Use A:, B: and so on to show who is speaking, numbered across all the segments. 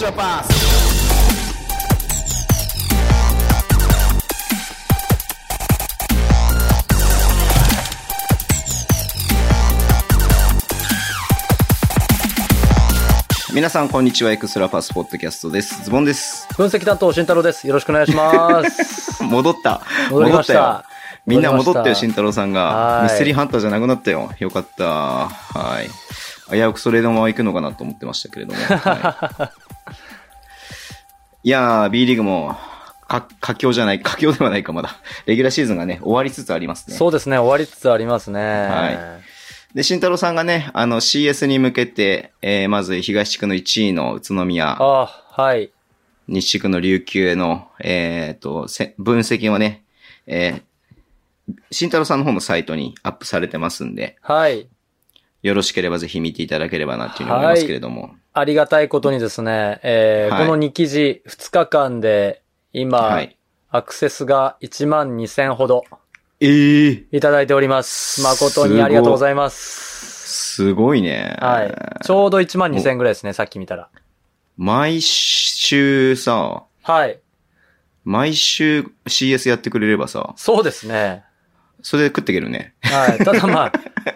A: your past. Minasan, 皆さん、こんにちは。エクストラパスポッドキャストです。ズボンです。
B: 分析担当、慎太郎です。よろしくお願い します。
A: 戻った。
B: 戻りま
A: 戻っ
B: し
A: た
B: た。
A: みんな戻った
B: 戻り
A: よ、
B: ました
A: 慎太郎さん
B: は
A: が。
B: い
A: ミステリーハンターじゃなくなったよ。よかった。はい。危うくそれのまま行くのかなと思ってましたけれども。はい、いやー、B リーグも、か、佳境じゃない、佳境ではないか、まだ。レギュラーシーズンがね、終わりつつありますね。
B: そうですね、終わりつつありますね。
A: はいで、慎太郎さんがね、あの、CS に向けて、えー、まず東地区の1位の宇都宮、
B: あ、はい。
A: 西地区の琉球への、えっ、と、せ分析をね、えー、慎太郎さんの方のサイトにアップされてますんで、
B: はい。
A: よろしければぜひ見ていただければなっていうふうに思いますけれども。
B: ありがたいことにですね、えー
A: はい
B: この2記事、2日間で、今、
A: はい。
B: アクセスが1万2000ほど
A: ええ
B: いただいております。誠にありがとうございます。
A: すごいね。
B: はい。ちょうど1万2000ぐらいですね、さっき見たら。
A: 毎週さ、
B: はい。
A: 毎週 CS やってくれればさ、
B: そうですね。
A: それで食っていけるね。
B: はい。た だまあ、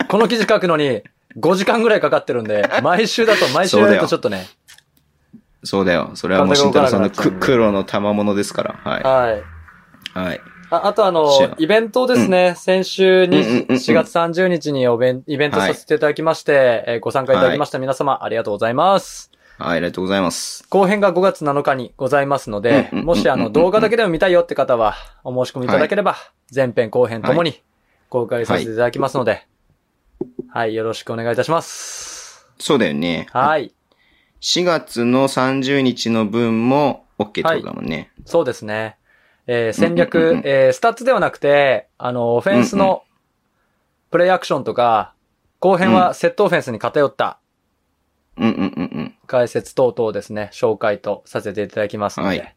B: この記事書くのに5時間ぐらいかかってるんで、毎週だと、毎週やるとちょっとね、
A: そうだよ。それはもう慎太郎さんのく苦労の賜物ですから。は
B: はい。
A: い。はい。
B: ああとあの
A: 知らん、
B: イベントですね、先週に
A: うんうんうんうん
B: 4月30日におべんイベントさせていただきまして、えーご参加いただきました皆様ありがとうございます。
A: はい、ありがとうございます。
B: 後編が5月7日にございますので、
A: うんうんうんうんうん
B: もしあの動画だけでも見たいよって方は、お申し込みいただければ、前編後編ともに公開させていただきますので、はい、よろしくお願いいたします。
A: そうだよね。
B: はい、
A: 4月の30日の分も OK ってことだもんね。
B: そうですね。えー戦
A: うんうんうんう
B: 略
A: ん、
B: えースタッツではなくて、あの、オフェンス
A: うん
B: のプレイアクションとか、後編はセットオフェンスに偏った
A: うんうんうん
B: 解説等々ですね、紹介とさせていただきますの
A: は
B: で、
A: いはい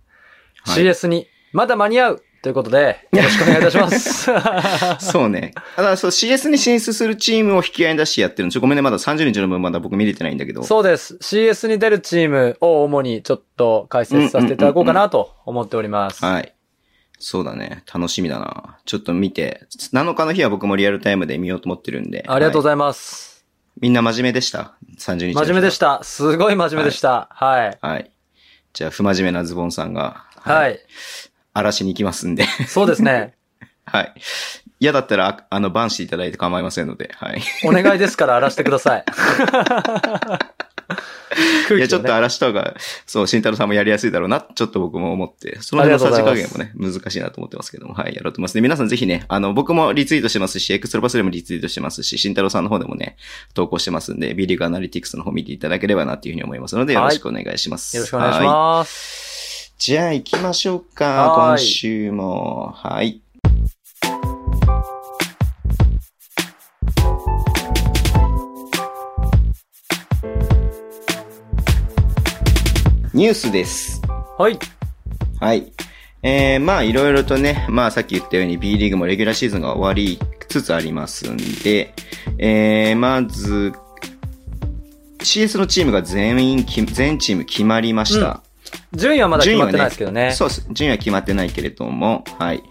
B: CS にまだ間に合うということで、よろしくお願いいたし ます。
A: うん。そうね。ただ、そう CS に進出するチームを引き合いに出してやってるの。ちょ、ごめんね、まだ30日の分まだ僕見れてないんだけど。
B: そうです。CS に出るチームを主にちょっと解説させていただこうかなと思っております。
A: はい。そうだね。楽しみだな。ちょっと見て。7日の日は僕もリアルタイムで見ようと思ってるんで。
B: ありがとう
A: は
B: ございます。
A: いみんな真面目でした。30日。
B: 真面目でした。すごい真面目でした。はい。
A: た。はい。じゃあ、不真面目なズボンさんが。
B: はい。
A: 荒らしに行きますんで。
B: そうですね。
A: はい。嫌だったら、ああの、バンしていただいて構いませんので。はい。
B: お願いですから荒らしてください。
A: いや、ちょっと
B: あ
A: 荒らした方が、そう、慎太郎さんもやりやすいだろうな、ちょっと僕も思って、その辺のさじ加減もね、難しいなと思ってますけども、はい、やろうと思います。で、皆さんぜひね、あの、僕もリツイートしてますし、エクストラパスでもリツイートしてますし、慎太郎さんの方でもね、投稿してますんで、ビリーグアナリティクスの方見ていただければなっていうふうに思いますので、よろしくお願いします。
B: よろしくお願いし
A: は
B: ます。
A: じゃあ行きましょうか、
B: は
A: 今
B: い
A: 週も。はい。ニュースです。
B: はい。
A: はい。えー、まあいろいろとね、まあさっき言ったように B リーグもレギュラーシーズンが終わりつつありますんで、えー、まず、CS のチームが全員き、全チーム決まりました。
B: うん順位はまだ決まってないですけどね。
A: そうです。順位は決まってないけれども、はい。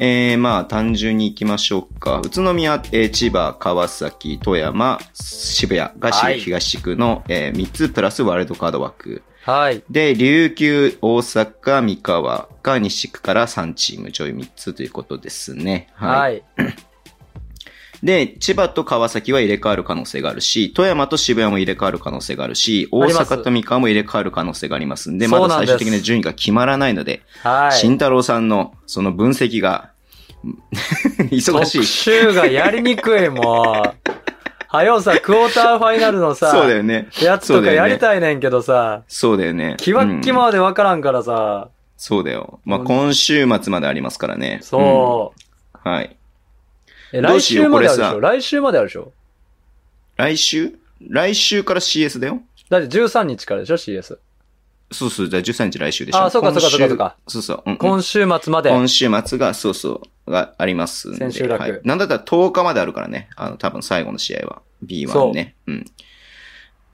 A: えー、まあ、単純に行きましょうか。宇都宮、えー千葉、川崎、富山、渋谷が
B: はい
A: 東地区の、え3つプラスワールドカード枠。
B: はい。
A: で、琉球、大阪、三河が西区から3チーム、上位3つということですね。。
B: はいい。
A: で、千葉と川崎は入れ替わる可能性があるし、富山と渋谷も入れ替わる可能性があるし、大
B: あります
A: 阪と三河も入れ替わる可能性がありますんで、
B: そ
A: ま
B: うな
A: だ
B: んです
A: 最終的な順位が決まらないので、
B: はい。
A: 慎太郎さんのその分析が、 忙しい
B: 特。集がやりにくい、もう。 はよさ、クォーターファイナルのさ、
A: そうだよね。
B: やつ
A: そ
B: と
A: う
B: か
A: だよ
B: や
A: ね
B: りたいねんけどさ、
A: そうだよね。
B: キワッキ
A: うん
B: までわからんからさ、
A: そうだよ。まあ、今週末までありますからね。
B: そ
A: う
B: う。
A: ん。はい。
B: え、
A: どう
B: 来
A: しよ
B: 週
A: う
B: まであるで
A: こ
B: し
A: れ
B: ょ来週まであるでしょ
A: 来週来週から CS だよ。
B: だって13日からでしょ ?CS。
A: そうそう、じゃあ13日来週でしょ。
B: あそうかそうかそうかそうか
A: 今週。そうそう。うんうん
B: 今週末まで。
A: 今週末が、そうそう、がありますんで。
B: 千秋楽
A: はい。なんだったら10日まであるからね。あの、多分最後の試合は。B1 ね。うん。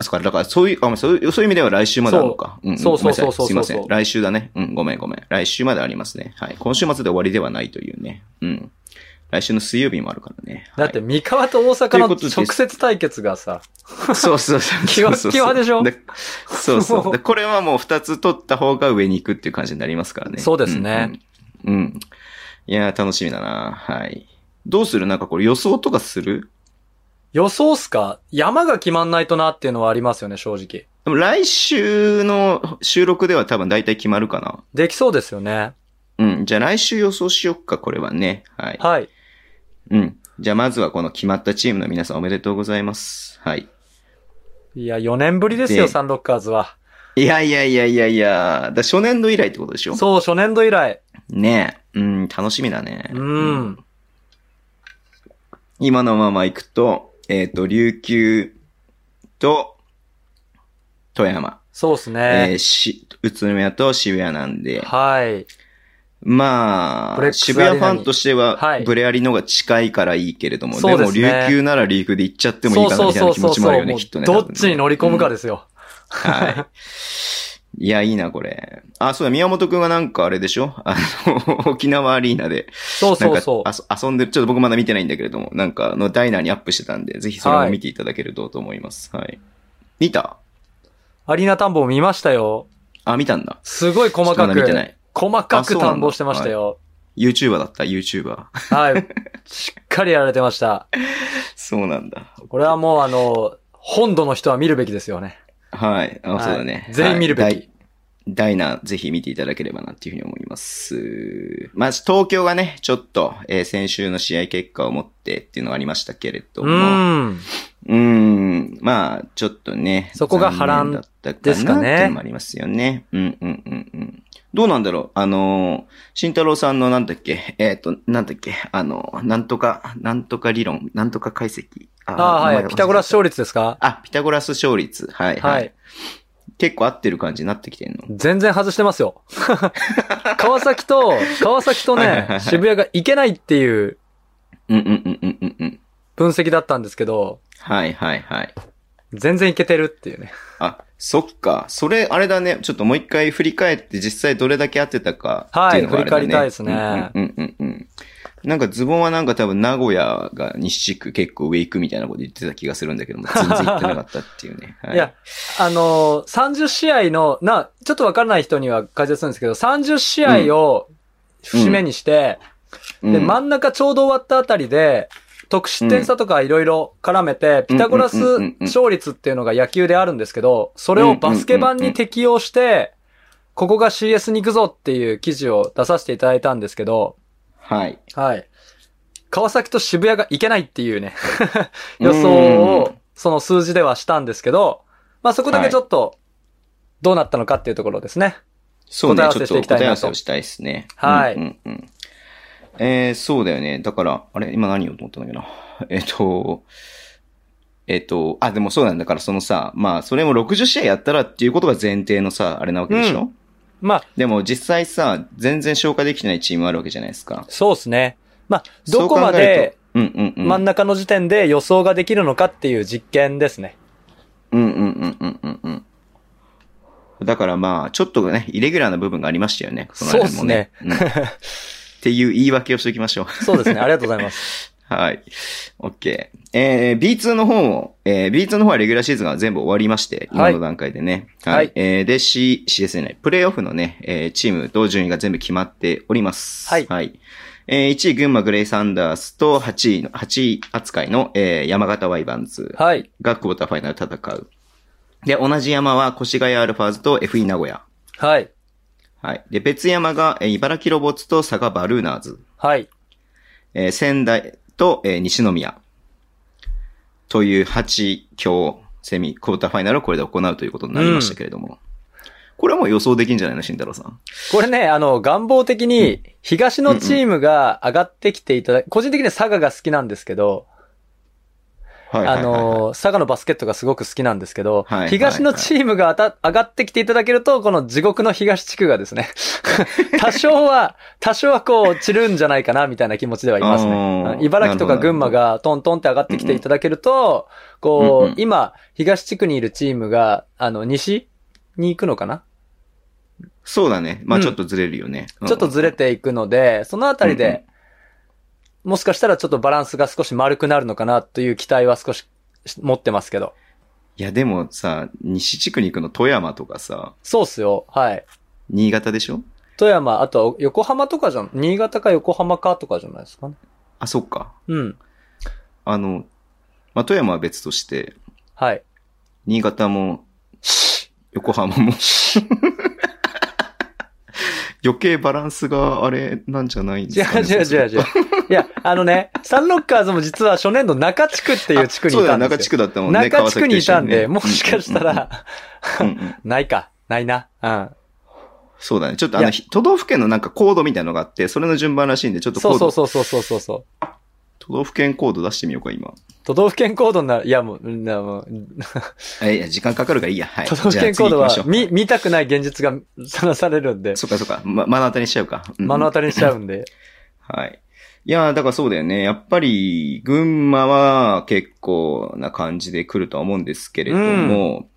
A: そっか、だからそういう、あ、そういう、そういう意味では来週まであるのか。んん
B: そうそうそうそう
A: ごめんなさいすい
B: そう
A: ません。来週だね。うん、ごめんごめん。来週までありますね。はい。今週末で終わりではないというね。うん。来週の水曜日もあるからね。
B: だ
A: はい
B: って、三河と大阪の
A: ということです
B: 直接対決がさ、
A: そうそうそう。
B: キワ
A: そうそうそう
B: キワでしょ
A: でそう
B: も
A: そう。
B: う
A: でこれはもう二つ取った方が上に行くっていう感じになりますからね。
B: そうですね
A: うん。うん。うんいやー、楽しみだな。はい。どうするなんかこれ予想とかする
B: 予想っすか山が決まんないとなっていうのはありますよね、正直。
A: でも来週の収録では多分大体決まるか
B: できそうですよね。
A: な。うん。じゃあ来週予想しよっか、これはね。はい。
B: はい。
A: うん。じゃあまずはこの決まったチームの皆さんおめでとうございます。はい。
B: いや、4年ぶりですよ、
A: で
B: サンロッカーズは。
A: いやいやいやいやいや、だ初年度以来ってことでしょ
B: そう、初年度以来。
A: ねえ。うん、楽しみだね。
B: うん。
A: 今のまま行くと、えっ、と、琉球と、富山。
B: そうっす
A: えー
B: ね。
A: し、宇都宮と渋谷なんで、
B: はい。
A: ま
B: ブレッ
A: あ、
B: クス
A: 渋谷フ
B: アリーナに
A: ァンとして
B: は
A: は、
B: い
A: ブレアリのが近いからいいけれども、
B: そう
A: で
B: で
A: も
B: すね
A: 琉球ならリーフで行っちゃってもいいかなみたいな気持ちもあるよね、
B: も
A: きっとね。
B: どっちに乗り込むか
A: で。
B: ですよ。
A: はい。いや、いいな、これ。あ、そうだ、宮本くんがなんかあれでしょあの、 沖縄アリーナで、
B: そう
A: なん
B: そ
A: か
B: うそう。
A: あそ遊んでる、ちょっと僕まだ見てないんだけれども、なんかあのダイナーにアップしてたんで、ぜひそれも見ていただけるとと思います。はい。見た
B: アリーナ田んぼを見ましたよ。
A: あ、見たんだ。
B: すごい細か
A: ちょっとまだ見てな
B: く、
A: い。
B: 細かく田んぼしてましたよ。
A: YouTuber だった、YouTuber。
B: はい。しっかりやられてました。
A: そうなんだ。
B: これはもうあの、本土の人は見るべきですよね。
A: はい。あ、
B: はい
A: そうだね。
B: 全員見るべき
A: はいダイダイナー、ぜひ見ていただければなっていうふうに思います。まず、東京がね、ちょっと、えー先週の試合結果を持ってっていうのがありましたけれど
B: う
A: も、
B: ん。
A: うーん、まあ、ちょっとね。
B: そこが波乱
A: 残念だったかな
B: ですかね
A: っていうのもありますよね。うん、うん、うん、うん。どうなんだろうあのー、慎太郎さんのなんだっけえっ、と、なんだっけあのー、なんとか、なんとか理論、なんとか解析。あ
B: ああ、
A: 名
B: は
A: 前
B: い。
A: が
B: ピタゴラス勝率ですか
A: あ、ピタゴラス勝率。はい、はい。
B: はい。
A: 結構合ってる感じになってきてんの
B: 全然外してますよ。 川崎と、川崎と
A: はいはいはい
B: ね、渋谷が行けないっていう
A: うんうんうんうんうんうん。
B: 分析だったんですけど、
A: はいはいはい。
B: 全然行けてるっていうね。
A: あ、そっか。それ、あれだね。ちょっともう一回振り返って実際どれだけ合ってたかっていうのがあれだね。
B: はい振り返りたいですね
A: うんうんうんうん。なんかズボンはなんか多分名古屋が西地区結構上行くみたいなこと言ってた気がするんだけども、全然行ってなかったっていうね。はい
B: や、あのー、30試合の、な、ちょっとわからない人には解説するんですけど、30試合を節目にして、
A: うん、
B: で、真ん中ちょうど終わったあたりで、得失点差とかいろいろ絡めて、ピタゴラス勝率っていうのが野球であるんですけど、それをバスケ版に適用して、ここが CS に行くぞっていう記事を出させていただいたんですけど、
A: はい。
B: はい。川崎と渋谷が行けないっていうね、予想を、その数字ではしたんですけど、まあそこだけちょっと、どうなったのかっていうところですね。
A: そう
B: 答
A: ね、
B: え合わ
A: ちょ
B: せ
A: っ
B: して
A: と
B: いきた
A: 答
B: い
A: え合わ
B: なと
A: せをしたいですね。
B: はい
A: うんうんうんえー、そうだよね。だから、あれ今何を思ったんだっけな。 えっ、と、えっ、と、あ、でもそうなんだだから、そのさ、まあ、それも60試合やったらっていうことが前提のさ、あれなわけでしょ、
B: うまあ、
A: でも実際さ、全然消化できてないチームあるわけじゃないですか。
B: そうですね。まあ、どこま
A: そう考える
B: で
A: と、うんうんうん。
B: 真ん中の時点で予想ができるのかっていう実験ですね。
A: うんうんうんうんうんうん。だからまあ、ちょっとね、イレギュラーな部分がありましたよね。の辺もうんっていう言い訳をしておきましょう。
B: そうですね。ありがとうございます。
A: はい。OK。えー、B2 の方も、えー、B2 の方はレギュラーシーズンが全部終わりまして、
B: はい
A: 今の段階でね。
B: はい
A: えー、で、C、CS じゃない、プレイオフのね、えー、チームと順位が全部決まっております。
B: はい
A: えー、1位、群馬グレイサンダースと8位の、8位扱いの、えー、山形ワイバンズ
B: はい。
A: がクォーターファイナル戦う。で、同じ山は越谷アルファーズと FE 名古屋。
B: はい。
A: はい。で、別山が、えー茨城ロボッツと佐賀バルーナーズ。
B: はい。
A: えー仙台と、えー西宮という8強セミ、クォーターファイナルをこれで行うということになりましたけれども。これはもう予想できんじゃないの慎太郎さん。
B: これね、あの、願望的に、東のチームが上がってきていただ、個人的には佐賀が好きなんですけど、
A: はいはいは
B: あ
A: いはい
B: の、佐賀のバスケットがすごく好きなんですけ
A: は
B: ど
A: いはいは、い
B: 東のチームがあた上がってきていただけると、この地獄の東地区が ですね、多少は、多少はこう散るんじゃないかなみたいな気持ちではいます
A: あ
B: ね。
A: ー
B: 茨城とか
A: なる
B: 群
A: ほど
B: 馬がトントンって上がってきていただけると、
A: うん
B: こ
A: うん
B: う、今、東地区にいるチームが、あの、西に行くのかな
A: そうだね。まあ
B: うん
A: ちょっとずれるよね。うん
B: ちょっとずれていくので、そのあたりで、もしかしたらちょっとバランスが少し丸くなるのかなという期待は少し持ってますけど。
A: いや、でもさ、西地区に行くの富山とかさ、
B: そうっすよ。はい。
A: 新潟でしょ
B: 富山、あとは横浜とかじゃん、新潟か横浜かとかじゃないですかね。
A: あ、そっか。
B: うん。
A: あの、まあ富山は別として、
B: はい。
A: 新潟も、横浜も、 余計バランスがあれなんじゃないん
B: 違
A: ですか、
B: う
A: ね、
B: 違う違う違う。いや、あのね、サンロッカーズも実は初年度中地区っていう地区にい
A: そうだ
B: た
A: よ、
B: んで
A: 中
B: す
A: 地
B: よ。
A: 区だったもんね。
B: 中地区にいたんで、も
A: 川崎
B: し
A: と一緒
B: か
A: にね
B: した、ら、
A: うんうんうんうん
B: ないか。ないな。うん。
A: そうだね。ちょっとあ
B: い
A: の、
B: や
A: ひ都道府県のなんかコードみたいのがあって、それの順番らしいんで、ちょっとコ
B: そ
A: ード、
B: うそうそうそうそうそうそう。
A: 都道府県コード出してみようか、今。
B: 都道府県コードになる、いやもう、うんなもう
A: え、いや、時間かかるからいいや。はい。
B: 都道府県コード は
A: じゃあ次行きましょ
B: 見、見たくない現実が さらされるんで
A: う。、そっかそっか。ま、目の当たりにしちゃうか。うん
B: 目の当たりにしちゃうんで。
A: はい。いやー、だからそうだよね。やっぱり、群馬は結構な感じで来るとは思うんですけれども、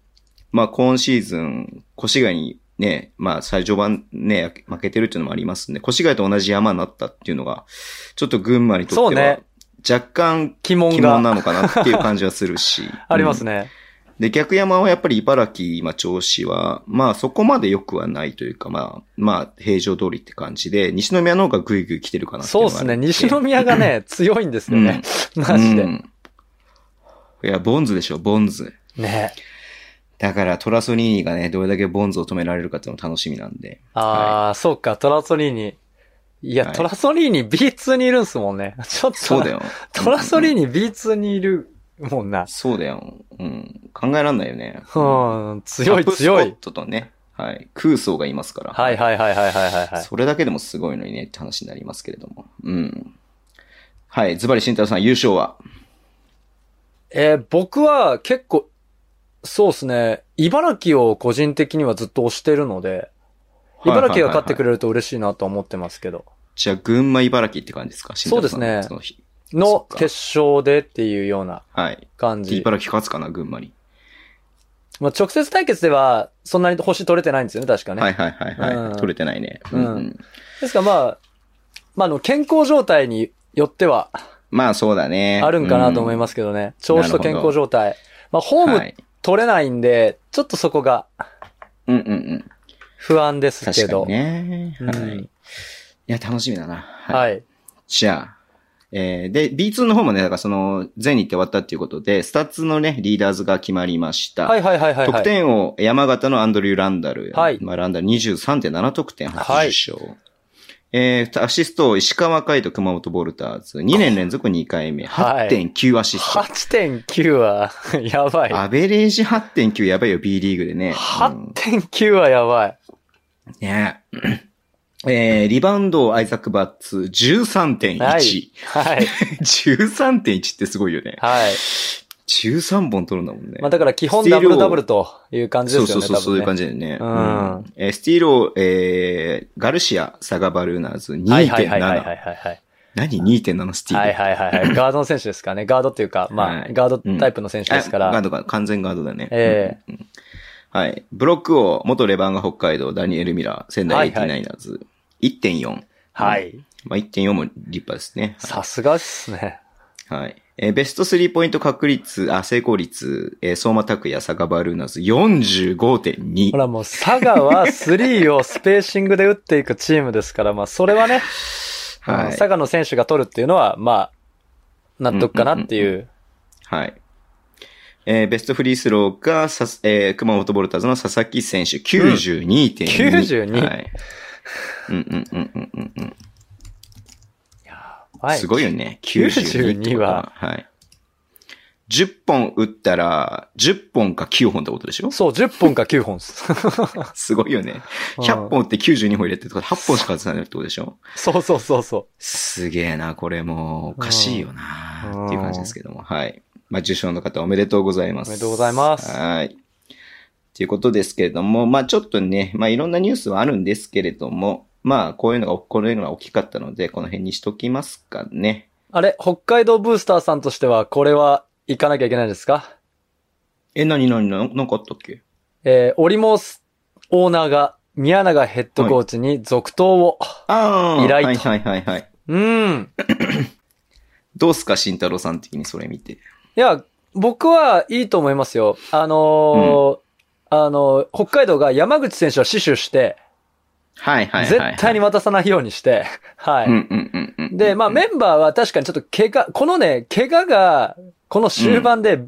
A: まあ今シーズン、越谷にね、まあ最上盤ね、負けてるっていうのもありますんで、越谷と同じ山になったっていうのが、ちょっと群馬にと
B: そ
A: っ
B: う
A: ては
B: ね、
A: 若干
B: 鬼門
A: 鬼門な
B: が。
A: のかなっていう感じはするし
B: あります
A: ね。
B: ね。
A: で、逆山はやっぱり茨城、今調子は、まあそこまで良くはないというか、まあ、まあ平常通りって感じで、西宮の方がぐいぐい来てるかなってい
B: そう
A: の
B: う
A: が
B: で
A: あ
B: す
A: る
B: ね。西宮がね、強いんですよね。
A: う
B: マジで。
A: ん。いや、ボンズでしょ、ボンズ。
B: ね。
A: だからトラソニーニがね、どれだけボンズを止められるかっていうのも楽しみなんで。
B: ああ、そうか、トラソリーニ。いや、
A: はい
B: トラソリーニ B2 にいるんすもんね。ちょっと。
A: そうだ。よ。
B: トラソ
A: ー
B: リーニ B2 にいるもんな。
A: そうだよ。うん。考えらんないよね。
B: うん、強い
A: カッ
B: 強
A: プスポ
B: い
A: ッ。トとね、はい。空想がいますから。
B: はいはいはいはいはいはいはい。
A: それだけでもすごいのにねって話になりますけれども。うん。はい。ズバリ慎太郎さん、優勝は
B: えー僕は結構、そうですね、茨城を個人的にはずっと推してるので、茨城が勝ってく
A: る。
B: れると嬉しいなと思ってますけど、
A: じゃあ、群馬、茨城って感じですか
B: そうです
A: 慎
B: ね。
A: 太郎さんのその日そ
B: の
A: っか
B: 決勝でっていうような
A: はい。
B: 感
A: で
B: じ。
A: 茨城勝つかな、群馬に。
B: まあ、直接対決ではそんなに星取れてないんですよね、確かね。
A: はいはいはいは
B: う
A: い。
B: ん
A: 取れてないね。う
B: うんん
A: うん。
B: ですからまあ、まあ、あの、健康状態によっては
A: まあそうだね。。
B: あるんかなと思いますすけどね。調子と健康状態。まあ、ホー
A: は
B: ム
A: い。
B: 取れないんで、ちょっとそこが
A: うんうんうん。
B: 不安です
A: 確
B: け
A: か
B: ど。
A: にね。
B: う
A: はい。
B: ん
A: いや、楽しみだな。。
B: はいい。
A: じゃあ。えーで、B2 の方もね、だからその、全日程終わったっていうことで、スタッツのね、リーダーズが決まりました。
B: はいはいはいはい、はい。
A: 得点王、山形のアンドリュー・ランダル。
B: はい
A: まあ、ランダル23.7得点、
B: はい
A: 80勝。えー、アシスト、石川海と熊本ボルターズ。2年連続2回目。
B: はい
A: 8.9アシスト。
B: 8.9は、 やばい。
A: アベレージ8.9やばいよ、B リーグでね。うん
B: 8.9はやばい。
A: ねえー、リバウンド、アイザック・バッツ、13.1。
B: はい。はい。
A: 13.1ってすごいよね。
B: はい。
A: 13本取るんだもんね。
B: まあだから基本ダブルダブルという感じ
A: そ
B: で
A: う
B: す
A: そ
B: よ
A: う
B: ね。
A: そう、そういう感
B: じ。
A: じだよね。
B: うん
A: うんえースティールを、えー、ガルシア、サガバルーナーズ、
B: はいはいはいはいはい
A: 2.7。
B: はいはい。
A: 何 ?2.7 スティール。
B: はいはいはい はい。ガードの選手ですかね。ガードっていうか、まあ、
A: はい
B: ガードタイプの選手ですか
A: あガー
B: ら。
A: ドが、完全ガードだね。
B: え
A: うんうんはい。ブロックを、元レバンガ北海道、ダニエル・ミラー、仙台
B: はいは
A: 89ers、1.4。
B: はい。
A: まあ、1.4も立派ですね。はい
B: さすがっすね。
A: はい。えーベストスリーポイント確率、あ、成功率、えー、相馬拓也、サガバルーナーズ45.2。
B: ほらもう、佐賀は3をスペーシングで打っていくチームですから、まあ、それはね、
A: はい
B: うん佐賀の選手が取るっていうのは、まあ、納得かなっていう。
A: はい。えーベストフリースローが、さす、えー熊本ボルターズの佐々木選手92.2。
B: 92
A: はい。うんうんうんうんうんうん。
B: は
A: すごいよね。92ってこと
B: は。
A: はい。10本打ったら、10本か9本ってことでしょ
B: そう、10本か9本 っす。
A: すごいよね。
B: うん
A: 100本打って92本入れてるってこと、8本しか外さないってことでしょ
B: そうそうそうそう。
A: すげえな、これもうおかしいよな、っていう感じですけども。はい。まあ、受賞の方おめでとうございます。
B: おめでとうございます
A: はい。ということですけれども、まあ、ちょっとね、まあ、いろんなニュースはあるんですけれども、まあ、こういうのが、こういうのが大きかったので、この辺にしときますかね。
B: あれ、北海道ブースターさんとしては、これは行かなきゃいけないですか
A: え、なになにな、なんかあったっけ
B: えー、オリモスオーナーが、宮永ヘッドコーチに続投を。
A: ああ
B: 依頼と
A: はいはいはいはい。
B: うん。
A: どうすか、慎太郎さん的にそれ見て。
B: いや、僕はいいと思いますよ。あのーあのー北海道が山口選手を死守して、
A: はいはいはい、はい。
B: 絶対に渡さないようにして、 はい。
A: うんうんうんうん。
B: で、まあメンバーは確かにちょっと怪我、このね、怪我が、この終盤で、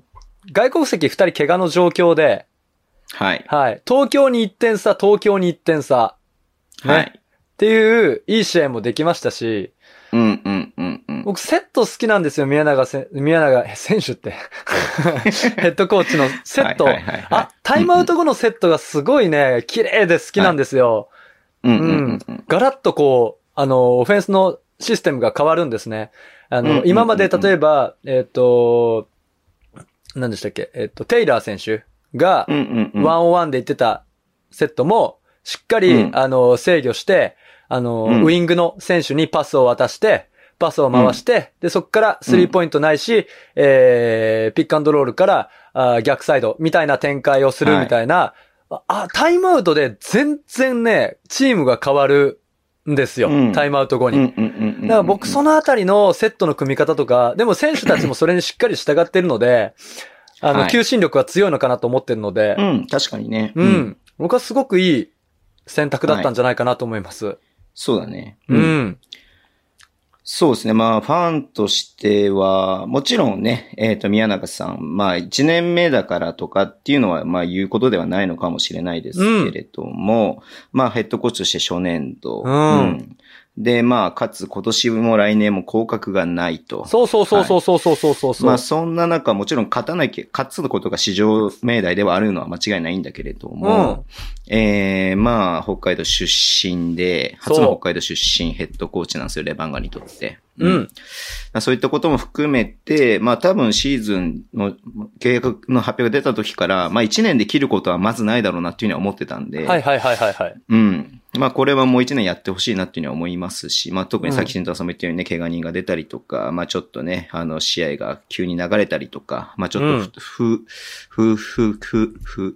B: 外国籍二人怪我の状況で、
A: はい。
B: はい。東京に1点差、東京に1点差ね
A: はい。
B: っていう、いい試合もできましたし、
A: うんうんうんうん。
B: 僕セット好きなんですよ、宮永せ、宮永選手 って。ヘッドコーチのセット。
A: はいはいはいはい
B: あ、タイムアウト後のセットがすごいね、綺麗で好きなんですよ。
A: うんうんうんうん。
B: ガラッとこう、あの、オフェンスのシステムが変わるんですね。あ
A: うんうんうん
B: の、
A: うん
B: 今まで例えば、えっ、と、何でしたっけ、えっ、と、テイラー選手が
A: う、んうんうん。
B: ワンオンワンで言ってたセットも、しっかり、
A: うん
B: あの、制御して、あの、
A: うん
B: ウイングの選手にパスを渡して、パスを回して、で、そこからスリーポイントないし、えー、ピックアンドロールから、あー逆サイドみたいな展開をする
A: はい
B: みたいな、あ、タイムアウトで全然ね、チームが変わるんですよ。
A: うん
B: タイムアウト後に。
A: うんうんうんうん。
B: だから僕そのあたりのセットの組み方と か、でも選手たちもそれにしっかり従ってるので、あの、
A: はい
B: 求心力は強いのかなと思ってるので
A: う、ん、確かにね。
B: うん。。僕はすごくいい選択だったんじゃないかなと思います。
A: そうだね。
B: う。ん。
A: そうですね。まあ、ファンとしては、もちろんね、えっ、と、宮永さん、まあ、1年目だからとかっていうのは、まあ、言うことではないのかもしれないですけれども、まあ、ヘッドコーチとして初年度。
B: うん
A: で、まあ、かつ、今年も来年も降格がないと。
B: そうそうそうそうそうそうそうそうそう。
A: まあ、そんな中、もちろん勝たなきゃ、勝つことが市場命題ではあるのは間違いないんだけれども、えー、まあ、北海道出身で、
B: そう
A: 初の北海道出身ヘッドコーチなんですよ、レバンガにとって。
B: うん。
A: まあそういったことも含めて、まあ多分シーズンの契約の発表が出た時から、まあ1年で切ることはまずないだろうなっていうのは思ってたんで、
B: はいはいはいはいはい。
A: うん。まあこれはもう1年やってほしいなっていうのは思いますし、まあ特にさっき慎太郎さんも言ったようにね、怪我人が出たりとか、まあちょっとね、あの試合が急に流れたりとか、まあちょっとふ、ふ、ふ、ふ、ふ、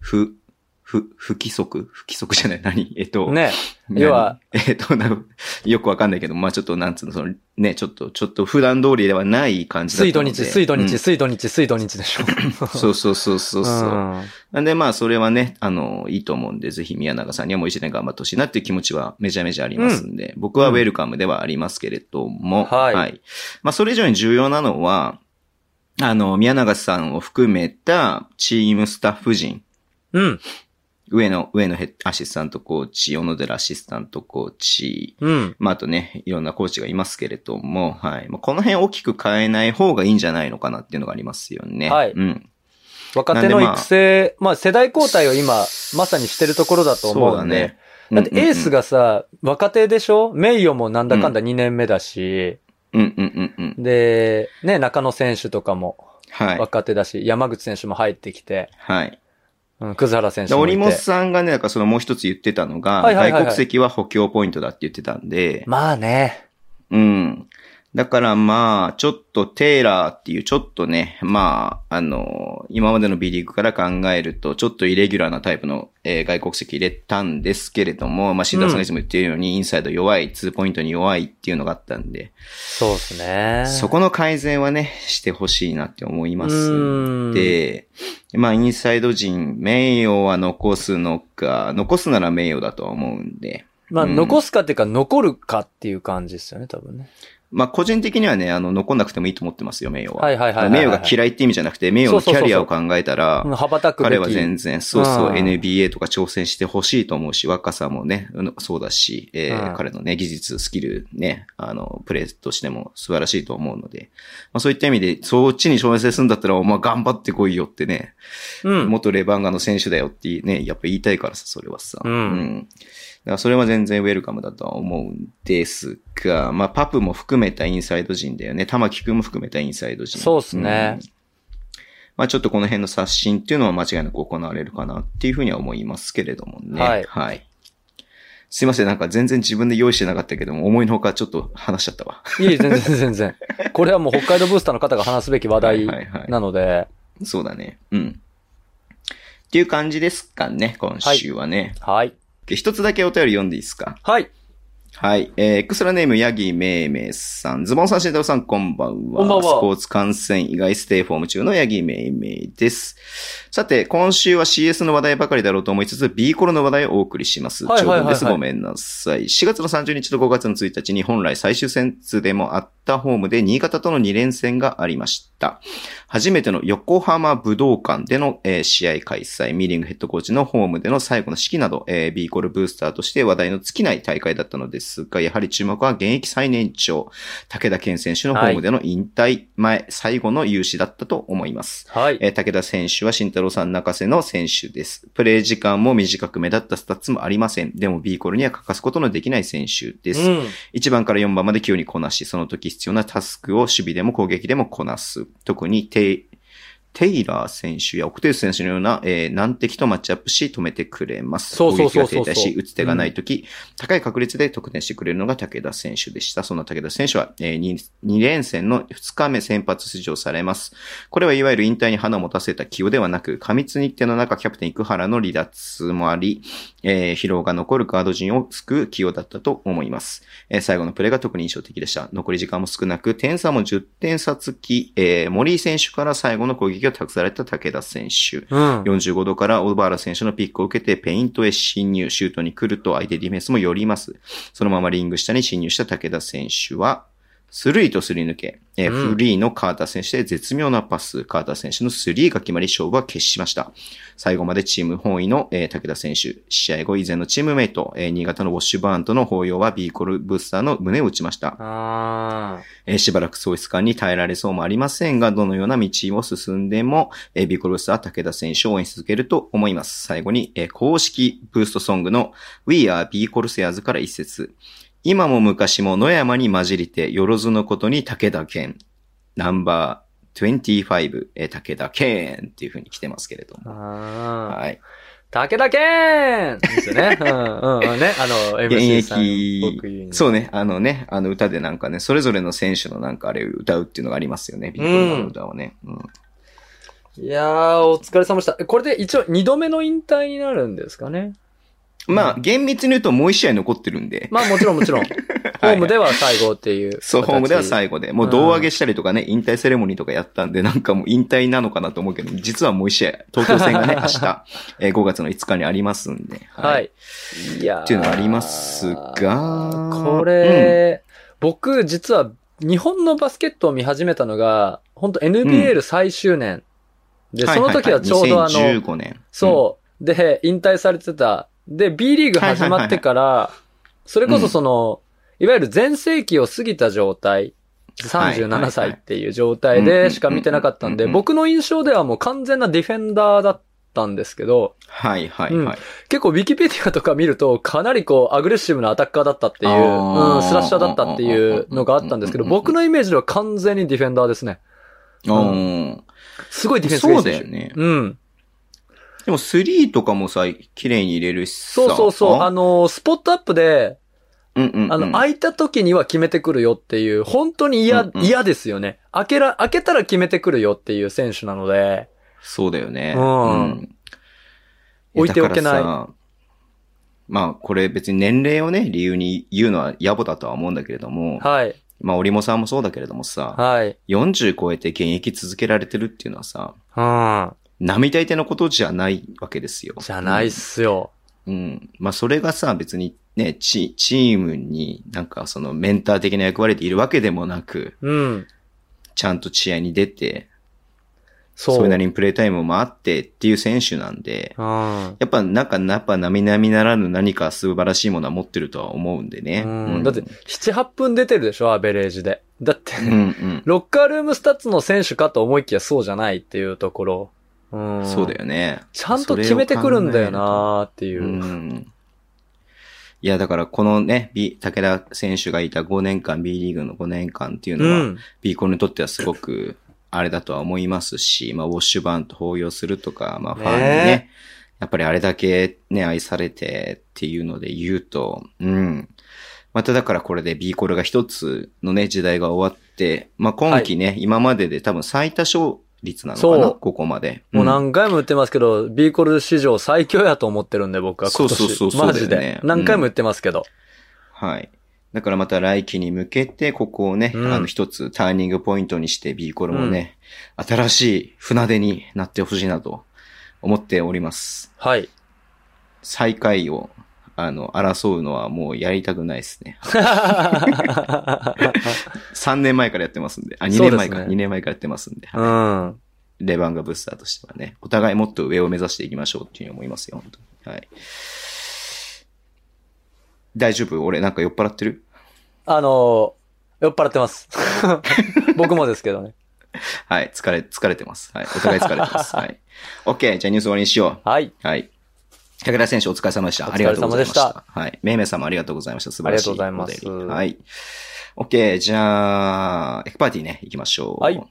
A: ふ、ふ、不規則不規則じゃ ない何えっと、
B: ね。
A: 何
B: 要は、
A: えっと、なよくわかんないけど、まあちょっと、なんつうの、その、ね、ちょっと、ちょっと普段通りではない感じだっ
B: 水
A: た
B: 土
A: ので。
B: 日、水土
A: う
B: 日、
A: ん
B: 水土日、水土日で しょ。
A: そうそうそうそうそう。
B: ん
A: なんでまあそれはね、あの、いいと思うんで、ぜひ宮永さんにはもう一年頑張ってほしいなっていう気持ちはめちゃめちゃありますんで、僕はウェルカムではありますけれども、
B: うんはい
A: まあそれ以上に重要なのは、あの、宮永さんを含めたチームスタッフ陣。
B: うん。
A: 上野、上野ヘッアシスタントコーチ、小野寺アシスタントコーチ、
B: うん。
A: まあ、あとね、いろんなコーチがいますけれども、はい。まあ、この辺大きく変えない方がいいんじゃないのかなっていうのがありますよね。
B: はい
A: うん。
B: 若手の育成、まあ世代交代を今、まさにしてるところだと思うんで。だってエース
A: が、
B: がさ、若手でしょ名誉もなんだかんだ2年目だし、
A: うんうんうんうん。
B: で、ね、中野選手とかも
A: はい。
B: 若手だし、山口選手も入ってきて、
A: はい。
B: うん、葛原選手
A: で、
B: も
A: 折
B: い
A: 本
B: て。
A: さんがね、だからそのもう一つ言ってたのが、
B: はいはいはいは
A: 外
B: い
A: 国籍は補強ポイントだって言ってたんで、
B: まあね。
A: うん。だからまあ、ちょっとテイラーっていうちょっとね、まあ、あの、今までの B リーグから考えると、ちょっとイレギュラーなタイプの、えー外国籍入れたんですけれども、まあ、新田さんがいつも言ってるように、インサイド弱い、ツーポイントに弱いっていうのがあったんで、
B: そうですね。
A: そこの改善はね、してほしいなって思いま
B: う
A: す。
B: ーん、
A: で、まあ、インサイド陣、名誉は残すのか、残すなら名誉だとは思うんで、
B: まあ、
A: うん
B: 残すかっていうか、残るかっていう感じですよね、多分ね。
A: まあ、個人的にはね、あの、残んなくてもいいと思ってますよ、名誉は。
B: はいはいはいはいは
A: 名
B: い
A: 誉が嫌いって意味じゃなくて、名誉のキャリアを考えたら
B: うん、羽ばたくべき。
A: 彼は全然、そうそう、
B: うん
A: NBA とか挑戦してほしいと思うし、若さもね、うんそうだし、えー
B: うん
A: 彼のね、技術、スキル、ね、あの、プレーとしても素晴らしいと思うので、まあ、そういった意味で、そっちに挑戦するんだったら、お前頑張ってこいよってね、
B: う ん。
A: 元レバンガの選手だよってね、やっぱ言いたいからさ、それはさ。
B: うん
A: だからそれは全然ウェルカムだとは思うんですが、まあ、パプも含めたインサイド陣だよね。玉木くんも含めたインサイド陣。
B: そうっすね
A: んまあちょっとこの辺の刷新っていうのは間違いなく行われるかなっていうふうには思いますけれどもね。
B: はい
A: はい。すいません、なんか全然自分で用意してなかったけども、思いのほかちょっと話しちゃったわ。
B: いい、全然全然。これはもう北海道ブースターの方が話すべき話
A: は
B: 題
A: いはいはい
B: なので、
A: そうだね。うん。っていう感じですかね、今週はね。
B: はい。
A: 一つだけお便り読んでいいですか
B: はい。
A: はい。えー、エクストラネーム、ヤギめいめいさん。ズボンさん、慎太郎さん、こんばんは。
B: こんばんは
A: スポーツ観戦以外ステイフォーム中のヤギめいめいです。さて、今週は CS の話題ばかりだろうと思いつつ、B コロの話題をお送りします。
B: はいはいはいはい
A: 長文です。ごめんなさい。4月の30日と5月の1日に本来最終戦通でもあったホームで、新潟との2連戦がありました。初めての横浜武道館での、えー試合開催、ミーリングヘッドコーチのホームでの最後の式など、えー、B コールブースターとして話題の尽きない大会だったのですが、やはり注目は現役最年長、武田健選手のホームでの引退前、最後の勇姿だったと思います。
B: はい。
A: えー武田選手は慎太郎さん泣かせの選手です。プレー時間も短く目立ったスタッツもありません。でも B コールには欠かすことのできない選手です。
B: うん。
A: 1番から4番まで器用にこなし、その時必要なタスクを守備でも攻撃でもこなす。特にテイ、テイラー選手やオクテウス選手のような、えー難敵とマッチアップし止めてくれます。
B: そうそうそうそ
A: 攻撃が
B: う
A: 停滞し、打つ手がない時、高い確率で得点してくれるのが武田選手でした。そんな武田選手は、え 2, 連戦の2日目先発出場されます。これはいわゆる引退に花を持たせた起用ではなく、過密日程の中、キャプテン生原の離脱もあり、えー疲労が残るガード陣を救う起用だったと思います。えー最後のプレーが特に印象的でした。残り時間も少なく、点差も10点差付き、えー森井選手から最後の攻撃を託された武田選手。
B: うん。
A: 45度から小原選手のピックを受けてペイントへ侵入、シュートに来ると相手ディフェンスも寄ります。そのままリング下に侵入した武田選手は、スリーとすり抜け、えー
B: うん
A: フリーのカーター選手で絶妙なパス、カーター選手のスリーが決まり勝負は決しました。最後までチーム本位の、えー武田選手、試合後以前のチームメイト、えー新潟のウォッシュバーンとの抱擁はビーコルブースターの胸を打ちました。
B: あ
A: えーしばらく喪失感に耐えられそうもありませんが、どのような道を進んでも、えービーコルブースター武田選手を応援し続けると思います。最後に、えー公式ブーストソングの We are B コルセアーズから一節。今も昔も野山に混じりて、よろずのことに武田健。ナンバー25、えー武田健っていう風に来てますけれど
B: ー
A: も。
B: あー。
A: はい。
B: 武田健ですよね。うんうんうん。ね。あの、
A: 現
B: MC さんっぽく言う
A: 役
B: に。、
A: そうね、あのね、あの歌でなんかね、それぞれの選手のなんかあれ歌うっていうのがありますよね、ビーコルの歌をね。うん
B: いやー、お疲れ様でした。これで一応二度目の引退になるんですかね。
A: まあ、厳密に言うともう一試合残ってるんで。
B: まあもちろんも ちろん。ホームでは最後っていう。
A: そう、ホームでは
B: 後。
A: 最後で。もう胴上げしたりとかね、引退セレモニーとかやったんで、なんかもう引退なのかなと思うけど、実はもう一試合、東京戦 がね、明日、えー5月の5日にありますんで。
B: はい。いやー
A: っていうのはありますが
B: これ、僕実は日本のバスケットを見始めたのが、本当 NBL 最終年。で、
A: はい
B: その時はちょうどあ
A: はいはい
B: の、
A: 2015年。
B: そう。で、引退されてた。で、B リーグ始まってから、それこそその、いわゆる全盛期を過ぎた状態、
A: はいは
B: 37
A: いはい
B: 歳っていう状態
A: うんうんうんう
B: で
A: ん
B: しか見てなかったんで、
A: うん
B: 僕の印象ではもう完全なディフェンダーだったんですけど、
A: うん。はいはいはい。
B: 結構ウィキペディアとか見ると、かなりこう、アグレッシブなアタッカーだったっていう、
A: あー
B: うん、スラッシャーだったっていうのがあったんですけど、
A: うんうんうんうん
B: 僕のイメージでは完全にディフェンダーですね。
A: うんん。
B: すごいディフェンスがい
A: そだ
B: いう選
A: よ
B: 手。
A: ね。
B: うん。
A: でも3とかもさ、綺麗に入れるしさ。
B: そうそうそう。あの、スポットアップで、
A: うんうんうん。
B: あの、空いた時には決めてくるよっていう、本当に嫌
A: うん、うん
B: 嫌ですよね。開けら、開けたら決めてくるよっていう選手なので、
A: そうだよね。
B: うん置いておけない
A: やだからさまあ、これ別に年齢をね、理由に言うのは野暮だとは思うんだけれども、
B: はい、
A: まあ、織茂さんもそうだけれどもさ、
B: はい、
A: 40超えて現役続けられてるっていうのはさ、
B: う
A: 並大抵のことじゃないわけですよ。
B: ん。じゃないっすよ。
A: うん。まあ、それがさ、別にね、チチームになんかそのメンター的な役割でいるわけでもなく、
B: うん。
A: ちゃんと試合に出て、
B: そう。
A: それなりにプレータイムもあってっていう選手なんで、
B: うん。
A: やっぱ、なんか、やっぱ、並々ならぬ何か素晴らしいものは持ってるとは思うんでね。
B: うんだって、7、8分出てるでしょ、アベレージで。だって、
A: うんうん。
B: ロッカールームスタッツの選手かと思いきやそうじゃないっていうところ。うん。
A: そうだ。よね。
B: ちゃんと決めてくるんだよなーって
A: そ
B: い
A: れを
B: う。
A: 考えると。うん。いや、だから、このね、B、武田選手がいた5年間、B リーグの5年間っていう
B: う
A: のは、
B: ん。
A: B コンにとってはすごく、あれだとは思いますし、まあ、ウォッシュバーンと抱擁するとか、まあ、ファンにね、ねやっぱりあれだけね、愛されてっていうので言うと、うん。まただからこれで B コールが一つのね、時代が終わって、まあ、今期ね、はい、今までで多分最多勝率なのかなここまで、
B: うん、もう何回も言ってますけど、B コール史上最強やと思ってるんで、僕は
A: そうそうそうそう、
B: ね、マジで。何回も言ってますけど。
A: うん、はい。だからまた来期に向けて、ここをね、うん、あの一つターニングポイントにして B コールもね、新しい船出になってほしいなと思っております。
B: はい。
A: 最下位をあの、争うのはもうやりたくないですね。3年前からやってますんで。あ、2年前か。ね、2年前からやってますんで。
B: うん。
A: レバンガブスターとしてはね、お互いもっと上を目指していきましょうっていうふうに思いますよ、本当に。はい。大丈夫俺なんか酔っ払ってる
B: あのー、酔っ払ってます。 僕もですけどね。
A: はい、疲れ、疲れてます。はい、お互い疲れてます。はい。OK、じゃあニュース終わりにしよ
B: う。はい。
A: はい。武田選手お疲れ様でした。ありがとうございました。はい。めいめいさんもありがとうございました。素晴らしい。
B: ありがとうございます。
A: はい。OK、じゃあ、エクパーティーね、行きましょう。
B: はい。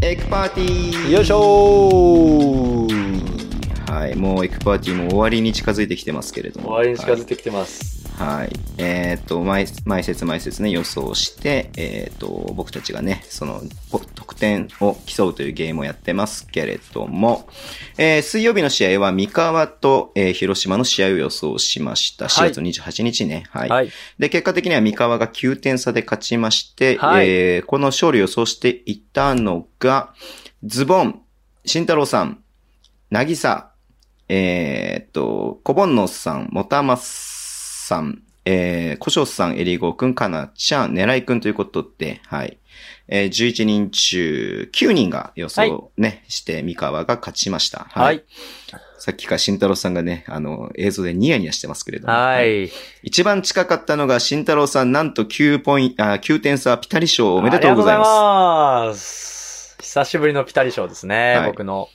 A: エクパーティー
B: よいしょ
A: はい、もうエクパーティーも終わりに近づいてきてますけれども。
B: 終わりに近づいてきてま
A: は
B: す。
A: いはい。えっ、ー、と、毎、毎節毎節ね、予想して、えっ、ー、と、僕たちがね、その、得点を競うというゲームをやってますけれども、えー、水曜日の試合は三河と、えー、広島の試合を予想しました。4月28日ね。はい。はい、で、結果的には三河が9点差で勝ちまして、はい、えー、この勝利を予想していたのが、ズボン、慎太郎さん、なぎさ、えっ、ー、と、こぼんのさん、もたます、さん、えー、コショウさん、エリゴーくん、かなちゃん、ねらいくんということで、はい。えー、11人中9人が予想ね、はい、して三河が勝ちました。
B: はい。はい、
A: さっきから慎太郎さんがね、あの、映像でニヤニヤしてますけれども。
B: はい、はい、
A: 一番近かったのが慎太郎さん、なんと9ポイント、9点差ピタリ賞おめでとうございます。
B: ありがとうございます。久しぶりのピタリ賞ですね、僕の。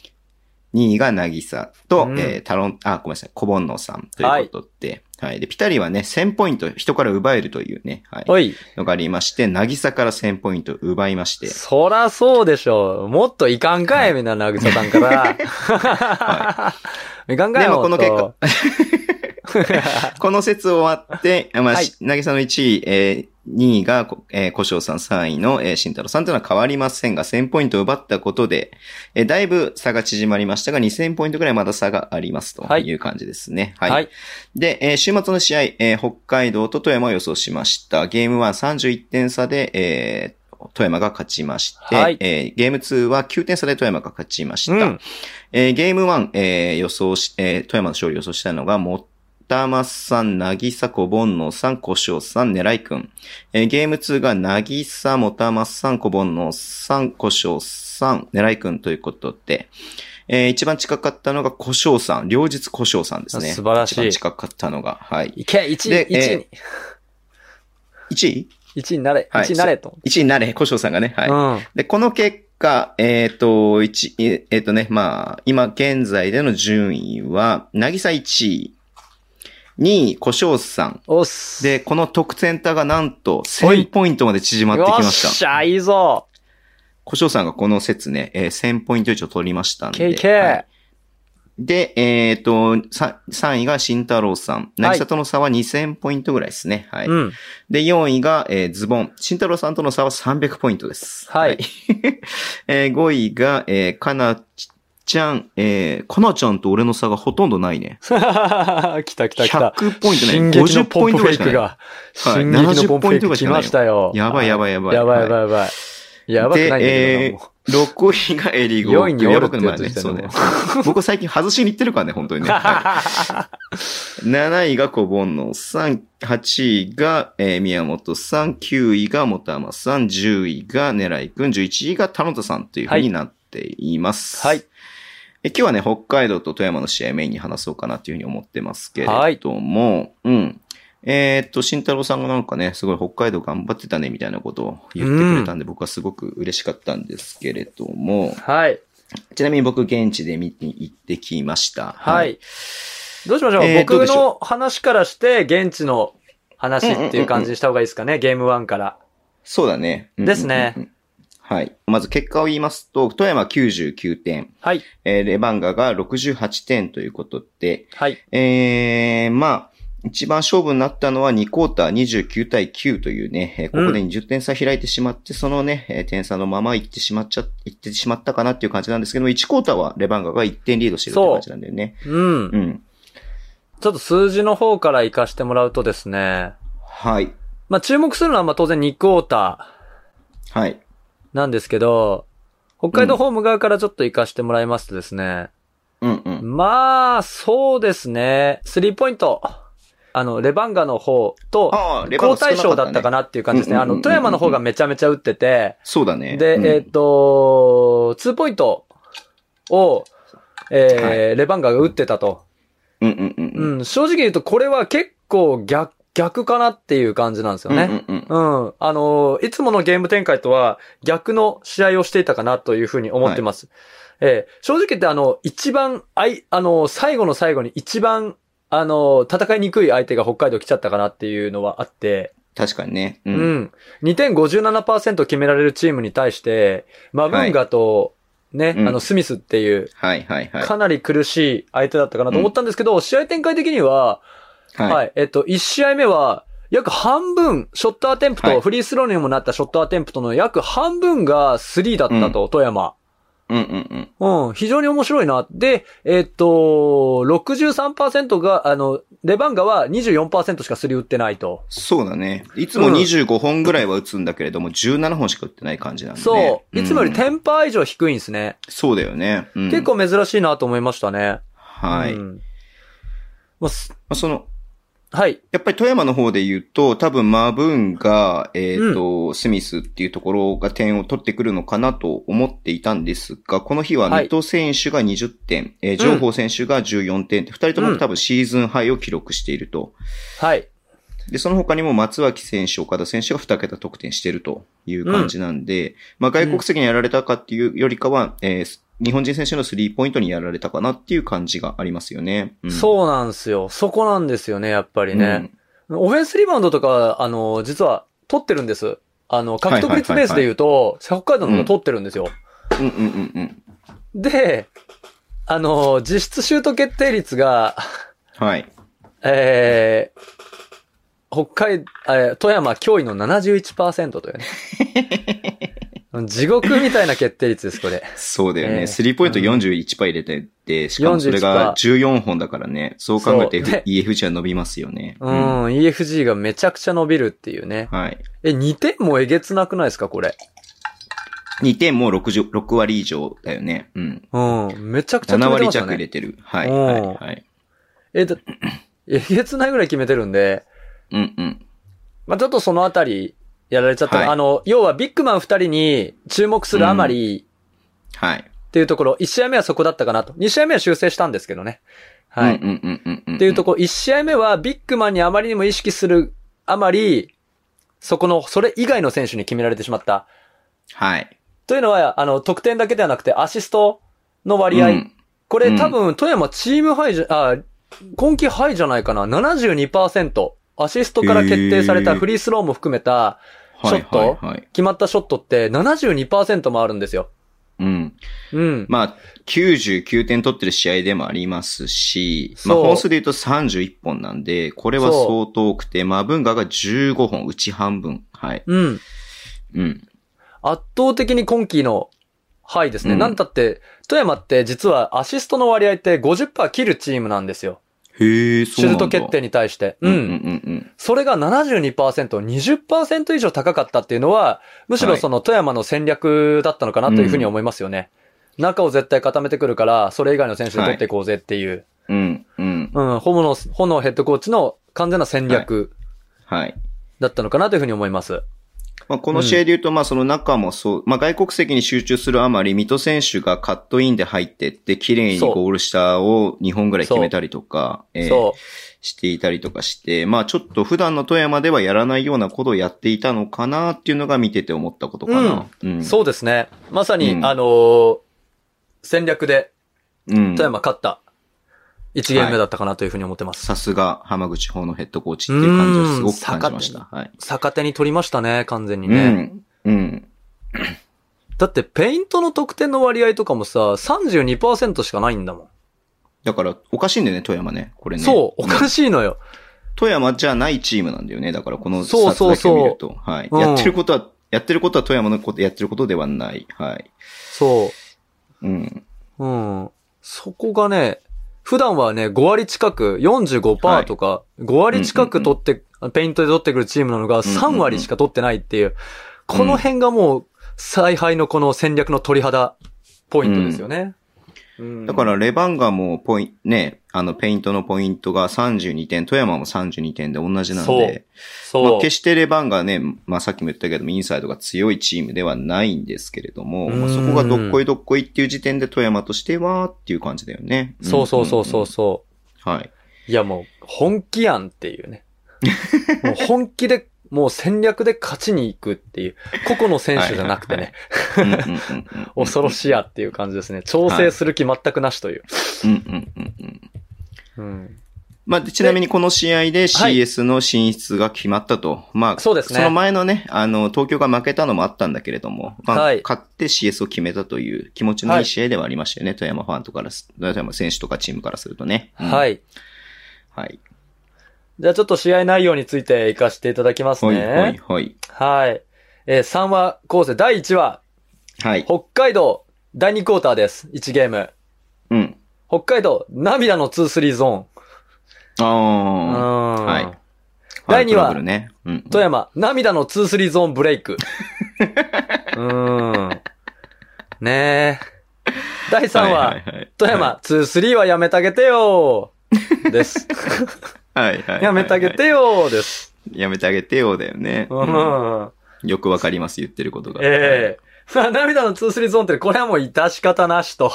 A: 2位がなぎさと、うん、えー、タロン、あ、ごめんなさい、コボンノさんということで、はい、はい。で、ピタリはね、1000ポイント人から奪えるというね、はい。
B: おい
A: のがありまして、なぎさから1000ポイント奪いまして。
B: そらそうでしょう。もっといかんかい、はい、みんな、なぎささんから。 はい。いかんかい
A: でもこの結 果、この説終わって、まあ、はい、なぎさの1位、えー、2位が、えー、小翔さん、3位の、えー、慎太郎さんというのは変わりませんが、1000ポイント奪ったことで、えー、だいぶ差が縮まりましたが、2000ポイントくらいまだ差がありますという感じですね。
B: はい。はい、
A: で、えー、週末の試合、えー、北海道と富山を予想しました。ゲーム131点差で、えー、富山が勝ちまして、はい、えー、ゲーム2は9点差で富山が勝ちました。うん、えー、ゲーム1、えー、予想し、えー、富山の勝利を予想したのが、たまさん、なぎさ、こぼんのさん、こしょうさん、ねらいくん。えー、ゲーム2が、なぎさ、もたまさん、こぼんのさん、こしょうさん、ねらいくんということで、えー、一番近かったのが、こしょうさん。両日こしょうさんですね。
B: 素晴らしい。一
A: 番近かったのが、はい。
B: いけ、1位、1位。
A: 1位
B: ?1 位になれ、1位になれと。
A: 1位になれ、こしょうさんがね、はい。うん、で、この結果、えっ、ー、と、一、えっ、ー、とね、まあ、今現在での順位は、なぎさ1位、2位、小翔さん。
B: おっす。
A: で、この得点差がなんと1000ポイントまで縮まってきました。
B: よっしゃ、いいぞ。
A: 小翔さんがこの説ね、えー、1000ポイント以上取りましたんで。
B: KK、はい、
A: で、えっ、ー、と、3位が慎太郎さん。なぎさとの差は2000ポイントぐらいですね。はい。
B: うん、
A: で、4位が、えー、ズボン。慎太郎さんとの差は300ポイントです。
B: はい。はい、
A: えー、5位が、えー、かなちゃん、えー、かなちゃんと俺の差がほとんどないね。
B: 来た来た来た。
A: 100ポイントね。
B: 50ポイントぐらいしかない。が
A: はい、70ポイントぐらいしかない。
B: 来ましたよ。
A: やばいやばいやばい。
B: やばいやばいやばい。やばくないんだけど。
A: 6位がエリゴ。
B: 4位に
A: や
B: ばくない
A: ね。そうね。僕最近外しに行ってるからね、本当 にね。はい、7位が小盆の3、8位が、えー、宮本さん、9位が元山さん、10位が狙いくん、11位が田野田さんというふうになっています。
B: はい
A: え今日はね、北海道と富山の試合メインに話そうかなというふうに思ってますけれども、はい、うん。えー、っと、慎太郎さんがなんかね、すごい北海道頑張ってたねみたいなことを言ってくれたんで、うん、僕はすごく嬉しかったんですけれども、
B: はい。
A: ちなみに僕、現地で見に行ってきました。
B: はい、はいどうしましょう、
A: えーどう
B: 僕
A: でしょ
B: の話からして、現地の話っていう感じにした方がいいですかね、ゲーム1から。
A: そうだね。うん
B: ですね。
A: うんうんうんはい。まず結果を言いますと、富山99点、
B: はい。
A: えーレバンガが68点ということで、
B: はい。
A: えー、まあ、一番勝負になったのは2クォーター29対9というね、えーここで20点差開いてしまって、そのね、えー点差のままいってしまっちゃ、いってしまったかなっていう感じなんですけども、1クォーターはレバンガが1点リードしてるって感じなんだよね。
B: うん
A: う。ん。
B: ちょっと数字の方から行かしてもらうとですね、
A: はい。
B: まあ注目するのはまあ当然2クォータ
A: はい。
B: ーなんですけど、北海道ホーム側からちょっと行かしてもらいますとですね、
A: うんうん。
B: まあ、そうですね、スリーポイント、あの、レバンガの方と、
A: ああ、レバン
B: 交
A: ガ少
B: 代
A: な
B: 賞
A: か
B: だったか
A: ね。
B: なっていう感じですね。
A: うん
B: あ
A: うんうんうん
B: の、富山の方がめちゃめちゃ打ってて、
A: そうだね。
B: で、
A: うん
B: えっと、ツーポイントを、
A: は
B: えー、レバンガが打ってたと。
A: うんうんうんうん。
B: うん、正直言うとこれは結構逆、逆かなっていう感じなんですよね。
A: うんうん
B: うん、あのーいつものゲーム展開とは逆の試合をしていたかなというふうに思ってます。えー正直言ってあの、一番、あい、あのー最後の最後に一番、あのー戦いにくい相手が北海道来ちゃったかなっていうのはあって、
A: 確かにね。う。
B: うんん。2点57%決められるチームに対して、マブンガと、ね、
A: うん
B: あの、スミスっていう、
A: はいはいはい。
B: かなり苦しい相手だったかなと思ったんですけど、試合展開的には、はい、
A: はい。
B: えっと、1試合目は、約半分、ショットアテンプ
A: はい
B: と、フリースローにもなったショットアテンプとの約半分が3だったと、富山。
A: うんうんうん。
B: うん、非常に面白いな。で、えっと、63%が、あの、レバンガは24%しか3打ってないと。
A: そうだね。いつも
B: うん
A: 25本ぐらいは打つんだけれども、17本しか打ってない感じなんで、ね。
B: そう。いつもより
A: うん
B: テンパー以上低いんですね。
A: そうだよね。うん
B: 結。構珍しいなと思いましたね。
A: はい。
B: う
A: ま
B: んまあす
A: あ、その、
B: はい。
A: やっぱり富山の方で言うと、多分マブーンが、えっ、と、スミスっていうところが点を取ってくるのかなと思っていたんですが、この日は
B: はい
A: 水戸選手が20点、えー、情報選手が14点って、二人とも多分シーズンハイを記録していると。
B: はい。
A: で、その他にも松脇選手、岡田選手が2桁得点してるという感じなんで、まあ外国籍にやられたかっていうよりかは、えーす日本人選手のスリーポイントにやられたかなっていう感じがありますよね。うん
B: そうなんですよ。そこなんですよね、やっぱりね。オフェンスリバウンドとか、あの、実は取ってるんです。あの、獲得率ベースで言うと、北海道の方が取ってるんですよ。
A: うん、うんうんうんうん。
B: で、あの、実質シュート決定率が、
A: はい。
B: えー、北海、えー富山驚異の71%とい うね。地獄みたいな決定率です、これ。
A: そうだよ
B: え
A: ね。
B: え
A: スリーポイント41%入れてて、しかもそれが14本だからね。そう考えて
B: そうで
A: EFG は伸びますよね。
B: うん、EFG がめちゃくちゃ伸びるっていうね。
A: はい。
B: え、2点もえげつなくないですか、これ。
A: 2点も60 6割以上だよね。うん。
B: うん、めちゃくちゃ
A: 7
B: 伸びて
A: 割
B: ます
A: 弱
B: よ
A: 入
B: ね。
A: れてる。はい。
B: うん
A: はい。はい。
B: え、だ、えげつないぐらい決めてるんで、
A: うんうん。
B: まあ、ちょっとそのあたり、やられちゃった、
A: はい
B: あの、要はビッグマン二人に注目するあまり
A: はい。
B: っていうところ、一試合目はそこだったかなと。二試合目は修正したんですけどね。はい。
A: うんうんうんうんうん。
B: っていうところ、一試合目はビッグマンにあまりにも意識するあまり、そこの、それ以外の選手に決められてしまった。
A: はい。
B: というのは、あの、得点だけではなくて、アシストの割合。
A: うん
B: こ
A: う
B: れ
A: ん
B: 多分、富山チームハイじゃ、あ、今季ハイじゃないかな。72%。アシストから決定され
A: へ
B: た
A: ー
B: フリースローも含めた、
A: はい
B: ショッ
A: はいはい。
B: 決まったショットって72%もあるんですよ。
A: うん。
B: うん。
A: まあ、99点取ってる試合でもありますし、まあ、
B: そう
A: 本数で言うと31本なんで、これは
B: そう
A: 相当多くて、まあ、文化が15本、うち半分。はい。
B: うん。
A: うん。
B: 圧倒的に今季のハイです
A: う
B: ね。
A: ん
B: なんたって、富山って実はアシストの割合って50%切るチームなんですよ。
A: へえ、そ
B: シ
A: う
B: ュ
A: な
B: ー
A: んだ。
B: ト決定に対して。
A: う
B: うんん。
A: うんうん
B: それが72%、20%以上高かったっていうのは、むしろその富山の戦略だったのかなというふうに思いますよね。中を絶対固めてくるから、それ以外の選手で取っていこうぜっていう。
A: うん。うんうん。
B: うん。ホモの、ホノヘッドコーチの完全な戦略
A: はい。
B: だったのかなというふうに思います。
A: まあ、この試合で言うと、まあ、その中もそう、まあ、外国籍に集中するあまり、水戸選手がカットインで入ってって、綺麗に
B: そう
A: ゴール下を2本ぐらい決めたりとか、えー
B: そう。
A: していたりとかして、まあちょっと普段の富山ではやらないようなことをやっていたのかなっていうのが見てて思ったことかな。うん。
B: そうですね。まさに、
A: うん
B: あのー戦略で
A: うん。
B: 富山勝った。 1ゲーム目だったかなというふうに思ってます。
A: さすが浜口法のヘッドコーチっていう感じをすごく感じました。はい。
B: 逆手に取りましたね、完全にね。
A: うん。うん。
B: だって、ペイントの得点の割合とかもさ、32%しかないんだも
A: だから、おかしいんだよね、富山ね。これ
B: ん。
A: ね。
B: そう、お
A: ん
B: かしい のよ。
A: 富山じゃないチームなんだよね。だから、この
B: そう
A: 2つ
B: そう
A: だけ
B: そう
A: 見ると。はい。
B: うん
A: やってることは、やってることは富山のこと、やってることではない。はい。
B: そ
A: うん。
B: う。うん。そこがね、普段はね、5割近く、45%とか、5割近く取って、ペイントで取ってくるチームなのが
A: んうん
B: 3割しか取ってないっていう、この辺がもう、采配のこの戦略の鳥肌ポイントですよね。うん
A: だから、レバンガもポイント、ね、あの、ペイントのポイントが32点、富山も32点で同じなんで、
B: そう、
A: まあ、決してレバンガね、まあ、さっきも言ったけども、インサイドが強いチームではないんですけれども、まあ、
B: うん
A: そこがどっこいどっこいっていう時点で富山としては、っていう感じだよね。
B: そうそうそうそうそう。
A: うん。はい。
B: いやもう、本気やんっていうね。 もう本気で、もう戦略で勝ちに行くっていう、個々の選手じゃなくて
A: はい
B: ね、
A: うんうんうんうん
B: 恐ろしやっていう感じですね。調整する気全くなしという。
A: うんうんうんうん。
B: うん
A: まあ、でちなみにこの試合で
B: はい
A: CS の進出が決まったと。まあ、
B: そうですね
A: の前のね、あの、東京が負けたのもあったんだけれども、まあ、
B: はい
A: 勝って CS を決めたという気持ちのいい試合ではありましたよね。富山ファンとからす、富山選手とかチームからするとね。うん
B: はい。
A: はい。
B: じゃあちょっと試合内容について行かせていただきます
A: はい、はい、
B: ね。
A: はい。
B: はい。えー、3話構成、第1話、
A: はい。
B: 北海道第2クォーターです。1ゲーム。
A: うん。
B: 北海道涙の2-3ゾーン。
A: あ
B: うん
A: はい
B: 第二話
A: トラブルね。うん。
B: 富山、涙の2-3ゾーンブレ イク。うーん。ねえ。第3話、
A: はいはいはい
B: 富山、2-3はやめてあげてよーです。
A: はいはいはいはい。
B: やめてあげてよーです。
A: やめてあげてよだよね。
B: う
A: うん
B: ん。
A: よくわかります、言ってることが。
B: ええまあ、涙の2-3ゾーンって、これはもう致し方なしと。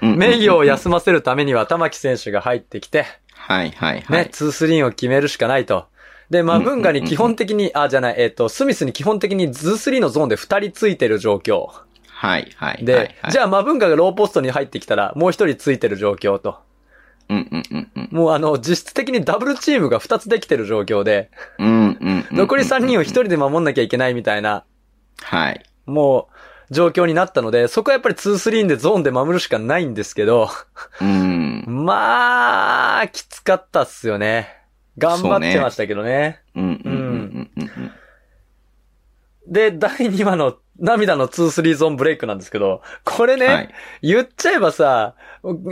A: うん
B: 名誉を休ませるためには、玉木選手が入ってきて、
A: はいはいはい。
B: ね、2-3を決めるしかないと。で、マブンガに基本的に、あ、じゃない、えっ、と、スミスに基本的に2-3のゾーンで2人ついてる状況。
A: はいはい。
B: で、
A: はいはい
B: じゃあ、マブンガがローポストに入ってきたら、もう一人ついてる状況と。
A: うんうんうんうん。
B: もうあの、実質的にダブルチームが2つできてる状況で、
A: うんうんうんうん。
B: 残り3人を1人で守んなきゃいけないみたいな、
A: はい。
B: もう、状況になったので、そこはやっぱり2-3でゾーンで守るしかないんですけど、
A: うん。
B: まあ、きつかったっすよね。頑張ってましたけどね。
A: うん。うん。うん。うん。うん
B: で、第2話の涙の2-3ゾーンブレイクなんですけど、これね、
A: はい。
B: 言っちゃえばさ、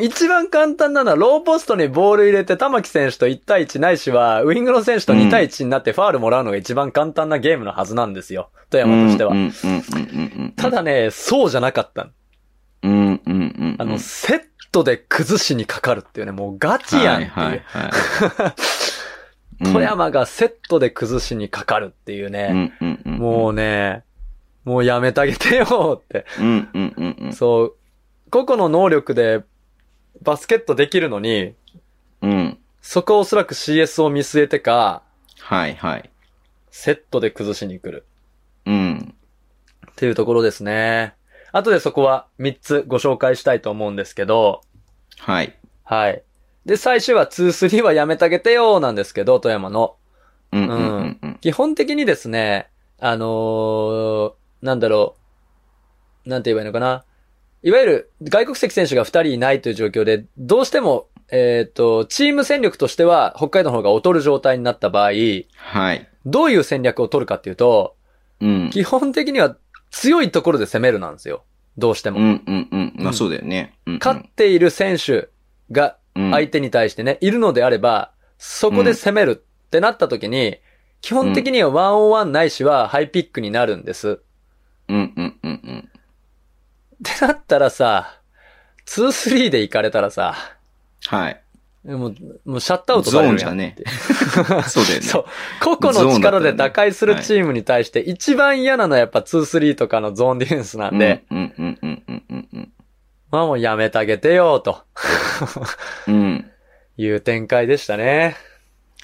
B: 一番簡単なのは、ローポストにボール入れて、玉木選手と1対1ないしは、ウィングの選手と2対1になってファールもらうのが一番簡単なゲームのはずなんですよ。富山としては。
A: うん。うん。うん。うん。
B: ただね、そうじゃなかった。
A: うん。うん。うん。
B: あの、セットで崩しにかかるっていうね、もうガチやんっていう。
A: はい。はい。
B: 富山がセットで崩しにかかるっていう
A: う
B: ね、
A: ん。うん。うん。
B: もうね、もうやめてあげてよって。
A: うん。うん。うん。うん。うん。
B: そう、個々の能力でバスケットできるのに、
A: うん。
B: そこをおそらく CS を見据えてか、
A: はい。はい。
B: セットで崩しに来る
A: うん。
B: っていうところですね。後でそこは3つご紹介したいと思うんですけど、
A: はい。
B: はい。で、最終は2-3はやめてあげてよなんですけど、富山の。
A: うん。うん。うん。うん。
B: 基本的にですね、あのーなんだろう、なんて言えばいいのかな。いわゆる外国籍選手が2人いないという状況で、どうしても、えっ、と、チーム戦力としては北海道の方が劣る状態になった場合、
A: はい。
B: どういう戦略を取るかっていうと、
A: うん。
B: 基本的には強いところで攻めるなんですよ。どうして
A: う
B: も。
A: ん。うん。うん。まあ、そうだよね。うん。
B: 勝っている選手が
A: うん。
B: 相手に対してね、いるのであれば、そこで攻めるってなった時に、基本的にはワンオンワンないしはハイピックになるんです。
A: うん。うん。うん。うん。
B: ってなったらさ、2-3で行かれたらさ、
A: はい。
B: もう、もうシャットアウトされるやんって。
A: そうだよね。
B: そう。個々の力で打開するチームに対して一番嫌なのはやっぱ2-3とかのゾーンディフェンスなんで、
A: うん。うん。うん。うん。うん。うん。
B: まあもうやめてあげてよ、と
A: うん。
B: いう展開でしたね。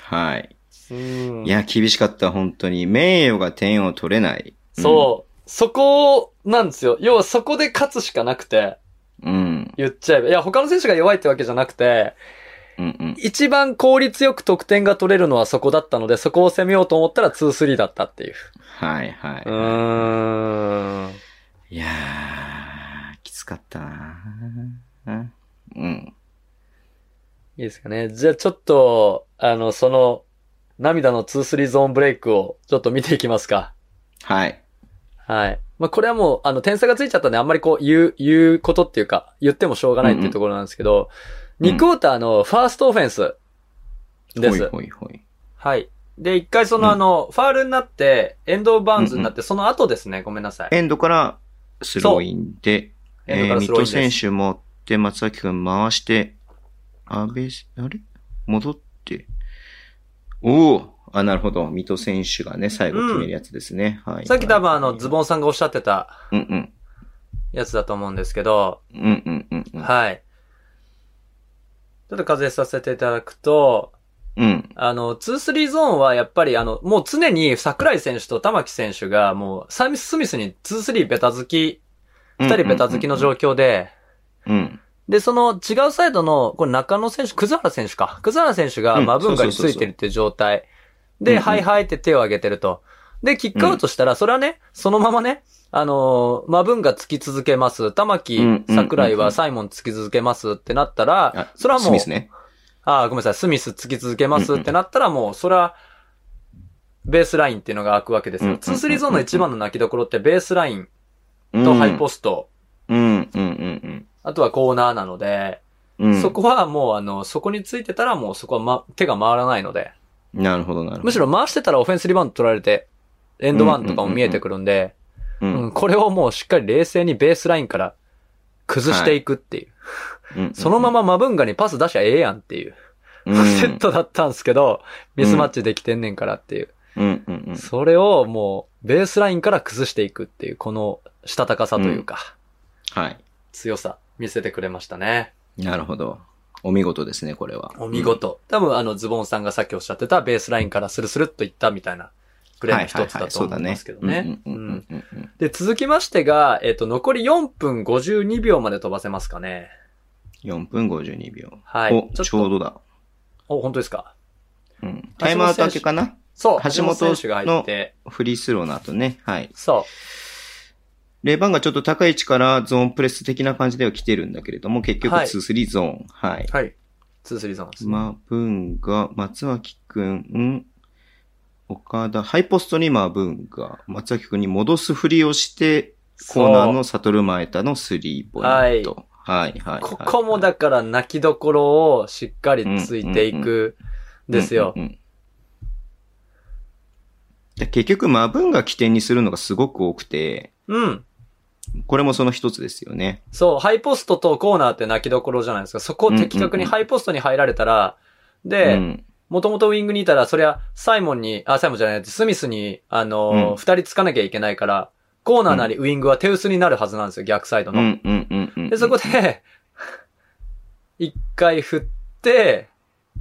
A: はい。
B: うん
A: いや、厳しかった、本当に。名誉が点を取れない。
B: そう。そこなんですよ。要はそこで勝つしかなくて、
A: うん。うん。
B: 言っちゃえば。いや、他の選手が弱いってわけじゃなくて、
A: うんうん。
B: 一番効率よく得点が取れるのはそこだったので、そこを攻めようと思ったら2-3だったっていう。
A: はいは
B: うーん。
A: い。いやー、きつかったなーうん。
B: いいですかね。じゃあちょっと、あの、その、涙の2-3ゾーンブレイクをちょっと見ていきますか。
A: はい。
B: はい。まあ、これはもう、あの、点差がついちゃったんで、あんまりこう、言う、言うことっていうか、言ってもしょうがないっていうところなんですけど、
A: うん
B: 2クォーターのファーストオフェンスです。
A: ほいほいほい。
B: はい。で、一回その、
A: うん
B: あの、ファールになって、エンドオブバウンズになって、その後ですね、ごめんなさい。
A: エンドからスローインで、
B: エン
A: え
B: ドか
A: ー、
B: ら
A: 水
B: スローイ
A: 戸
B: ンで
A: 選
B: す。
A: 手持って、松崎くん回して、安倍、あれ戻って。おおあ、なるほど。水戸選手がね、最後決めるやつですね。はい。
B: さっき多分あの、ズボンさんがおっしゃってた
A: ン。うんうん。
B: やつだと思うんですけど、
A: うんうんうんうん。
B: はい。ちょっと風させていただくと、
A: うん。
B: あの、2-3ゾーンはやっぱりあの、もう常に桜井選手と玉木選手がもうサミス・スミスに2-3ベタ付き、2人ベタ付きの状
A: 況。
B: 況で、
A: うん。
B: で、その違うサイドの、これ中野選手、葛原選手か。葛原選手が
A: うん
B: マブンガにつ
A: そうそう
B: い
A: そう
B: て
A: そう
B: るっていう状態。
A: うん
B: で、
A: うん
B: はいはいって手を挙げてると。で、キックアウトしたら、それはね、そのままね、あのーマブンガつき続けます。玉木
A: うんうんうん、うん
B: 桜井はサイモンつき続けますってなったら
A: あ、、
B: それは
A: ス
B: もう
A: ミス、ね。
B: ああ、ごめんなさい、スミスつき続けますってなったら、もう、それは、ベースラインっていうのが開くわけです
A: うんう
B: よ。
A: んうんうん
B: 2-3ゾーンの一番の泣きどころって、ベースライン
A: うん
B: とハイポスト、
A: うんうんうん
B: あとはコーナーなので、
A: うん。うん
B: そ。こはもうあの、そこについてたらもうそこはま、手が回らないので、
A: なるほどなるほど。
B: むしろ回してたらオフェンスリバウンド取られて、エンドワンとかも見えてくるんで、
A: う
B: うん
A: ん、
B: これをもうしっかり冷静にベースラインから崩していくっていう。
A: うん
B: そのままマブンガにパス出しゃええやんっていう、
A: うん、
B: セットだったんですけど、ミスマッチできてんねんからっていう。
A: うんうんうん。
B: それをもう、ベースラインから崩していくっていう、この、したたかさというか、
A: はい。
B: 強さ、見せてくれましたね。
A: なるほど。お見事ですね、これは。
B: お見事。多分あのズボンさんがさっきおっしゃってたベースラインからスルスルっといったみたいなプ
A: プ
B: レーの一つだと思いますけどね。
A: うんうん
B: うん
A: うんうんうん
B: で、続きましてが、えっ、と、残り4分52秒まで飛ばせますかね。
A: 4分52秒。
B: はい
A: お、
B: ちょっと
A: ちょうどだ。
B: お、本当ですか
A: うん。タイムアウト明けかな
B: そう。
A: 橋本
B: 選手が入って。
A: フリースローの後ね。はい。
B: そ
A: レバンがちょっと高い位置からゾーンプレス的な感じでは来てるんだけれども、結局
B: はい
A: 2-3ゾーン。はい。
B: う。はい。ツースリーゾーンです。
A: マブンが、松脇くん、岡田、ハイポストにマブンが、松脇くんに戻すふりをして、コーナーのサトルマエタのスリーポイント。はい、はい、はい。
B: ここもだから泣きどころをしっかりついていくですよ
A: うん。うんうんで結局、マブンが起点にするのがすごく多くて、
B: うん。
A: これもその一つですよね。
B: そう、ハイポストとコーナーって泣きどころじゃないですか。そこを的確にハイポストに入られたら、で、
A: うん、
B: もともとウィングにいたら、そりゃ、サイモンに、あ、サイモンじゃない、スミスに、あ
A: うん
B: のー、二、人つかなきゃいけないから、コーナーなりウィングは手薄になるはずなんですよ、逆サイド
A: う
B: の。
A: ん、うん、うんうん。
B: で、そこで、一回振って、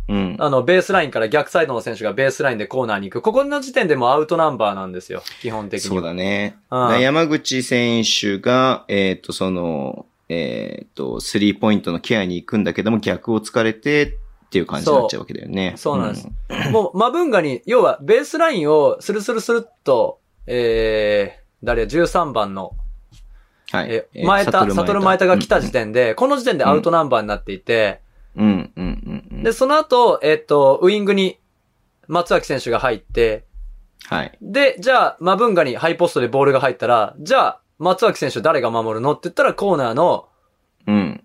A: うん。
B: あの、ベースラインから逆サイドの選手がベースラインでコーナーに行く。ここの時点でもうアウトナンバーなんですよ、基本的に。
A: そうだね。
B: うん
A: だ山口選手が、えっ、と、その、えっ、と、スリーポイントのケアに行くんだけども、逆を突かれてっていう感じになっちゃうわけだよね。
B: そうそうなんです。もう、マブンガに、要は、ベースラインをスルスルスルっと、えー、誰 ?13 番の
A: はい。
B: えー、前田、サトル前田が来た時
A: 点。
B: 点で、この時点でアウトナンバーになっていて、
A: うん、うん、うんうん。
B: で、その後、えっと、ウイングに松脇選手が入って、
A: はい。
B: で、じゃあ、マブンガにハイポストでボールが入ったら、じゃあ、松脇選手誰が守るのって言ったらコーナーの、
A: うん。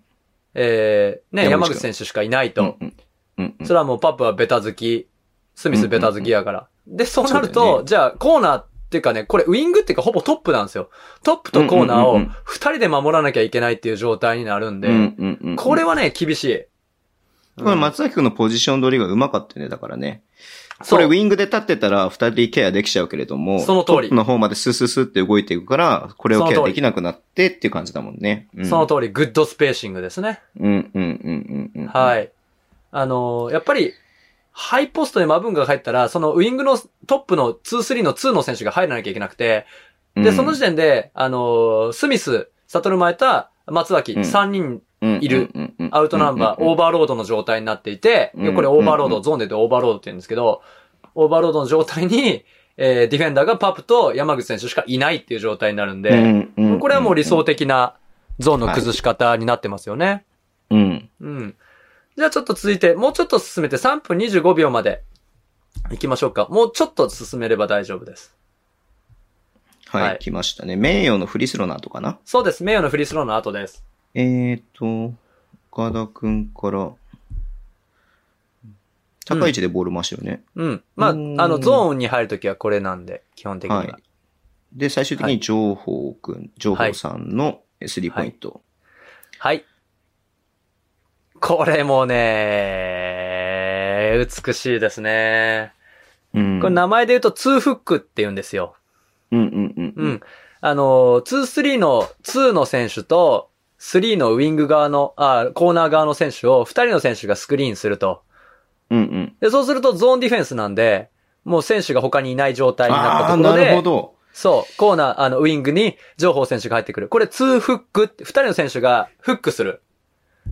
B: えー、ね、
A: 山
B: 山
A: 口
B: 口
A: 君
B: 選手しかいないと。
A: うんうんうんうん
B: それはもうパップはベタ好き、スミスベタ好きやから。で、そうなる
A: そうだよ
B: と、
A: ね
B: じゃあコーナーっていうかね、これウイングっていうかほぼトップなんですよ。トップとコーナ
A: う
B: ー
A: んう
B: を
A: んうんうん
B: 二人で守らなきゃいけないっていう状態になるんで、
A: うんうんうんうん
B: これはね、厳しい。
A: これ松崎くんのポジション取りがうまかったよね、だからね。こ
B: そう
A: れウィングで立ってたら二人ケアできちゃうけれども、
B: その通り
A: トップの方までスースースーって動いていくから、これをケ
B: その
A: ア
B: 通り
A: できなくなってっていう感じだもんね。うん
B: その通り、グッドスペーシングですね。
A: うんうんうんうんうん。。
B: はいい。あのーやっぱり、ハイポストでマブンガが入ったら、そのウイングのトップの2-3の2の選手が入らなきゃいけなくて、で、その時点で、あのースミス、サトルマエタ、松脇、
A: うん
B: 3人
A: うん
B: いる。
A: うんうん
B: アウトナンバー、オー
A: バ
B: バーロードの状態になっていて、
A: うん
B: これオーバーロー
A: う
B: ド、ゾーンで言うとオーバーロードって言うんですけど、オーバーロードの状態に、えーディフェンダーがパプと山口選手しかいないっていう状態になるんで、これはもう理想的なゾーンの崩し方になってますよね。
A: うん。
B: うん。じゃあちょっと続いて、もうちょっと進めて3分25秒まで行きましょうか。もうちょっと進めれば大丈夫です。
A: は、
B: はいい
A: 来ましたね。名誉のフリースローの後かな
B: そうです。名誉のフリースローの後です。
A: えーと、岡田くんから、高い位置でボール回してるね。
B: うん。まあ、あ
A: うん
B: の、ゾーンに入るときはこれなんで、基本的には。
A: はいで、最終的に情報くん、情報さんのスリーポイント。
B: はい。これもね、美しいですね。
A: うん。
B: これ名前で言うと2フックって言うんですよ。
A: うんうんうん
B: うん。。あの、2-3の、2の選手と、3のウィング側の、あ、コーナー側の選手を、2人の選手がスクリーンすると。
A: うんうん。
B: で、そうするとゾーンディフェンスなんで、もう選手が他にいない状態になった
A: ああー、
B: ところ
A: な
B: で、
A: るほど。
B: そう、コーナー、あの、ウィングに、情報選手が入ってくる。これ2フックって、2人の選手がフックする。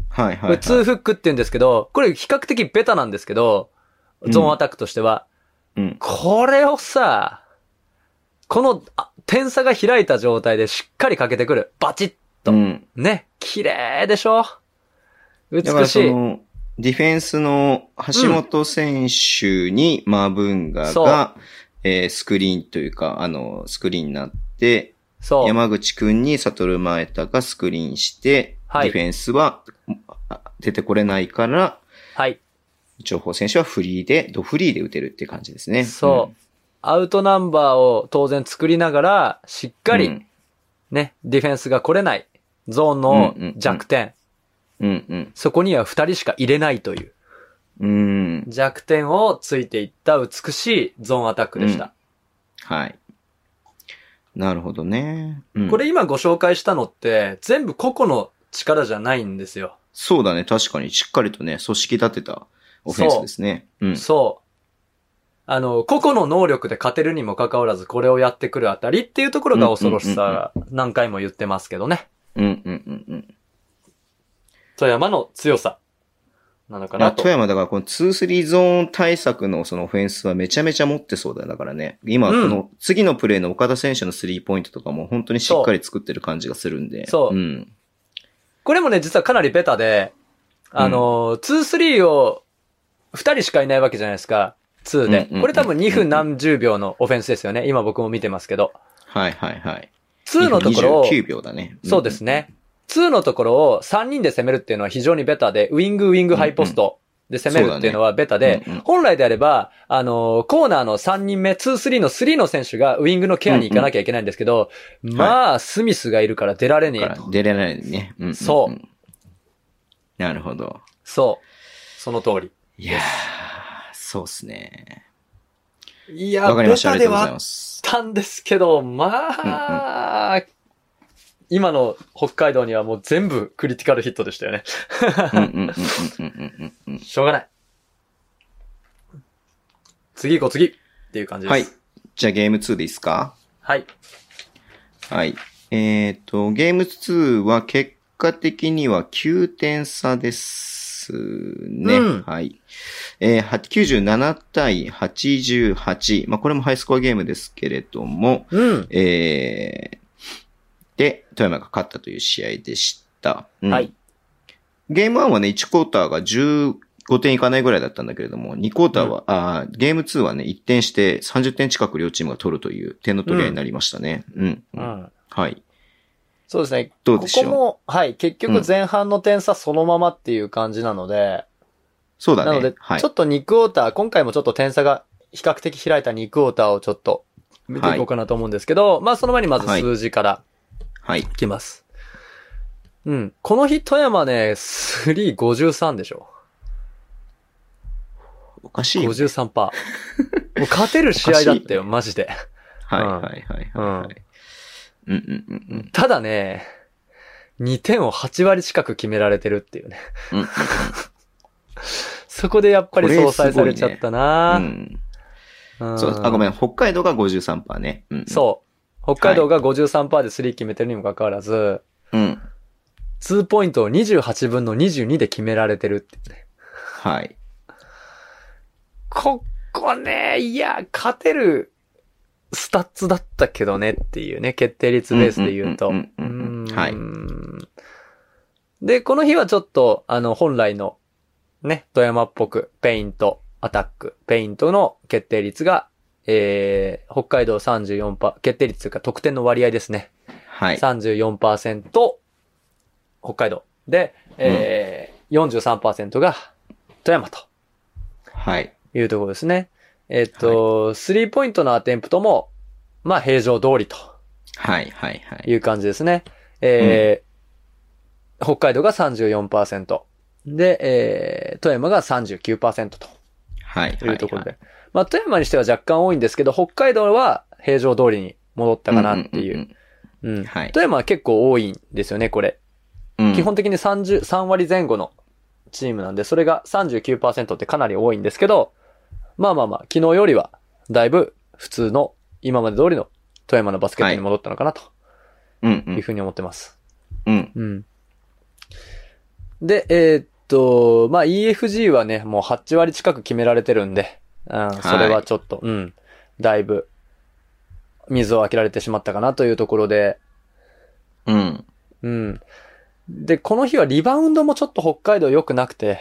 A: はいは
B: こ
A: い、は
B: れ
A: い。
B: 2フックって言うんですけど、これ比較的ベタなんですけど、ゾーンアタックとしては。
A: うん。
B: これをさ、このあ点差が開いた状態でしっかりかけてくる。バチッと。
A: うん。
B: ね。綺麗でしょ美
A: だから
B: し
A: そ
B: い。
A: の、ディフェンスの橋本選手にマブンガが、えースクリーンというか、あの、スクリーンになって、
B: そう。
A: 山口くんに悟る前田がスクリーンして、
B: はい
A: ディフェンスはあ出てこれないから、
B: はい。
A: 情報選手はフリーで、ドフリーで打てるって感じですね。
B: そう。アウトナンバーを当然作りながら、しっ
A: うん。
B: か
A: う
B: り
A: ん、
B: ね、ディフェンスが来れない。ゾーン
A: うん
B: の
A: うんうん
B: 弱点。
A: うんうん。
B: そこには2人しか入れないという。
A: うん。
B: 弱点をついていった美しいゾーンアタックでした。
A: はい。なるほどね。うん
B: これ今ご紹介したのって、全部個々の力じゃないんですよ。
A: そうだね。確かに、しっかりとね、組織立てたオフェンスですね。うん。
B: そう。あの、個々の能力で勝てるにもかかわらず、これをやってくるあたりっていうところが恐ろし
A: うんうんうん
B: さ、何回も言ってますけどね。
A: うんうんうんうん。
B: 富山の強さ、なのか
A: まあ
B: なと
A: 富。山だからこの2-3ゾーン対策のそのオフェンスはめちゃめちゃ持ってそうだよ。だからね。今、こ
B: うん
A: の次のプレーの岡田選手のスリーポイントとかも本当にしっかり作ってる感じがするんで。
B: そう
A: うん。
B: これもね、実はかなりベタで、あの、2-3を2人しかいないわけじゃないですか。2
A: うんうんうんう
B: で。
A: ん
B: これ多分2分何十秒のオフェンスですよね。今僕も見てますけど。
A: はいはいはい。
B: 2のところを、
A: 29秒だね。
B: そうですね。2のところを3人で攻めるっていうのは非常にベタで、ウィング、ウィング、ハイポストで攻めるっていうのはベタで
A: うんうん、
B: 本来であれば、あのー、コーナーの3人目、2、3の3の選手がウィングのケアに行かなきゃいけないんですけど、
A: ん
B: まあ、スミスがいるから出られね
A: うん。
B: え
A: だから
B: と。
A: 出れないね。うんうんうん
B: そ
A: なるほど。
B: そう。その通り。
A: いやー、そうですね。
B: いや、
A: わかりました。あり
B: ベタ
A: が
B: で
A: とうござい
B: はあっ
A: ます。
B: たんですけど、まあ、今の北海道にはもう全部クリティカルヒットでしたよね。
A: うんうんうんうんうんうんうんうん。
B: しょうがない。次行こう、次っていう感じです。
A: はい。じゃあゲーム2でいいですか
B: はい。
A: はい。えっ、と、ゲーム2は結果的には9点差ですね。
B: うん
A: はい。えーは97対88。まあ、これもハイスコアゲームですけれども、
B: うん。
A: えーで、富山が勝ったという試合でした。うん
B: はい。
A: ゲーム1はね、1クォーターが15点いかないぐらいだったんだけれども、2クォーターは、あーゲーム2はね、1点して30点近く両チームが取るという点の取り合いになりましたね。うん。
B: う
A: うん、
B: ん。
A: はい。
B: そうですね。
A: どうでしょう
B: ここも、はい。結局前半の点差そのままっていう感じなので、
A: そうだね。
B: なので、
A: はい
B: ちょ。っと2クォーター、今回もちょっと点差が比較的開いた2クォーターをちょっと見ていこうかなと思うんですけど、まあその前にまず数字から
A: はい。
B: いきます。うん。この日、富山ね、353でしょ。
A: おかしいよ。
B: 53%。もう勝てる試合だったよ、マジで。
A: はいはいはいはい。うんうんうんうん
B: ただね、2点を8割近く決められてるっていうね。
A: うん。うん
B: そこでやっぱり
A: これ
B: 相殺されちゃったな、
A: うん
B: うん
A: そう、あ、ごめん。北海道が53%ね。うん。
B: そう。北海道が53%で3決めてるにもかかわらず、
A: う。うん。
B: 2ポイントを28分の22で決められてるっていうね。
A: はい。
B: ここね、いや、勝てるスタッツだったけどねっていうね、決定率ベースで言うと。
A: うんうんうんうん
B: うーん
A: はい
B: で、この日はちょっと、あの、本来の、ね、富山っぽく、ペイント、アタック、ペイントの決定率が、えー、北海道34%パー、決定率というか得点の割合ですね。
A: はい。
B: 34%、北海道。で、えー43%が富山と
A: はい。
B: いうところですね。えっと、スリーポイントのアテンプトも、まあ平常通りと
A: はい。はい。はいい。
B: う感じですね。えー北海道が34%。で、えー富山が39%と
A: はい。
B: いうところで。まあ富山にしては若干多いんですけど、北海道は平常通りに戻ったかなってい
A: ん
B: う。
A: ん
B: うん
A: んはい
B: 富山は結構多いんですよね、これ。
A: うん。うん
B: 基本的に30、3割前後のチームなんで、それが39%ってかなり多いんですけど、まあまあまあ、昨日よりは、だいぶ普通の、今まで通りの富山のバスケットに戻ったのかなと
A: うんう。
B: いうんふうに思ってます。
A: うん。
B: うん。で、えーっと、まあ EFG はね、もう8割近く決められてるんで、うん、それはちょっと、うん、だいぶ、水を開けられてしまったかなというところで、
A: うん。
B: うん。で、この日はリバウンドもちょっと北海道良くなくて、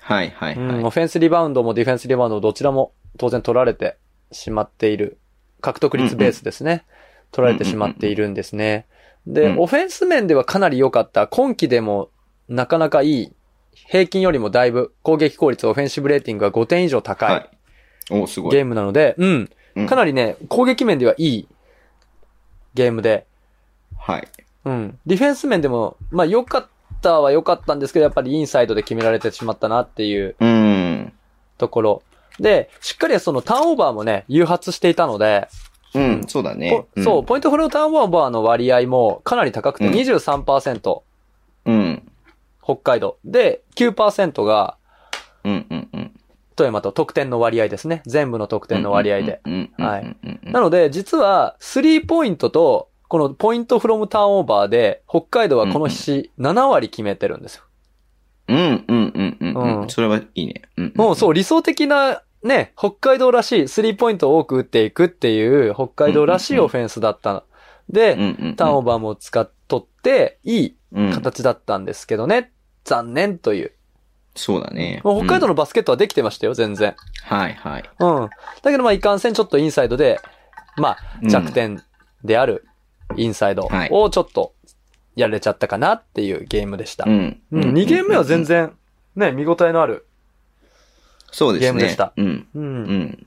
A: はい。はい。
B: う
A: は
B: ん、
A: い
B: オ。フェンスリバウンドもディフェンスリバウンドもどちらも当然取られてしまっている。獲得率ベースですね。取られてしまっているんですね。で、
A: うん
B: オフェンス面ではかなり良かった。今季でもなかなかいい。平均よりもだいぶ攻撃効率、オフェンシブレーティングが5点以上高い、
A: はい。お、すごい。
B: ゲームなので、うん。
A: うん
B: かなりね、攻撃面ではいいゲームで、
A: はい。
B: うん。ディフェンス面でも、まあ良かったは良かったんですけど、やっぱりインサイドで決められてしまったなっていう
A: うん。
B: ところ。で、しっかりそのターンオーバーもね、誘発していたので、
A: うん。そうだね
B: こ。そう、ポイントフローターンオーバーの割合もかなり高くて
A: うん
B: 23%、
A: うん。うん。
B: 北海道。で、9%が
A: うん。うん。うん。
B: 富山と得点の割合ですね。全部の得点の割合で。
A: うん。うん。うん。
B: はい
A: うん。うんうん
B: なので、実は、スリーポイントと、このポイントフロムターンオーバーで、北海道はこの日、7割決めてるんですよ。
A: うん。うん。うん。うん。
B: う
A: うんん。それはいいね。うん。。
B: もうそうう、理想的な、ね、北海道らしい、スリーポイントを多く打っていくっていう、北海道らしいオフェンスだったの。
A: うん。う
B: で、
A: ん。
B: ターンオーバーも使っとって、いい
A: うん。
B: 形だったんですけどね。残念という。
A: そうだね。
B: もう北海道
A: の。
B: のバスケットはできてましたよ、全然。
A: はい。はい。
B: うん。だけどまあ、いかんせんちょっとインサイドで、ま
A: う
B: あ、
A: ん
B: 弱点であるインサイド
A: はい
B: をちょっとやられちゃったかなっていうゲームでした。
A: うん。
B: うん、2ゲーム目は全。然、ね、見応えのある。
A: そうですね。
B: ゲームでした
A: うん。
B: う
A: う
B: ん
A: ん。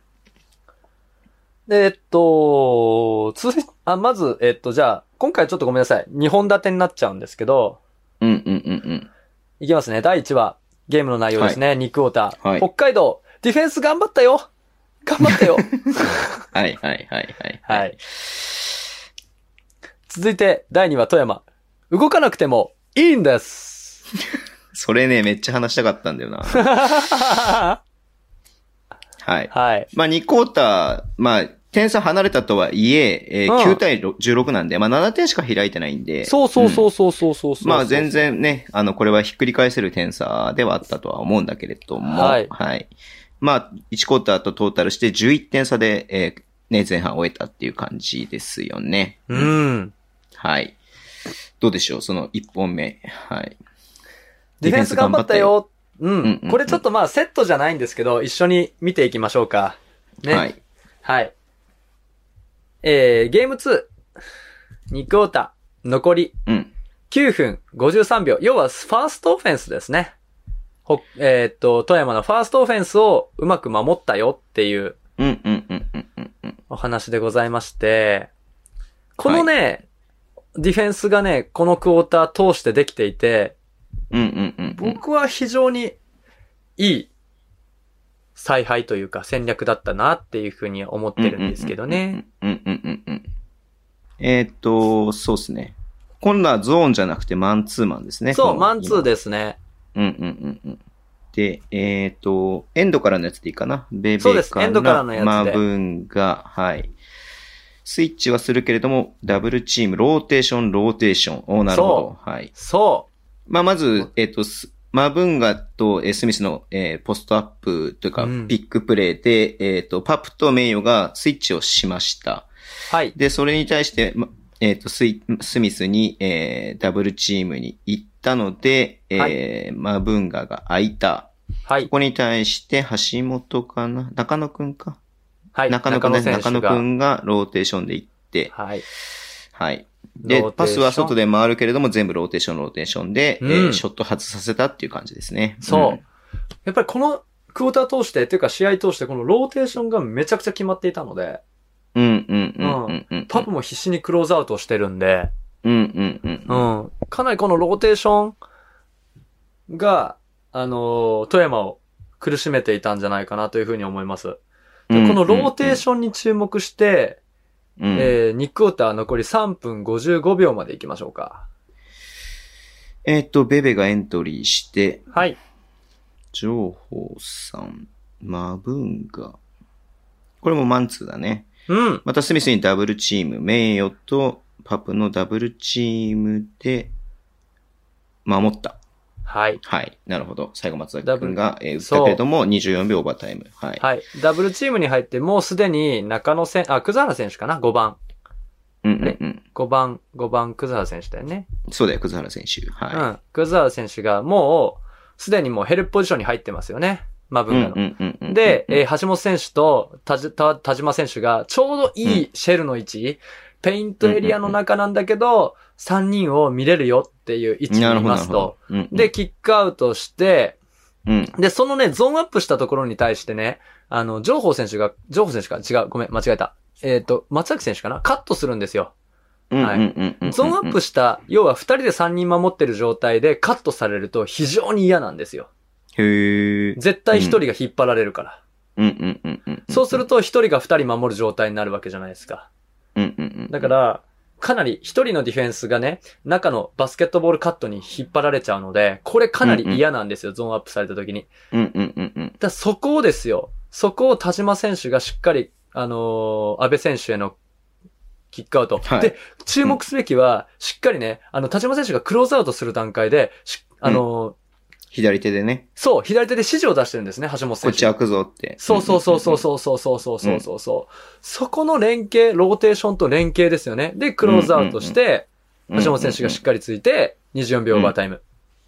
B: でえっと、つい、あ、まず、えっと、じゃあ、今回ちょっとごめんなさい。2本立てになっちゃうんですけど、
A: うん。うん。うん。うん。
B: いきますね。第1話、ゲームの内容ですね。ニックウォーター。
A: はい
B: 北海道、ディフェンス頑張ったよ頑張ったよ
A: はい。はい。はい。はい。
B: はい。。続いて、第2話、富山。動かなくてもいいんです
A: それね、めっちゃ話したかったんだよ な。
B: は
A: はい。
B: い。
A: まあ、2クォーター、まあ、点差離れたとはいえ、えー
B: うん
A: 9対16なんで、まあ、7点しか開いてないんで。
B: そうそうそううんそうそうそうそう。
A: まあ、全。然ね、あの、これはひっくり返せる点差ではあったとは思うんだけれども、
B: はい
A: まあ、1クォーターとトータルして11点差で、えーね、前半終えたっていう感じですよね。
B: うん。
A: はい。どうでしょうその1本目。はい。
B: ディフェンス頑張ったよ。
A: う
B: う。
A: んうんん
B: これちょっとまあ、セットじゃないんですけど、一緒に見ていきましょうか。ね。
A: はい。
B: はい。えー、ゲーム2。2クォーター。残り
A: うん。
B: 9分53秒。要は、ファーストオフェンスですね。ほえーっと、富山のファーストオフェンスをうまく守ったよっていう
A: うん、うん、うん、うん、うんうん。
B: お話でございまして、このね、ディフェンスがね、このクォーター通してできていて、
A: うん、うん、うん。うん
B: 僕は非常にいい采配というか戦略だったなっていうふうに思ってるんですけどね。。
A: うんうんうんうんうん。えーっと、そうですね。今度はゾーンじゃなくてマンツーマンですね。
B: そう、
A: 今
B: マンツー。ですね。
A: うんうんうんうん。で、えーっと、エンドからのやつでいいかな。ベベ
B: そうですエンドからのやつで
A: マブンが、はい。スイッチはするけれども、ダブルチーム、ローテーション、ローテーション。おーなるほど。はい。
B: そ
A: まあ、まず、えっ、と、スマブンガとえースミスの、えーポストアップというか、
B: うん
A: ピックプレイで、えっ、と、パプとメイヨがスイッチをしました。
B: う。はい。
A: で、それに対して、まえっ、と、スイ、スミスに、えーダブルチームに行ったので、えー
B: は
A: マブンガが空いた。こ
B: はい。
A: こに対して、橋本かな中野くんか、
B: はい。
A: 中野くんね中野く
B: が。
A: んがローテーションで行って、
B: はい。
A: はい。で
B: ロー、テー
A: パ
B: ショ
A: ス
B: ン
A: は外で回るけれども、全部ローテーション、ローテーションで、
B: うん
A: えーショット外させたっていう感じですね。
B: そう。
A: ん
B: やっぱりこのクォーター通して、っていうか試合通して、このローテーションがめちゃくちゃ決まっていたので、
A: うんうんうんうんうん。
B: パプも必死にクローズアウトをしてるんで、
A: うんうんうんう
B: う
A: ん。
B: ん。かなりこのローテーションが、あのー富山を苦しめていたんじゃないかなというふうに思います。でこのローテーションに注目して、
A: ョン、うん
B: えー、2クォーター残り3分55秒まで行きましょうか。
A: えっと、ベベがエントリーして、
B: はい。
A: 情報さん、マブンガ。これもマンツーだね。
B: うん。
A: またスミスにダブルチーム、名誉とパプのダブルチームで、守った。
B: はい。
A: はい。なるほど。最後松崎
B: ダブ
A: く
B: ル
A: んが、えー打っ
B: そう
A: たけれども、24秒オーバータイム。はい。
B: はい。ダブルチームに入って、もうすでに中野選、あ、くざ選手かな ?5 番。
A: うんうんうん。
B: 5番、5番、くざ選手だよね。
A: そうだよ、葛原選手。
B: う
A: は
B: ん。くざ選手がもう、すでにもうヘルプポジションに入ってますよね。マ
A: い。
B: ブンガの。
A: んうんうん
B: で、
A: うん
B: えー橋本選手と田じ田田島選手がちょうどいいシェルの位置、ペイントエリアの中なんだけど、3人を見れるよっていう位置に
A: ないるほど、
B: ま
A: なる
B: す
A: ほ
B: と
A: ど。。うんうん
B: で、、キックアウトして、
A: うん。
B: で、そのね、ゾーンアップしたところに対してね、あの、情報選手が、情報選手か違う、ごめん、間違えた。えっ、と、松崎選手かなカットするんですよ。
A: うん
B: はい
A: うんうんうん。
B: ゾーンアップした、要は2人で3人守ってる状態でカットされると非常に嫌なんですよ。
A: へえ。
B: 絶対1人が引っ張られるから。
A: うんうんうんうん。
B: そうすると1人が2人守る状態になるわけじゃないですか。
A: うんうんうん。
B: だから、かなり一人のディフェンスがね、中のバスケットボールカットに引っ張られちゃうので、これかなり嫌なんですよ、ゾーンアップされた時に。
A: うんうんうんうん。
B: だからそこをですよ、そこを田島選手がしっかり、あのー安倍選手へのキックアウト。
A: はい
B: で、注目すべきは、しっかりね、あの、田島選手がクローズアウトする段階で、しあのー
A: 左手でね、
B: そう、左手で指示を出してるんですね、橋本
A: こ
B: 選
A: っ
B: 手。
A: ち開くぞって。
B: そうそうそうそうそうそうそうそうそうそうそう、そこの連携、ローテーションと連携ですよね。で、クローズアウトして、
A: うんうんうん。
B: 橋本選手がしっかりついて、24秒オーバータイム。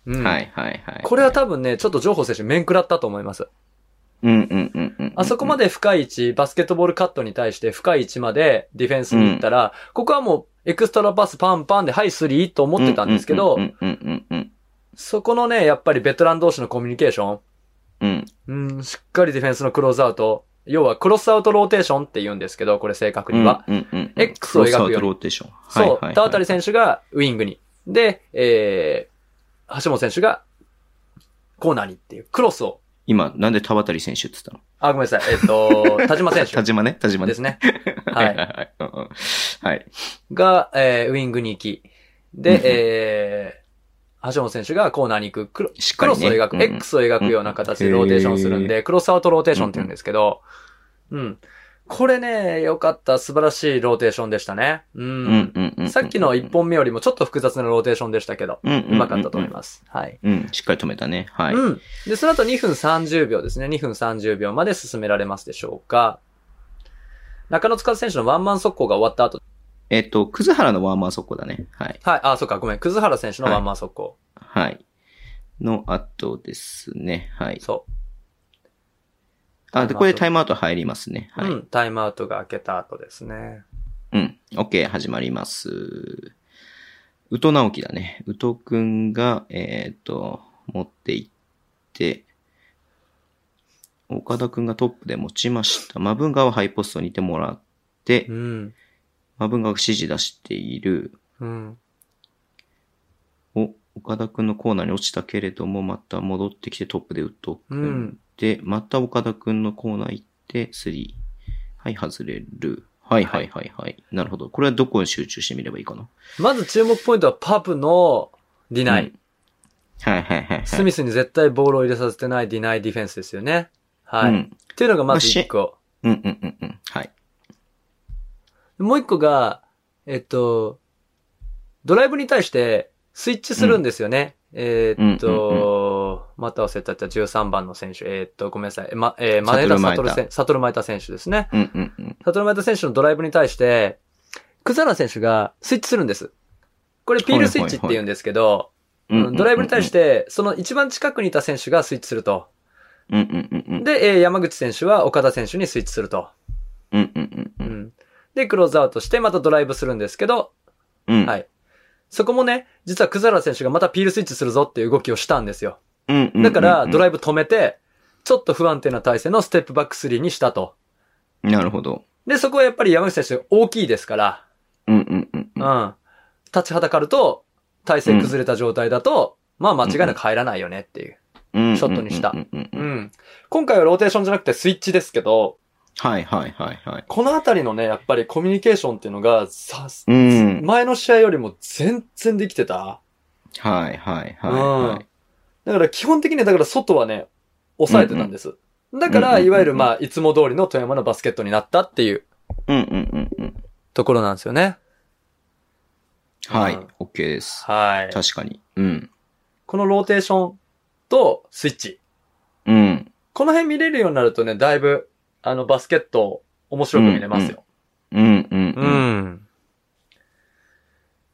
B: うん
A: はいはいはい。
B: これは多分ね、ちょっと情報選手面食らったと思います。
A: うんうんうんうん。
B: あそこまで深い位置、バスケットボールカットに対して深い位置までディフェンスに行ったら、ここはもうエクストラパスパンパンで、はい、スリーと思ってたんですけ
A: う、
B: ど
A: んうんうんうん
B: そこのね、やっぱりベテラン同士のコミュニケーション、
A: うん。うん
B: うん、しっかりディフェンスのクローズアウト、要はクロスアウトローテーションって言うんですけど、これ正確には。
A: うんうんうん
B: X を描
A: クロ
B: くよ
A: スアウトローテーション。はい
B: そう
A: はいは、い
B: 田渡選手がウィングに。で、えー、橋本選手がコーナーにっていう、クロスを。
A: 今、なんで田渡選手って言ったの
B: あ、ごめんなさい。えっ、と、田島選
A: 田
B: 手
A: 島ね 田島ね
B: ですね。
A: は
B: はいい
A: はいはい。うんうんはい。
B: が、えー、ウィングに行き。
A: うんう
B: で
A: ん、
B: えー、橋本選手がコーナーに行く、クロ
A: しっ
B: ク
A: か
B: ロ
A: り
B: ス
A: ね。
B: を描く、
A: うんうん
B: X を描くような形でローテーションするんで、クロスアウトローテーションって言うんですけど、うん。これね、良かった、素晴らしいローテーションでしたね。う
A: うんん。うんうん。
B: さっきの1本目よりもちょっと複雑なローテーションでしたけど、
A: うんうんうんうん、
B: うまかったと思います。はい。
A: うん、しっかり止めたね。はい。
B: うん。で、その後2分30秒ですね。2分30秒まで進められますでしょうか。中野塚選手のワンマン速攻が終わった後。
A: えっと、葛原のワーマー速攻だね。はい。
B: はい。あ、そうか。ごめん。葛原選手のワンマン速攻。
A: はい。の後ですね。はい。
B: そ
A: あ、で、これでタイムアウト入りますね。
B: う、
A: はい。
B: うん。タイムアウトが明けた後ですね。
A: うん。OK、始まります。宇都直樹だね。宇都くんが、えっ、と、持っていって、岡田くんがトップで持ちました。マブンガはハイポストにいてもらって
B: う、ん。
A: マブンガが指示出している。
B: うん。
A: お、岡田くんのコーナーに落ちたけれども、また戻ってきてトップで打っとくん。
B: うん
A: で、また岡田くんのコーナー行って、3。はい、外れる。はいはいはいはい。なるほど。これはどこに集中してみればいいかな。
B: まず注目ポイントはパブのディナイ。
A: うんはいはいはい、はい。
B: スミスに絶対ボールを入れさせてないディナイディフェンスですよね。はい。
A: う
B: っ
A: ん。
B: ていうのがまず1個。
A: うんうんうんうん。はい。
B: もう一個が、えっと、ドライブに対してスイッチするんですよね。えーっと、また忘れた、13番の選手。えーっと、ごめんなさい。ま、えー、マネダ・サトル選手、サトル・マイタ選手ですね。
A: うんうんうん。
B: サトル・マイタ選手のドライブに対して、クザラ選手がスイッチするんです。これ、ピールスイッチって言うんですけど、
A: うんうんうんうん
B: ドライブに対し、て、その一番近くにいた選手がスイッチすると。
A: うんうんうんうん。
B: で、えー山口選手は岡田選手にスイッチすると。
A: うんうんう
B: うんん。で、クローズアウトして、またドライブするんですけど、
A: うん。うん
B: はいそこもね、実はクザラ選手がまたピールスイッチするぞっていう動きをしたんですよ。
A: うんうんうんうん。
B: だから、ドラ
A: イ
B: イブ止めて、ちょっと不安定な体勢のステップバック3にしたと。
A: ブ。なるほど。
B: で、そこはやっぱり山口選手大きいですから、
A: うんうんうん
B: う
A: うん。
B: ん。立ちはだかると、体勢崩れた状態だと、まあ間違いなく入らないよねっていう。
A: うん
B: ショットにした
A: うんうんう
B: うん
A: うん
B: ん。今回はローテーションじゃなくてスイッチですけど、
A: はいはいはいはい。
B: このあたりのね、やっぱりコミュニケーションっていうのが、さ、
A: うん。
B: 前の試合よりも全然できて
A: は
B: た。
A: いはいはいはい。
B: だから基本的にはだから外はね、抑えてたんです。だか
A: うん
B: ら、
A: うんうんうん
B: いわゆるまあ、いつも通りの富山のバスケットになったっていう
A: うんうんうんうん。
B: ところなんですよね。、
A: はいう
B: ん
A: OK です。
B: はい。
A: 確かに。うん。
B: このローテーションとスイッチ。
A: うん。
B: この辺見れるようになるとね、だいぶ、あの、バスケット面白く見れますよ。
A: うんうんうん。
B: ん。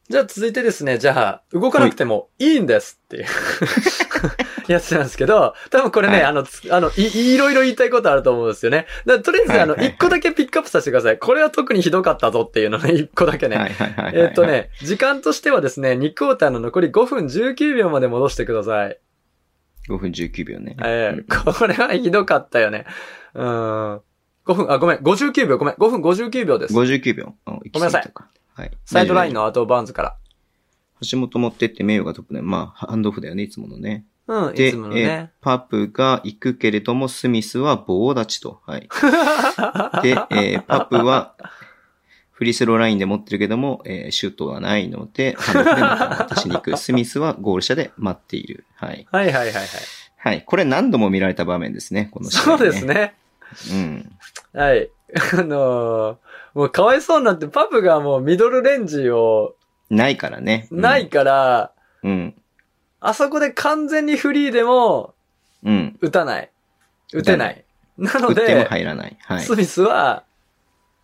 B: じゃあ続いてですね、じゃあ、動かなくてもいいんですっ ていうやつなんですけど、多分これね、
A: はい
B: あの、つあのい、いろいろ言いたいことあると思うんですよね。だからとりあえず、あの、
A: はいはいはい
B: 一個だけピックアップさせてください。これは特にひどかったぞっていうのね、一個だけね。
A: はいはいはいはい。
B: えっと。ね、時間としてはですね、2クォーターの残り5分19秒まで戻してください。
A: 5分19秒ね。
B: ええこれはひどかったよね。うーん。5分、あ、ごめん、59秒、ごめん、5分59秒です。
A: 59秒。あ行き過ぎたかはい。
B: サイドライン
A: の。
B: のアウトオブバウンズから。
A: 橋本持ってって名誉がトップね。まあ、ハンドオフだよね、いつものね。
B: うん、
A: で、
B: いつもの
A: え
B: ね。
A: ーパプが行くけれども、スミスは棒立ちと。 はい。で、えーパプは、フリースローラインで持ってるけども、えーシュートはないので、ハンドオフでまた渡しに 行く。スミスはゴール下で待っている。はい。
B: はいはいはいはい。
A: はい。これ何度も見られた場面ですね、この試
B: そ
A: 合、
B: うです。ね。
A: うん。
B: はい。 あのーもうかわいそうになって、パプがもうミドルレンジを
A: ないからね。うん
B: ない。から、
A: うん。
B: あそこで完全にフリーでも
A: うん。
B: 打たない。打てない。な
A: 打
B: の
A: っても
B: で、
A: 入らない。はい。
B: スミスは、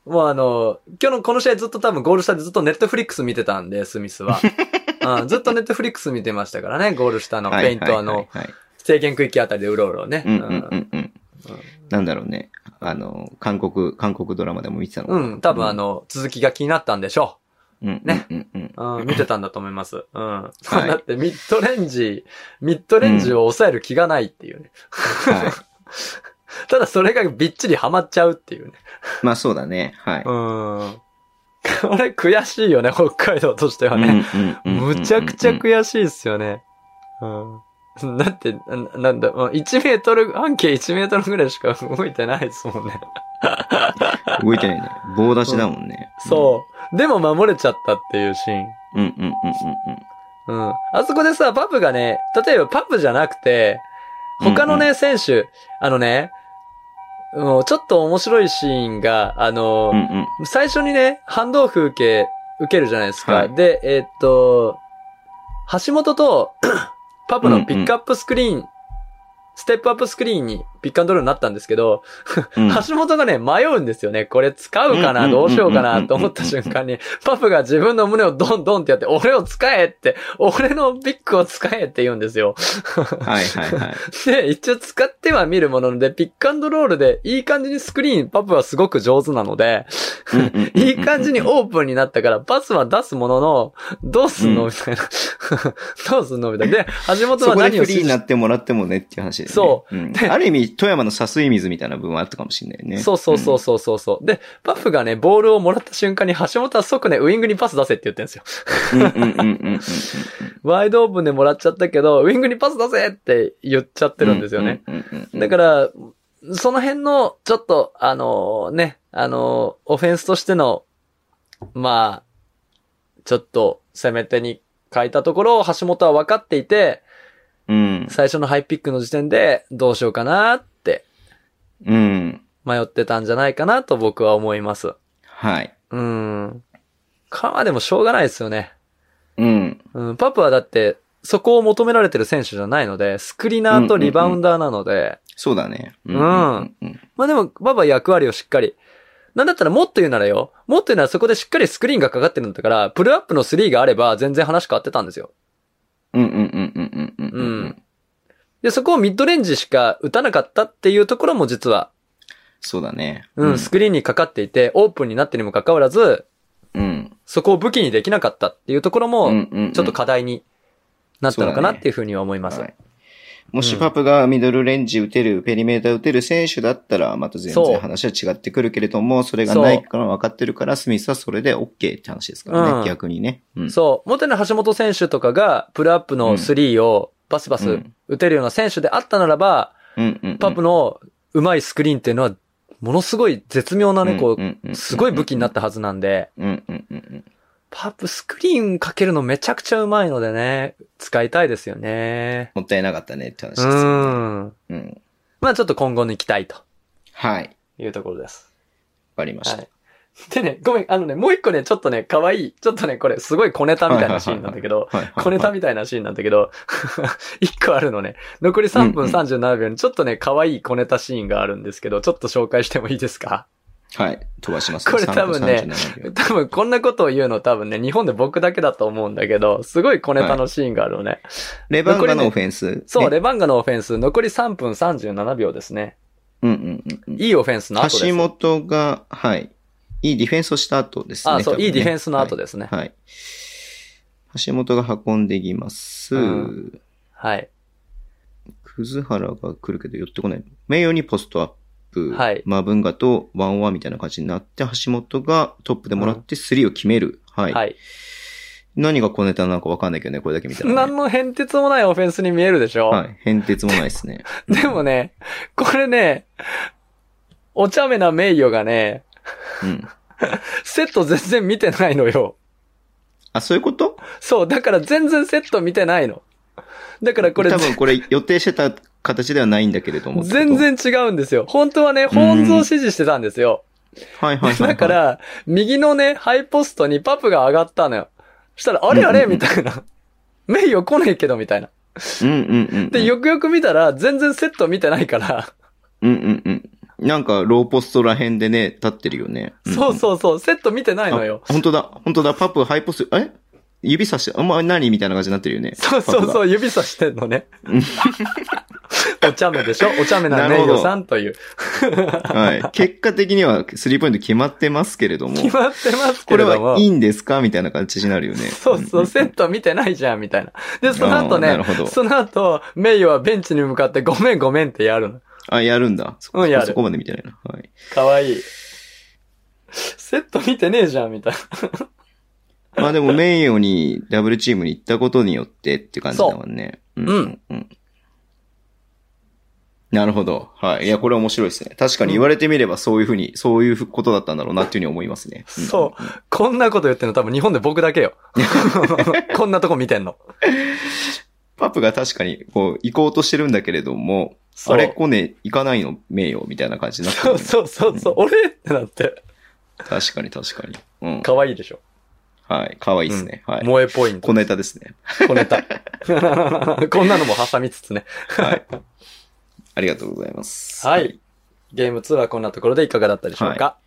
B: もうあの、今日のこの試合ずっと多分ゴール下でずっとネットフリックス見てたんで、スミ スは。うん、ずっとネットフリックス見てましたからね、ゴール下の
A: はい
B: ペイントあ
A: はい
B: の、
A: はいはい
B: 制限区域あたりでうろうろね。
A: うんうんうんうん。
B: うん
A: なんだろうね。あの、韓国、韓国ドラマでも見てたのか
B: う、
A: なん
B: 多分あ、の、続きが気になったんでしょ
A: うん、
B: ね
A: うんうん
B: う。
A: うん
B: うん、見てたんだと思います。うん。
A: は
B: そ
A: いう
B: だって、ミッドレンジ、ミッドレンジを抑える気がないっていうね。
A: はい。
B: ただそれがびっちりハマっちゃうっていうね。
A: まあそうだね。はい。
B: うん。これ悔しいよね、北海道としてはね。
A: うんうんうんうんうん
B: むちゃくちゃ悔しいっすよね。うん。だって、ななんだ、まあ1メートル、半径1メートルぐらいしか動いてないですもんね。
A: 動いてないね。棒立ちだもんね。
B: そう。でも守れちゃったっていうシーン。
A: うん。うんうんうん
B: うん。あそこでさ、パプがね、例えばパプじゃなくて、他のね、選手、あのね、もうちょっと面白いシーンが、あの
A: うんうん。うんうん。
B: 最初にね、ハンドオフ受け、受けるじゃないですか。
A: はい
B: で、えーっと、橋本と パプのピックアップスクリーン、ステップアップスクリーンにピックアンドロールになったんですけど、
A: うん
B: 橋本がね、迷うんですよね。これ使うか
A: う
B: な、
A: ん
B: どうしようか
A: う
B: なんと思った瞬間に、パプが自分の胸をドンドンってやって、俺を使えって、俺のピックを使えって言うんですよ。
A: はいはいはい。
B: で、一応使っては見るもので、ピックアンドロールでいい感じにスクリーン、パプはすごく上手なので、
A: うんうんうんうん
B: いい感じにオープンになったから、パスは出すものの、どうすんのみたいな。 どうすんのみたいな。で、橋本
A: そ
B: は
A: こで
B: 何を
A: フリーに
B: 指
A: な
B: 示
A: ってもらってもねっていう話で、ね。。
B: そう
A: ん、
B: で
A: ある意味、富山の誘い水みたいな部分はあったかもしれないね。
B: そうそうそうそうそうそう。で、パフがね、ボールをもらった瞬間に橋本は即ね、ウイングにパス出せって言ってるんですよ。
A: うん。うんうんうんうん うん。
B: ワイドオープンでもらっちゃったけど、ウイングにパス出せって言っちゃってるんですよね。
A: うんうんうんうん。
B: だから、その辺の、ちょっと、あのね、あのオフェンスとしての、まあ、ちょっと攻め手に変えたところを橋本は分かっていて、
A: ら、うん。
B: 最初のハイピックの時点でどうしようかなって
A: うん。
B: 迷ってたんじゃないかなと僕は思います。
A: はい。
B: うん。かまあでもしょうがないですよね。
A: うん。
B: うん、パプはだって、そこを求められてる選手じゃないので、スクリーナーとリバウンダーなので、
A: そうだね。ううん。
B: まあでも、パプは役割をしっかり。なんだったらもっと言うならよ、もっと言うならそこでしっかりスクリーンがかかってるんだから、プルアップの3があれば全然話変わってたんですよ。
A: うんうんうんうんうんうん。
B: うんで、そこをミッドレンジしか打たなかったっていうところも実は、
A: そうだね。
B: うん、スクリーンにかかっていて、オープンになってにもかかわらず、
A: うん。
B: そこを武器にできなかったっていうところも、
A: ん
B: ちょっと課題になったのかな
A: そうだね
B: っていうふうには思います。
A: はいもしパプがミドルレンジ打てる、ペリメーター打てる選手だったら、また全
B: そう
A: 然話は違ってくるけれども、それがないから分かってるから、スミスはそれで OK って話ですからね、
B: うん
A: 逆にね。うん。
B: そう、元の橋本選手とかが、プルアップの3をバスバ
A: う
B: ス
A: ん
B: 打てるような選手であったならば、
A: うんうんうん、
B: パップの上手いスクリーンっていうのは、ものすごい絶妙なね、こ
A: うんうんうんう
B: う、
A: ん
B: すごい武器になったはずなんで、
A: うんうんうんうん。
B: パップスクリーンかけるのめちゃくちゃ上手いのでね、使いたいですよね。
A: もったいなかったねって話
B: う
A: ですよ。
B: ん。
A: うん。
B: まあちょっと今後に期待と
A: はい。わ
B: いうところです。
A: かりました。
B: はい。でね、ごめん、あのね、もう一個ね、ちょっとね、可愛い、ちょっとね、これすごい小ネタみたいなシーンなんだけど、
A: はいはいはい
B: 小ネタみたいなシーンなんだけど、 一個あるのね、残り3分
A: うんうん
B: 37秒にちょっとね、可愛い小ネタシーンがあるんですけど、ちょっと紹介してもいいですか
A: はい。飛ばします、
B: これ多分ね
A: 3分37秒、
B: 多分こんなことを言うの多分ね、日本で僕だけだと思うんだけど、すごい小ネタのシーンがあるのね。
A: レバンガのオフェンス、ね。
B: そう、レバンガのオフェンス、残り3分37秒ですね。
A: うんうんうんうん。
B: いいオフェンスの後です。
A: 橋本が、はい。いいディフェンスをした後ですね。
B: あ、そう、いいディフェンスの後
A: で
B: ですね。
A: はい。橋本が運んできます。
B: うんはい。
A: 葛原が来るけど寄ってこない。名誉にポストアップ。
B: はい
A: マブンガとワンワンみたいな感じになって、橋本がトップでもらって3を決める。はい。
B: はい。
A: 何が小ネタなのかわかんないけどね、これだけ見たら、ね。
B: 何の変哲もないオフェンスに見えるでしょ、
A: はい。変哲もないですね。
B: でもね、これね、お茶目な名誉がね、
A: うん。
B: セット全然見てないのよ。
A: あ、そういうこと
B: そう、だから全然セット見てないの。だからこれ
A: 多分これ予定してた形ではないんだけれども。
B: 全。然違うんですよ。本当はね、本像指示してたんですよ。
A: はいはいはい、はい。
B: だか、ら、右のね、ハイポストにパプが上がったのよ。そしたら、あれあれみたいな。名誉来ねえけど、みたいな。
A: うんうんうん。
B: で、、よくよく見たら、全然セット見てないから、
A: うんうんうん。なんか、ローポストら辺でね、立ってるよね。んん
B: そうそうそう、セット見てないのよ。
A: あ本当だ、本当だ、パプ、ハイポスト、え指さして、あんま何みたいな感じになってるよね。。
B: そうそうそうう、指さしてんのね。お茶目でしょお茶目な
A: なる
B: 名
A: ほど
B: 誉さんという。
A: はい。結果的には、スリーポイント決まってますけれども。
B: 決まってます
A: こ
B: け
A: れ
B: れど
A: は
B: も
A: い。いんですかみたいな感じになるよね。
B: そうそう、セット見てないじゃん、みたいな。で、その後
A: あー
B: ね
A: なるほ、ど
B: その後、名誉はベンチに向かってごめんごめんってやるの。
A: あ、やるんだ。そこ,、
B: うんやる
A: そこまで見てないな。はい。
B: かわいい。セット見てねえじゃん、みたい
A: まあでも、名誉にダブルチームに行ったことによってって感じだもんね。う。
B: うん
A: うん。なるほど。はい。いや、これは面白いですね。確かに言われてみればそういうふうに、そういうことだったんだろうなっていうふうに思いますね。
B: な。そう。こんなこと言ってんの多分日本で僕 だけよ。こんなとこ見てんの。
A: パプが確かに、こう、行こうとしてるんだけれども、
B: そう
A: あれ、コネ、行かないの、名誉、みたいな感じになってる
B: そ
A: ね、
B: う そうそうそう、俺ってなって。
A: 確かに、確かに。うん。
B: かわいいでしょ。
A: はい。かわいいですね。はい。
B: 萌えポイント。
A: 小ネタですね。
B: 小ネ タ。こんなのも挟みつつね。
A: はい。ありがとうございます。
B: はい。ゲーム2はこんなところでいかがだったでしょうか。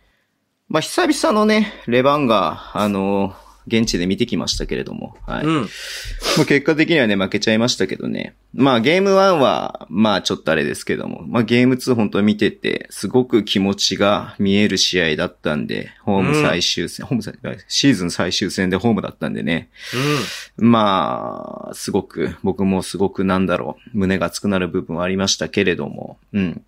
A: まあ、久々のね、レバンが、あの現地で見てきましたけれども、はい。
B: うん。
A: まあ結果的にはね、負けちゃいましたけどね。まあゲーム1は、まあちょっとあれですけども、まあゲーム2本当見てて、すごく気持ちが見える試合だったんで、ホーム最終戦、ホーム最、シーズン最終戦でホームだったんでね。まあ、すごく、僕もすごくなんだろう、胸が熱くなる部分はありましたけれども、うん。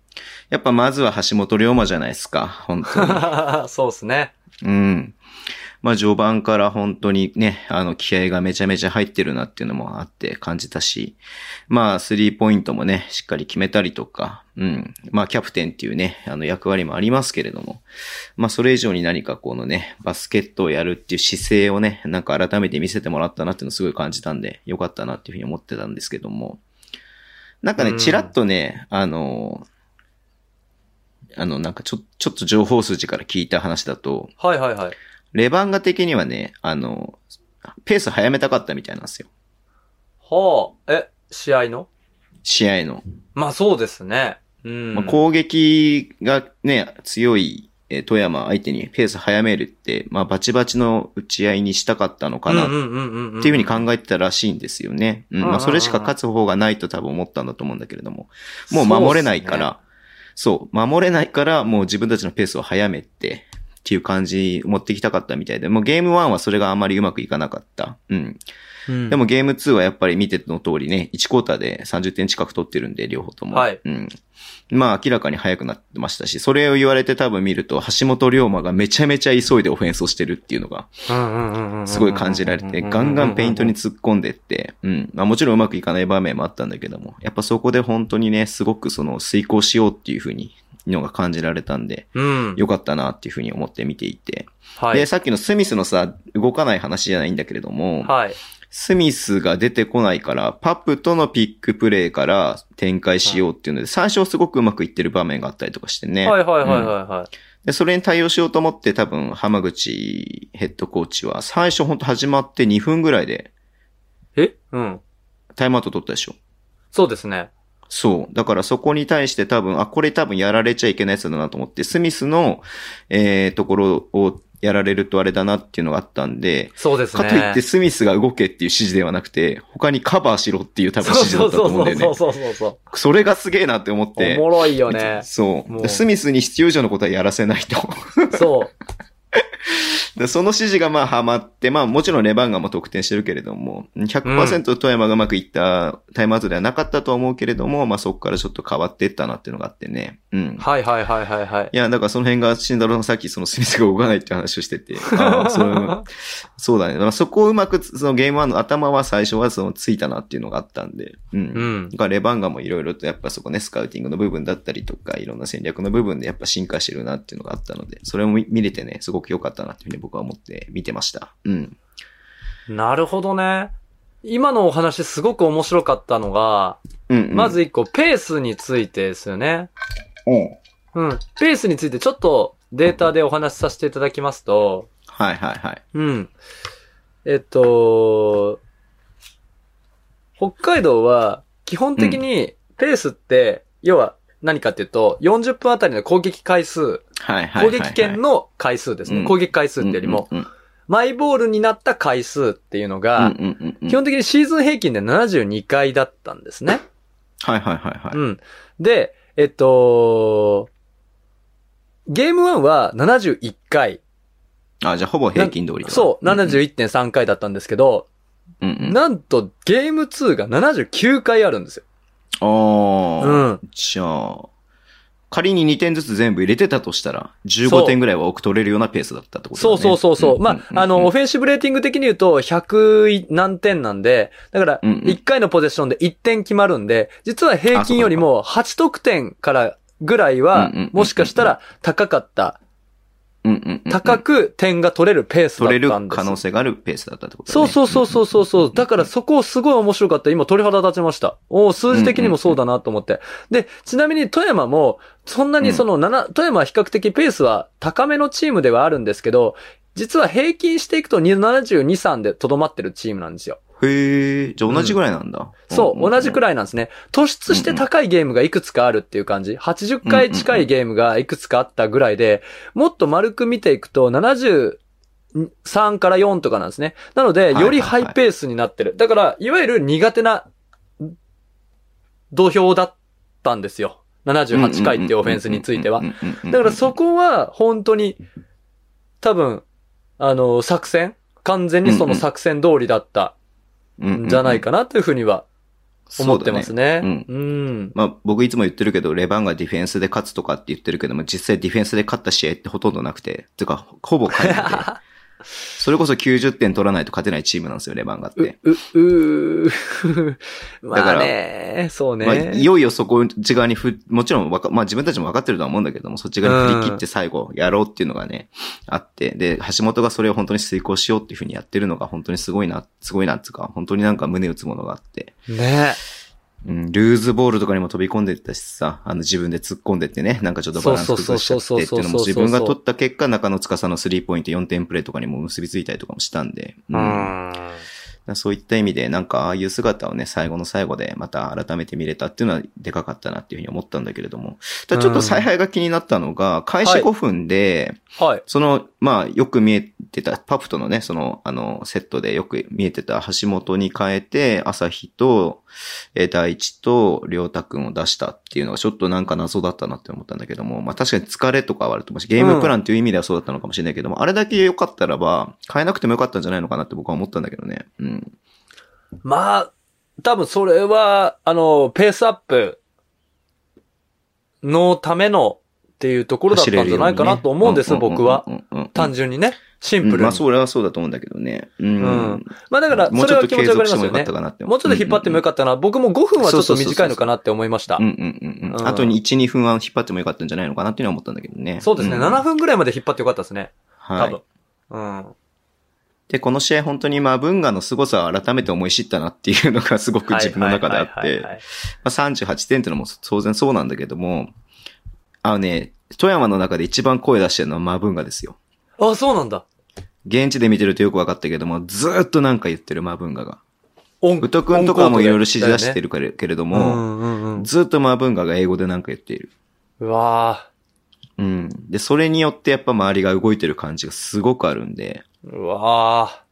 A: やっぱまずは橋本龍馬じゃないですか、本当に。
B: うん。そうっすね。
A: うん。まあ序盤から本当にね、あの気合がめちゃめちゃ入ってるなっていうのもあって感じたし、まあスリーポイントもね、しっかり決めたりとか、うん。まあキャプテンっていうね、あの役割もありますけれども、まあそれ以上に何かこのね、バスケットをやるっていう姿勢をね、なんか改めて見せてもらったなっていうのをすごい感じたんで、よかったなっていうふうに思ってたんですけども、なんか
B: う
A: ね、
B: ん
A: ちらっとね、あの、あの、なんかちょ、ちょっと情報筋から聞いた話だと、
B: はいはいはい。
A: レバンガ的にはね、あの、ペース早めたかったみたいなんですよ。
B: はあ、え、試合の
A: 試合の。
B: まあそうですね。うん。
A: まあ、攻撃がね、強い、えー富山相手にペース早めるって、まあバチバチの打ち合いにしたかったのかなっ
B: うんうんうんうん。
A: ていうふうに考えてたらしいんですよね。うん。
B: うんうん
A: まあそれしか勝つ方がないと多分思ったんだと思うんだけれども。もう守れないから、そう,、守れないから、もう自分たちのペースを早めて、っていう感じ、持ってきたかったみたいで、もうゲーム1はそれがあまりうまくいかなかった。うん。
B: そうっすね、うん
A: でもゲーム2はやっぱり見ての通りね、1クォーターで30点近く取ってるんで、両方とも。
B: はい
A: うん。まあ明らかに早くなってましたし、それを言われて多分見ると、橋本龍馬がめちゃめちゃ急いでオフェンスをしてるっていうのが、
B: うんうんうんうんうん、
A: すごい感じられて、ガンガンペイントに突っ込んでって、うん。まあもちろんうまくいかない場面もあったんだけども、やっぱそこで本当にね、すごくその遂行しようっていうふうに、のが感じられたんで、
B: うん。
A: よかったなっていうふうに思って見ていて。
B: はい。
A: で、さっきのスミスのさ、動かない話じゃないんだけれども、
B: はい。
A: スミスが出てこないから、パプとのピックプレイから展開しようっていうので、最初すごくうまくいってる場面があったりとかしてね。
B: はいはいはいはいは
A: で、それに対応しようと思って多分浜口ヘッドコーチは最初ほんと始まって2分ぐらいで
B: い。えうん。
A: タイムアウト取ったでしょ。
B: そうですね。
A: そう。だからそこに対して多分、あ、これ多分やられちゃいけないやつだなと思って、スミスの、えー、ところをやられるとあれだなっていうのがあったんで、
B: そうですね。
A: かといってスミスが動けっていう指示ではなくて、他にカバーしろっていう多分指示だ
B: そ
A: っ
B: う
A: たと思うんだよね
B: そ。うそうそうそうそう
A: それがすげえなって思っ
B: そう。お
A: て。。
B: もろいよね
A: そ
B: も
A: う。
B: う
A: スミスに必要以上のことはやらせないと。
B: そう。
A: でその指示がまあハマって、まあもちろんレバンガも得点してるけれども、100%富山がうまくいったタイムアウトではなかったとは思うけれども、まあそこからちょっと変わっていったなっていうのがあってね。うん。
B: はいはいはいはいはい。
A: いや、だからその辺が、慎太郎さんさっきそのスミスが動かないって話をして て、あーそうそうだね。だからそこをうまく、そのゲーム1の頭は最初はそのついたなっていうのがあったんで、うん。
B: うん。
A: がレバンガもいろいろとやっぱそこね、スカウティングの部分だったりとか、いろんな戦略の部分でやっぱ進化してるなっていうのがあったので、それも見見れてね、すごく良かったなっていうふうに僕は思って見てました。うん。
B: なるほどね。今のお話すごく面白かったのが、
A: うん、うん。
B: まず、一個、ペースについてですよね。
A: うん。
B: うん。ペースについてちょっとデータでお話しさせていただきますと、
A: はいはいはい。
B: うん。えっと、北海道は基本的にペースって、要は何かっていうと、40分あたりの攻撃回数、
A: はいはいはい、
B: 攻撃権の回数ですね。
A: うん
B: 攻撃回数ってよりも、
A: うんうん
B: マイボールになった回数っていうの
A: うん。う
B: が、
A: んうんうんうん。
B: 基本的にシーズン平均で72回だったんですね。
A: はいはいはいはい。
B: うん。で、えっと、ゲーム1は71回。
A: あ、じゃあほぼ平均通りだ
B: そう、71.3回だったんですけど、
A: うんうん。うん
B: なんとゲーム2が79回あるんですよ。
A: ああ、
B: うん。
A: じゃあ、仮に2点ずつ全部入れてたとしたら、15点ぐらいは多く取れるようなペースだったってことだ
B: そ
A: ね。
B: うそうそうそう。
A: んんん
B: まあ、あの、オ、フェンシブレーティング的に言うと、100何点なんで、だから、
A: うんうん
B: 1回のポゼッションで1点決まるんで、実は平均よりも8得点からぐらい
A: うんう
B: は
A: んうんうん、
B: もしかしたら高かった、
A: うんうんうん、
B: 高く点が取れるペースだっ
A: 取れる
B: たんです。
A: 可能性があるペースだったってことだ
B: そう
A: ね。
B: そうそうそうそうそう。だからそこすごい面白かった。今鳥肌立ちました。おー数字的にもそうだなと思って。で、ちなみに富山も、そんなにその7、富山は比較的ペースは高めのチームではあるんですけど、実は平均していくと72、3でとどまってるチームなんですよ。
A: へえ、じゃあ同じぐらいなんだ。
B: そう、同じく
A: い。
B: らいなんですね。突出して高いゲームがいくつかあるっていう感じ。80回近いゲームがいくつかあったぐらいで、もっと丸く見ていくと73から4とかなんですね。なの
A: い
B: で、
A: はい
B: よりハイペースになってる。だから、いわゆる苦手な土俵だったんですよ。78回っていうオフェンスについては
A: うん。うんうんうん。
B: だからそこは本当に、多分、あの、作戦完全にその作戦通りだったんじゃないかなというふうには思ってます
A: ね。そ
B: ね。
A: うだね
B: うん。
A: まあ僕いつも言ってるけど、レバンがディフェンスで勝つとかって言ってるけども、実際ディフェンスで勝った試合ってほとんどなくて、てか、ほぼ勝ってて。 それこそ90点取らないと勝てないチームなんですよ、レバンガって。
B: う、う、うー。まあね、そうね。
A: まあ、いよいよそこ内側にふ、もちろんわか、まあ自分たちも分かってるとは思うんだけども、そっち側に振り切って最後やろうっていうのがね、あって、で、橋本がそれを本当に遂行しようっていうふうにやってるのが本当にすごいな、すごいなっていうか、本当になんか胸打つものがあって、
B: ね。
A: うん、ルーズボールとかにも飛び込んでったしさ、あの自分で突っ込んでってね、なんかちょっとバランス崩しちゃってっていうのも
B: そうそうそうそうそうそう
A: 自分が取った結果、中野司のスリーポイント4点プレーとかにも結びついたりとかもしたんで、
B: う
A: だか
B: ん。
A: らそういった意味で、なんかああいう姿をね、最後の最後でまた改めて見れたっていうのはでかかったなっていうふうに思ったんだけれども、ただちょっと采配が気になったのが、開始
B: はい
A: 5分で、
B: はい。
A: その、まあ、よく見えてた、パプとのね、その、あの、セットでよく見えてた橋本に変えて、朝日と、えー、大地と、良太くんを出したっていうのが、ちょっとなんか謎だったなって思ったんだけども、まあ確かに疲れとかはあると思うし、ゲームプランという意味ではそうだったのかもしれないけども、あれだけ良かったらば、変えなくても良かったんじゃないのかなって僕は思ったんだけどね。うん。
B: まあ、多分それは、あの、ペースアップのためのっていうところだったんじゃないかなと思うんです、僕は。単純にね。シンプル
A: 純
B: に。
A: まあ、それはそうだと思うんだけどね。うん。
B: うんまあだから、
A: もう
B: そ
A: ち
B: れ
A: ょっと
B: は気持
A: 継
B: ちわ
A: 続
B: かり
A: し
B: ま
A: て
B: す
A: も
B: よ
A: よかっ
B: ね
A: た。かなって思う。
B: もうちょっと引っ張ってもよかったな。僕も5分はちょっと短いのかなって思いました
A: うん。うんうんう。
B: うんん
A: あとに1、2分は引っ張ってもよかったんじゃないのかなっていうのは思ったんだけどね。
B: そうですね。
A: ん
B: 7分ぐらいまで引っ張ってよかったですね。多
A: はい
B: 分。。うん。
A: で、この試合本当にまあ文化の凄さを改めて思い知ったなっていうのがすごく自分の中であっ
B: は
A: て
B: いはいはい、はい
A: まあ38点ってのも当然そうなんだけども、あのね、富山の中で一番声出してるのはマブンガですよ。
B: はいあ、そうなんだ。
A: 現地で見てるとよく分かったけども、ずーっとなんか言ってるマブンガが。
B: 音
A: ウト君とかもいろいろ指示出してるからけれど
B: う
A: も、
B: んうんうん。
A: ずーっとマブンガが英語でなんか言っている。
B: うわ
A: うん。で、それによってやっぱ周りが動いてる感じがすごくあるんで、
B: ーうわ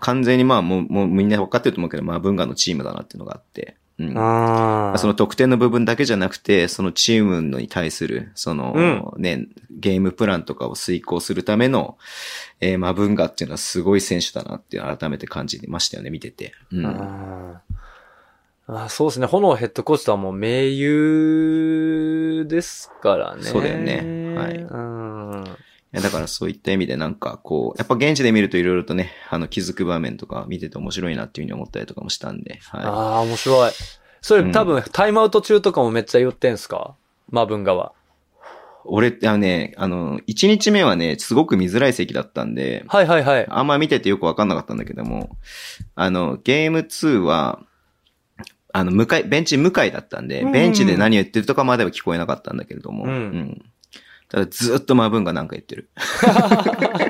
A: 完全にまあもう、もうみんな分かってると思うけど、まあ文化のチームだなっていうのがあって。うん。
B: ーうん。
A: その得点の部分だけじゃなくて、そのチームに対する、その、ね、ゲームプランとかを遂行するための、えー、まあ文化っていうのはすごい選手だなっていうのを改めて感じましたよね、見てて。うん。
B: うんあそうですね。炎ヘッドコーチとはもう名優ですからね。
A: そうだよねはい
B: うん。
A: いやだからそういった意味でなんかこう、やっぱ現地で見るといろいろとね、あの気づく場面とか見てて面白いなっていうふうに思ったりとかもしたんで、はい。
B: ああ、面白い。それ、
A: うん
B: 多分、タイムアウト中とかもめっちゃ言ってんすかマブンガは。
A: 俺ってあのね、あの、1日目はね、すごく見づらい席だったんで、
B: はいはいはい。
A: あんま見ててよくわかんなかったんだけども、あの、ゲーム2は、あの、向かい、ベンチ向かいだったんで、
B: うん
A: ベンチで何言ってるとかまでは聞こえなかったんだけれども、
B: うん
A: ただずっとマブンが何か言ってる。っ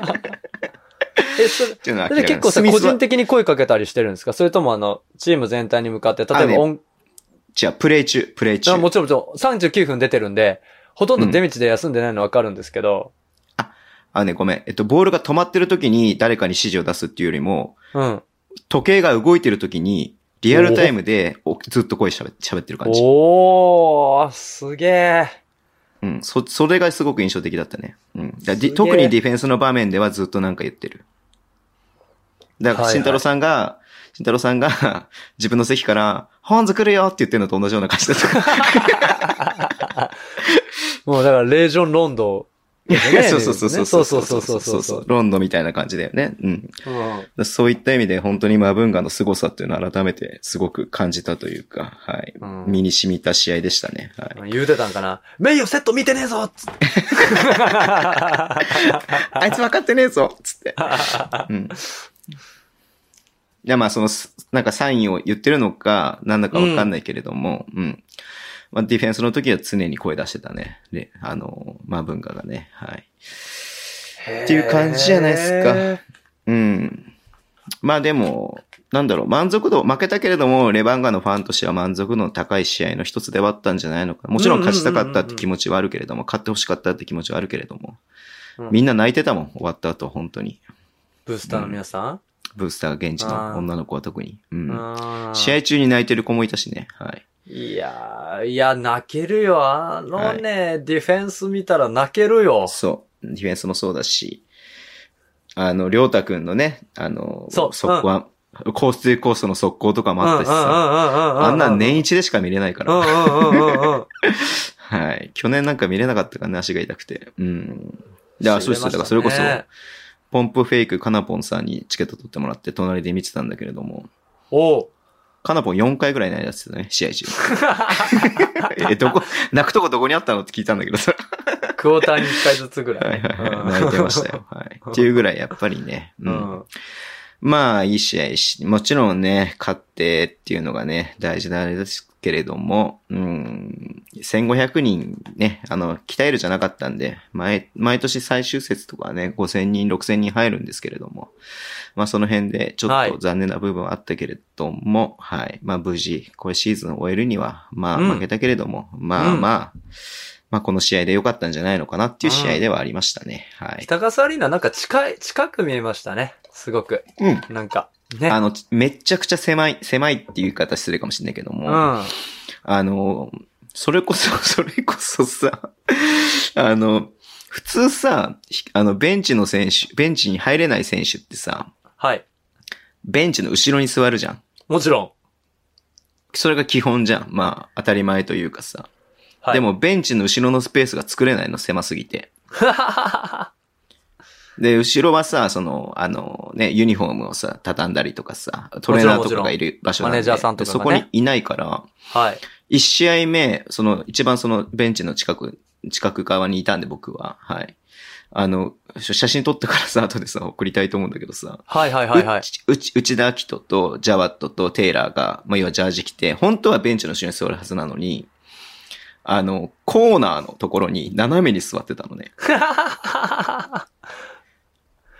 B: え、それ、
A: ていうのは
B: それで結構さ、
A: 明らかに
B: 個
A: スミスは
B: 人的に声かけたりしてるんですかそれともあの、チーム全体に向かって、例えば音、
A: 違う、プレイ中、プレイ中。
B: あもちろんもちろん、39分出てるんで、ほとんど出道で休んでないのわかるんですけど、
A: あのね、ごめん。えっと、ボールが止まってる時に誰かに指示を出すっていうよりも、
B: うん。
A: 時計が動いてる時に、リアルタイムでおずっと声喋喋ってる感じ。
B: おー、すげえ。
A: うん。そ、それがすごく印象的だったね。うん。だ
B: すげえ
A: 特にディフェンスの場面ではずっとなんか言ってる。だから、
B: はいはい
A: 慎太郎さんが、慎太郎さんが 自分の席から、本ズ来るよって言ってるのと同じような感じだった。
B: もうだから、レージョンロンドンです ね、
A: そうそうそうそう
B: そうそうそうそうそうそう。
A: ロンドンみたいな感じだよね。うん。
B: うん
A: そういった意味で本当にマブンガの凄さっていうのを改めてすごく感じたというか、はい。
B: うん
A: 身に染みた試合でしたね。 はい。
B: 言うてたんかな。名誉セット見てねえぞつって
A: あいつ分かってねえぞつって。うん。いや、まあ、そのす、なんかサインを言ってるのか、なんだか分かんないけれども、うん。まあ、ディフェンスの時は常に声出してたね。で、あの、まあ、文化がね。はい。
B: って
A: いう感じじゃないっすかうん。まあ、でも、なんだろう、満足度、負けたけれども、レバンガのファンとしては満足度の高い試合の一つではあったんじゃないのか。もちろん勝ちたかったって気持ちはあるけれども、勝ってほしかったって気持ちはあるけれども
B: うん、
A: みんな泣いてたもん、終わった後、本当に。
B: ブースターの皆さん、
A: ブースター現地の女の子は特に。うん。
B: うん
A: 試合中に泣いてる子もいたしね。はい。
B: いやー、いや、泣けるよ。あのね、ディフェンス見たら泣けるよ。
A: そう。ディフェンスもそうだし、あの、りょうたくんのね、あの、
B: そう
A: 速攻は、コース2コースの速攻とかもあったしさ、
B: あ
A: あんなん年一でしか見れないか
B: うんう
A: ら。
B: んうんうん うん。
A: はい。去年なんか見れなかったからね、足が痛くて。うん。だから、そうですよだからそれこそ、ポンプフェイクカナポンさんにチケット取ってもらって、隣で見てたんだけれども、
B: おう
A: カナポン4回ぐらい泣いてたね、試合 中。え、どこ、泣くとこどこにあったのって聞いたんだけどさ。
B: クォーターに1回ずつぐら
A: はい
B: い。
A: はい
B: うん
A: はい。泣いてましたよ。はい。っていうぐらいやっぱりね。う。
B: うんん。
A: まあ、いい試合し、もちろんね、勝ってっていうのがね、大事なあれですけれども、うん、1500人ね、あの、鍛えるじゃなかったんで、毎、毎年最終節とかはね、5000人、6000人入るんですけれども、まあその辺でちょ
B: は
A: っ
B: い
A: と残念な部分はあったけれども、はい、まあ無事、これシーズンを終えるには、まあ
B: うん
A: 負けたけれども、まあ
B: うん
A: まあ、まあこの試合で良かったんじゃないのかなっていう試合ではありましたね。はい。
B: 北笠アリーナなんか近い、近く見えましたね。すごく。
A: うん。
B: なんか。ね。
A: あの、ちめっちゃくちゃ狭い、狭いっていう言い方失礼かもしれないけども、
B: うん。
A: あの、それこそ、 それこそさ、あの、普通さ、ひあの、ベンチの選手、ベンチに入れない選手ってさ、
B: はい。
A: ベンチの後ろに座るじゃん。
B: もちろん。
A: それが基本じゃん。まあ、当たり前というかさ。
B: はい。
A: で、 も、ベンチの後ろのスペースが作れないの、狭すぎて。で、後ろはさ、その、あの、ね、ユニフォームをさ、畳んだりとかさ、トレーナーとかがいる場所なんで
B: マネージャーさんとかがね
A: でそこにいないから、
B: はい。
A: 一試合目、その、一番その、ベンチの近く、近く側にいたんで、僕は。はい。あの、写真撮ったからさ、後でさ、送りたいと思うんだけどさ。。
B: はいはいはい はいう
A: ちうち内田明人とジャワットとテイラーが、まあ、要はジャージ着て、本当はベンチの後ろに座るはずなのに、あの、コーナーのところに斜めに座ってたのね。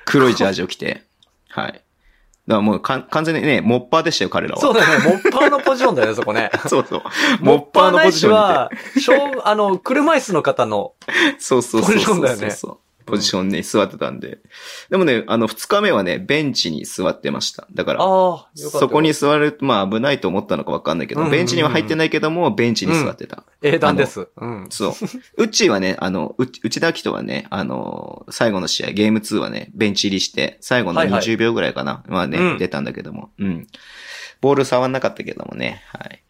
A: 黒いジャージを着 て。はい。だからもうかん完全にね、モッパーでしたよ、彼らは。
B: そうだね。モッパーのポジショ ンだよね、そこね。
A: そうそう。
B: モッパ
A: モ
B: ーの
A: ッ
B: ポ
A: ポ
B: ジ
A: ジシ
B: ショ
A: ョン
B: ンは、しょうあの、車椅子の方の、
A: にて。そうそうそうそう
B: ポジションだよね
A: そうポジションに座ってたんで。でもね、あの、二日目はね、ベンチに座ってました。だから、
B: ああ、よかった。
A: そこに、座る、まあ危ないと思ったのかわかんないけ
B: うん
A: ど、
B: うんうん
A: ベンチには入ってないけども、ベンチに座ってた。
B: 英断です。うん。
A: そう。うちはね、あの、う内田明人はね、あの、最後の試合、ゲーム2はね、ベンチ入りして、最後の
B: はいはい
A: 20秒ぐらいかな、まあね、
B: うん
A: 出たんだけども、うん。ボール触んなかったけどもね、はい。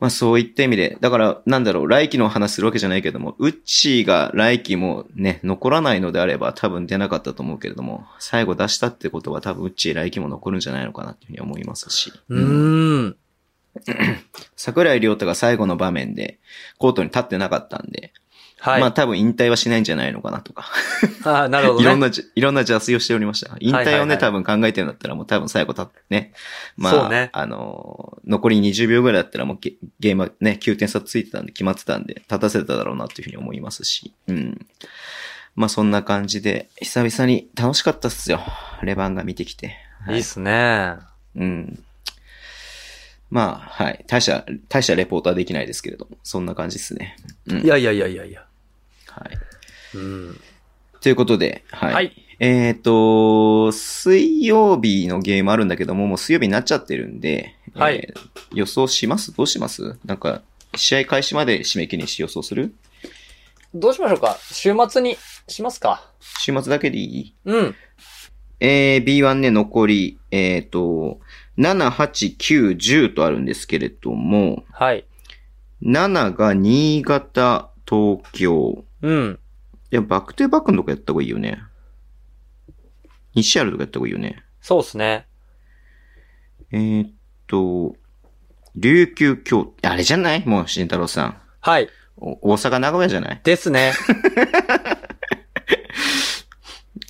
A: まあそういった意味で、だから、なんだろう、来季の話するわけじゃないけども、うちが来季もね、残らないのであれば多分出なかったと思うけれども、最後出したってことは多分うち来季も残るんじゃないのかなっていうふうに思いますし。
B: うーん。
A: 桜井亮太が最後の場面で、コートに立ってなかったんで、
B: はい。
A: まあ多分引退はしないんじゃないのかなとか、
B: ああ、なるほど
A: い
B: ね。
A: ろんなじ、いろんな邪推をしておりました。引退をね、
B: はいはいはい
A: 多分考えてるんだったらもう多分最後たね。
B: そ
A: ま
B: う
A: あ、
B: ね
A: あのー、残り20秒ぐらいだったらもうゲゲームはね、9点差ついてたんで決まってたんで、立たせただろうなっていうふうに思いますし、うん。まあそんな感じで、久々に楽しかったっすよ。レバンが見てきて。はい
B: いっすね。
A: うん。まあ、はい。大した、大したレポートはできないですけれども、そんな感じですね。うん。
B: いやいやいやいやいや。
A: はい。
B: うん。
A: ということで、はい。
B: はい。
A: えっ、と、水曜日のゲームあるんだけども、もう水曜日になっちゃってるんで、
B: はい
A: えー予想しますどうしますなんか、試合開始まで締め切りにし予想する
B: どうしましょうか週末にしますか
A: 週末だけでいい
B: うん。
A: えー、B1 ね、残り、えっ、と、7、8、9、10とあるんですけれども、
B: はい。
A: 7が新潟、東京。
B: うん。
A: いや、バックトゥバックのとこやった方がいいよね。2試合あるとこやった方がいいよね。
B: そうっすね。
A: えーっと、琉球京、あれじゃないもう、慎太郎さん。
B: はい。
A: お大阪、名古屋じゃない
B: ですね。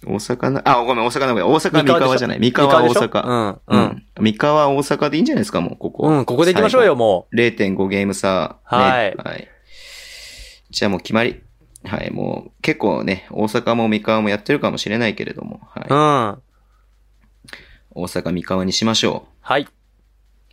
A: 大阪な、あ、ごめん、大阪、名古屋。大阪、三
B: でしょ
A: 河じゃない。三河、大
B: でしょ
A: 阪。
B: う。
A: うんん。三河、大阪でいいんじゃないですか、もう、ここ。
B: うん。うん、ここで行きましょうよ、も
A: 最後。0.5ゲーム差。ね
B: はい。
A: はい。じゃあもう決まり。はい、もう、結構ね、大阪も三河もやってるかもしれないけれども、はいう
B: う。ん。
A: 大阪、三河にしましょ
B: はい。
A: う。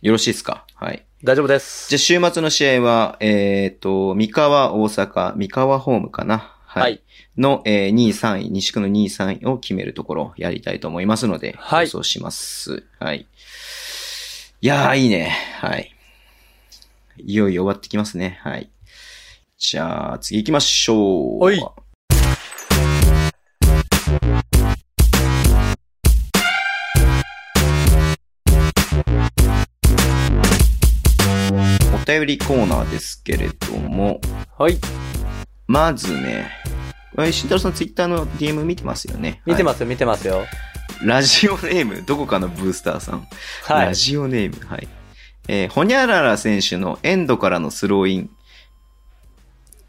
A: よろしいですかはい。
B: 大丈夫です。
A: じゃあ週末の試合は、えっ、と、三河、大阪、三河ホームかな。はい。
B: はい
A: の、えー、2位、3位、西区の2位、3位を決めるところをやりたいと思いますので、
B: はい
A: 予想します。はい。いやー、いいね。はい。いよいよ終わってきますね。はい。じゃあ、次行きましょう。
B: はい
A: お便りコーナーですけれども、
B: はい。
A: まずね、え慎太郎さんツイッターの DM 見てますよね。
B: 見て
A: す
B: ますよ、見てますよ。
A: ラジオネーム、どこかのブースターさん。
B: はい
A: ラ。ジオネーム、はい。えー、ほにゃらら選手のエンドからのスローイン。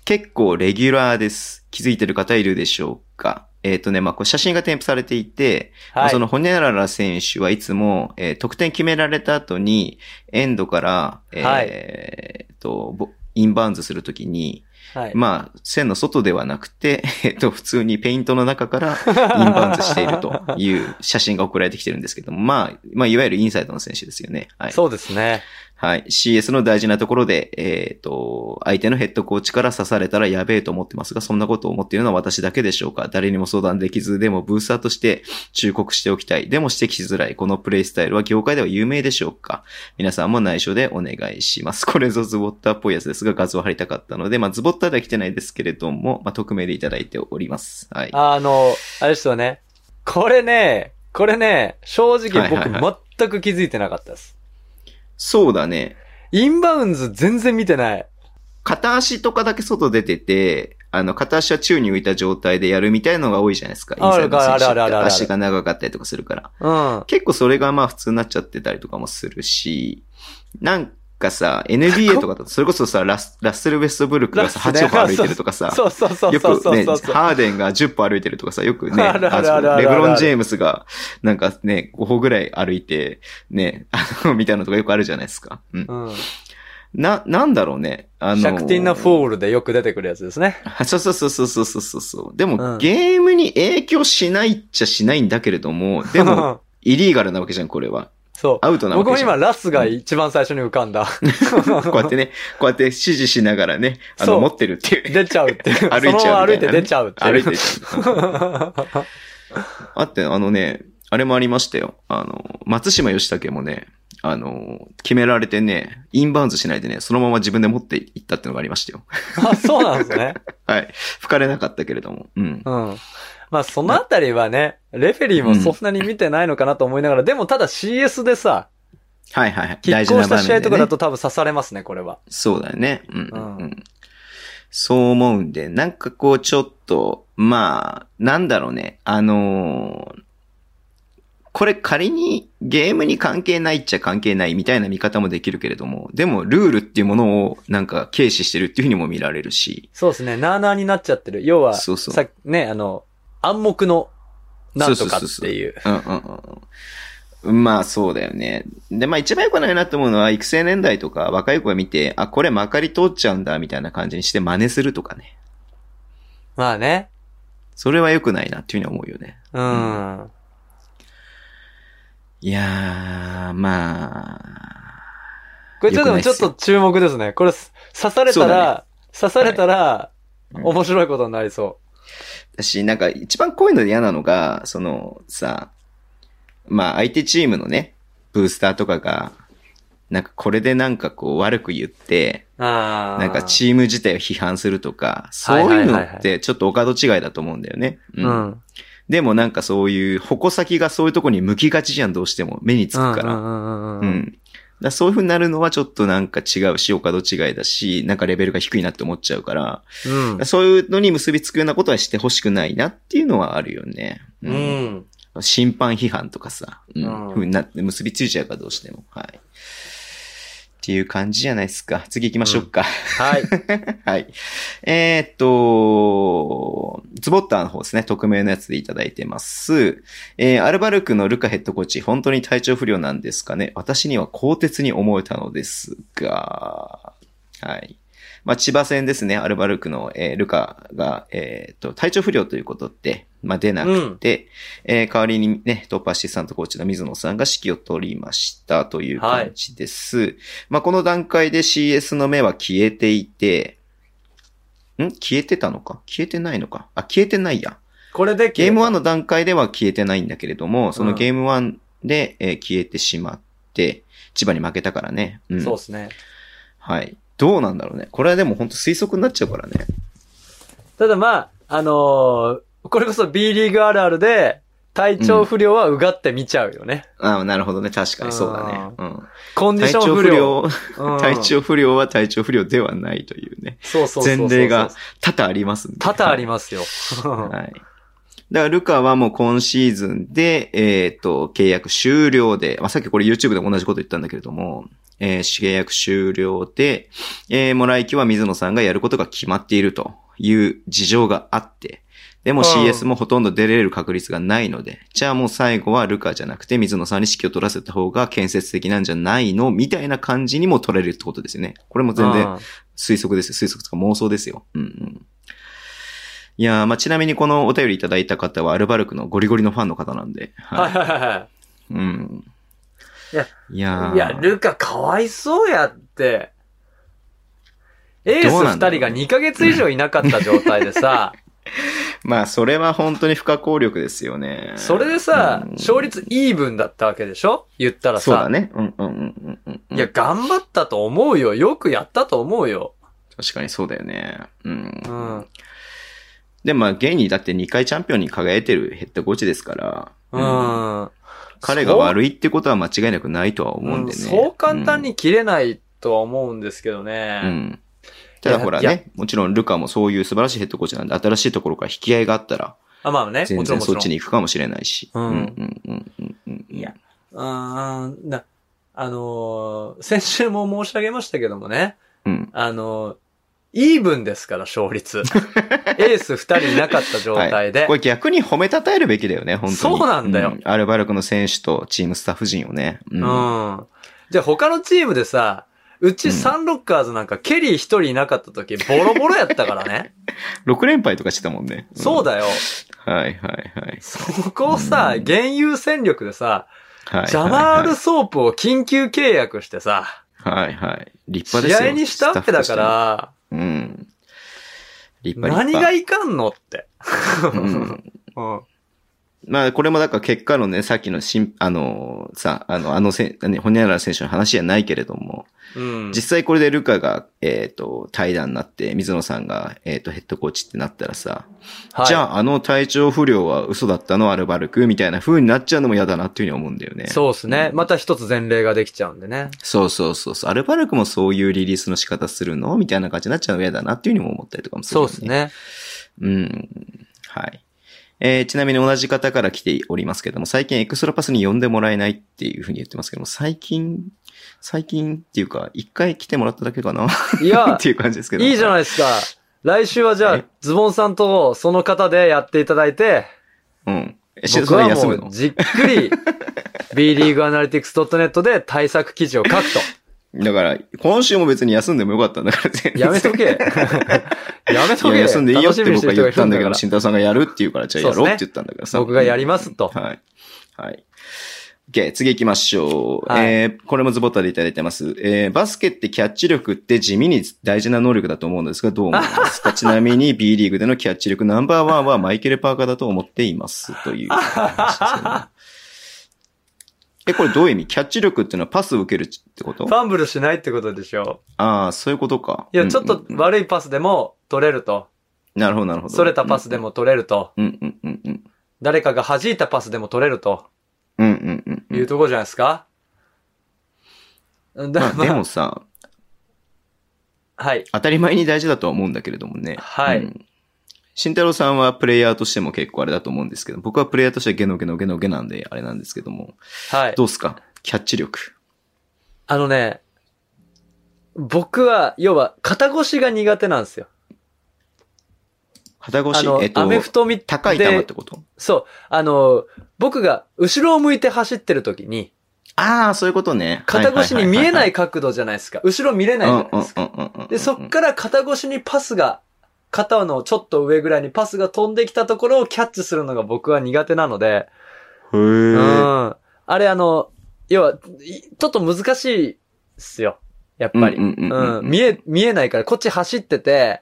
A: 結構レギュラーです。気づいてる方いるでしょうかえっ、とね、まあ、こう写真が添付されていて、まあ
B: はい。
A: そのホニャララ選手はいつも、えー得点決められた後に、エンドから、えー
B: はい
A: えーと、ボインバウンズするときに、
B: はい。
A: まあ、線の外ではなくて、 えっと、普通にペイントの中からインバウンズしてい るという写真が送られてきてるんですけども、まあ、まあ、いわゆるインサイドの選手ですよね。はい。
B: そうですね。
A: はい。CS の大事なところで、えっ、と、相手のヘッドコーチから刺されたらやべえと思ってますが、そんなことを思っているのは私だけでしょうか誰にも相談できず、でもブースターとして忠告しておきたい。でも指摘しづらい。このプレイスタイルは業界では有名でしょうか皆さんも内緒でお願いします。これぞズボッターっぽいやつですが、画像を貼りたかったので、まあ、ズボッターでは来てないですけれども、まあ、匿名でいただいております。はい。
B: あの、あれですよね。これね、これね、正直
A: はいはいは
B: 僕全く気づいてなかったです。
A: そうだね。
B: インバウンズ全然見てない。
A: 片足とかだけ外出てて、あの、片足は宙に浮いた状態でやるみたいのが多いじゃないですか。
B: ある
A: インサイドの選手って
B: あるあるあるある
A: 足が長かったりとかするから。
B: うん。
A: 結構それがまあ普通になっちゃってたりとかもするし、なんかさ、NBA とかだ と、それこそさ、ラスラッセル・ウェストブルックがさ、
B: ラッセ
A: 8歩
B: ル
A: 歩いてるとかさ、
B: そうそうそう
A: よ
B: そう
A: く
B: そう
A: ね、
B: そう。
A: ハーデンが10歩歩いてるとかさ、よくね、
B: あるあるある
A: あ
B: あるある
A: のレブロン・ジェームスが、なんかね、5歩ぐらい歩いて、ね、あの、みたいなのとかよくあるじゃないですか。うん。
B: うん。
A: な、なんだろうね。あの
B: シ
A: ー
B: ャクティンなフォールでよく出てくるやつですね。
A: あ そうそうそうそうそうそうそうそう。でも、
B: うん
A: ゲームに影響しないっちゃしないんだけれど も、でも、、イリーガルなわけじゃん、これは。
B: そう。
A: アウトなわ
B: 僕
A: け
B: も
A: じゃ
B: 今、
A: ん。
B: ラスが一番最初に浮かんだ。
A: こうやってね、こうやって指示しながらね、あ
B: そ
A: の、
B: う
A: 持ってるっていう。
B: 出ちゃうっていう。その
A: 歩いちゃうみたいなね
B: まま歩いて出ちゃうっていう。
A: 歩いてっちゃう。 あって、あのね、あれもありましたよ。あの、松島義武もね、あの、決められてね、インバウンズしないでね、そのまま自分で持っていったってのがありましたよ。
B: あ、そうなんですね。
A: はい。吹かれなかったけれども。うん。
B: うん。まあ、そのあたりはね、レフェリーもそんなに見てないのかなと思いながら、でもただ CS でさ、
A: はいはいはい。
B: 拮
A: 大事
B: 抗
A: な場
B: した
A: 面
B: 試
A: で、ね。
B: 合とかだと多分刺されますね、これは。
A: そうだよね。うん、う
B: うんん
A: うん。そう思うんで、なんかこうちょっと、まあ、なんだろうね。あのーこれ仮にゲームに関係ないっちゃ関係ないみたいな見方もできるけれども、でもルールっていうものをなんか軽視してるっていうふうにも見られるし、
B: そうですね、なーなーになっちゃってる。要は、
A: そうそう
B: さね、あの、暗黙の、なんとかっていう。
A: うんうんうんうん。まあそうだよね。で、まあ一番良くないなと思うのは育成年代とか若い子が見て、あ、これまかり通っちゃうんだみたいな感じにして真似するとかね。
B: まあね。
A: それは良くないなっていうふうに思うよね。
B: うん。
A: いやー、まあ、
B: これちょっ
A: よくな
B: と、
A: いっ
B: ちょっ
A: すよ
B: と注目ですね。これ、刺され
A: そ
B: た
A: うだ
B: ら、刺されたら、
A: うん
B: 面白いことになりそ
A: 私、なんか一番こういうので嫌なのが、その、さ、まあ相手チームのね、ブースターとかが、なんかこれでなんかこう悪く言って、
B: う。ああ。
A: なんかチーム自体を批判するとか、そういうの
B: はいはいはい
A: っ
B: は
A: てちょっとお門違いだと思うんだよね。う
B: うんん。
A: でもなんかそういう、矛先がそういうとこに向きがちじゃん、どうしても。目につくから
B: う。んうんうんう
A: うん
B: うん。
A: ん。だからそういう風になるのはちょっとなんか違うし、お門違いだし、なんかレベルが低いなって思っちゃうから、
B: うん。
A: そういうのに結びつくようなことはしてほしくないなっていうのはあるよね。
B: う。ん。
A: 審判批判とかさ、うん。
B: うん
A: ふうになって結びついちゃうからどうしても。はい。っていう感じじゃないですか。次行きましょうか。
B: はい。
A: はい。えーっと、ズボッターの方ですね。匿名のやつでいただいてます。えーアルバルクのルカヘッドコーチ、本当に体調不良なんですかね。私には鋼鉄に思えたのですが、はい。まあ、千葉戦ですね。アルバルクの、えールカが、えーっと、体調不良ということで、まあ、出 なくて、えー代わりにね、トップアシスタントコーチの水野さんが指揮を取りましたという感じです。まあ、この段階で CS の目は消えていて、ん消えてたのか消えてないのかあ、消えてないや。
B: これで
A: ゲーム1
B: の、
A: の段階では消えてないんだけれども、そのゲーム1で、えー消えてしまって、千葉に負けたからね。うん。
B: そうですね。
A: はい。どうなんだろうね。これはでも本当推測になっちゃうからね。
B: ただまあ、あのーこれこそ B リーグあるあるで、体調不良はうがって見ちゃうよね。
A: ああ、なるほどね。確かにそうだね。うん。
B: コンディ
A: 体
B: ショ
A: 調
B: ン
A: 不
B: 不良。
A: 良、
B: うん
A: 体調不良は体調不良ではないというね。
B: そうそうそうそう。
A: 前例が。多々ありますんで
B: 多々あり
A: ま
B: ますよ。
A: はい。だから、ルカはもう今シーズンで、えっ、と、契約終了で、まあ、さっきこれ YouTube でも同じこと言ったんだけれども、えー契約終了で、えー、もらいきは水野さんがやることが決まっているという事情があって、でも
B: うん
A: CS もほとんど出れる確率がないので、じゃあもう最後はルカじゃなくて水野さんに指揮を取らせた方が建設的なんじゃないのみたいな感じにも取れるってことですよね。これも 全然
B: うん。
A: 推測ですよ。推測とか妄想ですよ。うんうん。いやー、まあ、ちなみにこのお便りいただいた方はアルバルクのゴリゴリのファンの方なんで。
B: はい
A: は。
B: はいはい
A: うん。
B: いや、
A: いやー
B: い。いや、ルカかわいそうやって。エース
A: どうな
B: 二
A: んだろう
B: 人が2ヶ月以上いなかった状態でさ、
A: まあ、それは本当に不可抗力ですよね。
B: それでさ
A: う、ん
B: 勝率イーブンだったわけでしょ言ったら
A: そうだ
B: さ、
A: ね。うんうんうんうんうん。
B: いや、、頑張ったと思うよ。よくやったと思うよ。
A: 確かにそうだよね。うん。
B: うん。
A: で、まあ、現にだって2回チャンピオンに輝いてるヘッドコーチですから。
B: うん。
A: 彼が悪いってことは間違いなくないとは思うんでね。
B: うんそう簡単に切れないとは思うんですけどね。
A: うん。ただほら
B: いや
A: ね、もちろんルカもそういう素晴らしいヘッドコーチなんで、新しいところから引き合いがあったら、
B: あ、まあね、
A: 全
B: もちろ
A: 然
B: んもち
A: そっ
B: ろん。
A: ちに行くかもしれないし。
B: うん
A: うんうんうんうん。
B: いや。うーん、な、あのー先週も申し上げましたけどもね、
A: うん。
B: あのーイーブンですから、勝 率。エース二人いなかった状態で。
A: これ逆に褒めたたえるべきだよね、本当に。
B: そうなんだよ
A: アルバルクの選手とチームスタッフ陣をね。う。
B: うんん。じゃあ他のチームでさ、うちサンロッカーズなんかケリー一人いなかった時、ボロボロやったからね。
A: 6連敗とかしてたもんね。
B: そう
A: だ。
B: だよ。
A: はいはいはい。
B: そこをさ、
A: うん
B: 現有戦力でさ、
A: はい。
B: ジャマール・ソープを緊急契約してさ、
A: はいはい。立派
B: 試
A: ですよ
B: 合にしたわけだか。ら、
A: スタッフとしてもうん。立派
B: 何
A: 立
B: が
A: 派。
B: いかんのって。
A: うん
B: うん
A: まあ、これもだから結果のね、さっきのしん、あの、さ、あの、あのせん、ね、ほにゃらら選手の話じゃないけれども、
B: うん。
A: 実際これでルカが、えっ、と、対談になって、水野さんが、えっ、と、ヘッドコーチってなったらさ、じゃ
B: あ、
A: ああの体調不良は嘘だったのアルバルクみたいな風になっちゃうのも嫌だなっていうふうに思うんだよね。
B: そうですね。
A: うん
B: また一つ前例ができちゃうんでね。
A: そうそうそうそう。アルバルクもそういうリリースの仕方するのみたいな感じになっちゃうの嫌だなっていうふうにも思ったりとかもする
B: そ
A: よ、
B: うですね。
A: うん。はい。えーちなみに同じ方から来ておりますけども、最近エクストラパスに呼んでもらえないっていうふうに言ってますけども、最近、最近っていうか、一回来てもらっただけかな っ
B: いや、
A: ていう感じですけど。
B: いいじゃない
A: い
B: ですか。来週はじゃ
A: え
B: あ、ズボンさんとその方でやっていただいて、
A: うん。え、し
B: 僕は
A: 休
B: も
A: む
B: う
A: の
B: じっ くり B リーグアナリティクス .net で対策記事を書く と。
A: だから、今週も別に休んでもよかったんだから、全然
B: や めとけ。やめと
A: い
B: け。
A: や休んでいいよって僕は言ったんだけど、
B: 楽しみにしてる人がいる
A: 慎太郎さんがやるって言うから、じゃあやろうって言ったんだからさ。
B: そうですね僕がやりますと
A: はい。はい。OK、次行きましょう。
B: はい
A: えー、これもズボタでいただいてます。えー、バスケってキャッチ力って地味に大事な能力だと思うのですが、どう思います かちなみに B リーグでのキャッチ力ナンバーワンはマイケル・パーカーだと思っています。という話ですよね。え、これどういう意味キャッチ力っていうのはパスを受けるってこと
B: ファンブルしないってことでしょ
A: ああ、そういうことか。
B: う。いや、ちょっと
A: うんうん
B: 悪いパスでも取れると。
A: なるほど、なるほど。
B: それたパスでも取れると。
A: うんうんうんうん。
B: 誰かが弾いたパスでも取れると
A: うんうんうんうん。
B: いうところじゃないですか。うんだ
A: まあ、
B: まあ
A: でもさ、
B: はい。
A: 当たり前に大事だとは思うんだけれどもね。
B: はい
A: うん慎太郎さんはプレイヤーとしても結構あれだと思うんですけど、僕はプレイヤーとしてはゲノゲノゲノゲなんで、あれなんですけども。
B: はい。
A: どうっすかキャッチ力。
B: あのね、僕は、要は、肩越しが苦手なんですよ。
A: 肩越
B: あ
A: し、
B: の、
A: えっ
B: ア
A: と
B: メ、フトみ
A: 高い球ってこと
B: そう。あの、僕が後ろを向いて走ってる時に、
A: ああ、そういうことね。
B: 肩越しに見えないい角度じゃないですか。後ろ見れ
A: は
B: ないいじ
A: は
B: ゃ
A: い
B: ない
A: はい
B: ですか。
A: うんうんうんうんうん。
B: で、そっから肩越しにパスが、肩のちょっと上ぐらいにパスが飛んできたところをキャッチするのが僕は苦手なので、
A: へ
B: う
A: ー
B: ん。あれあの、要は、いちょっと難しいっすよ。やっぱり。
A: うんうんうんうん
B: うん見え、見えないから、こっち走ってて、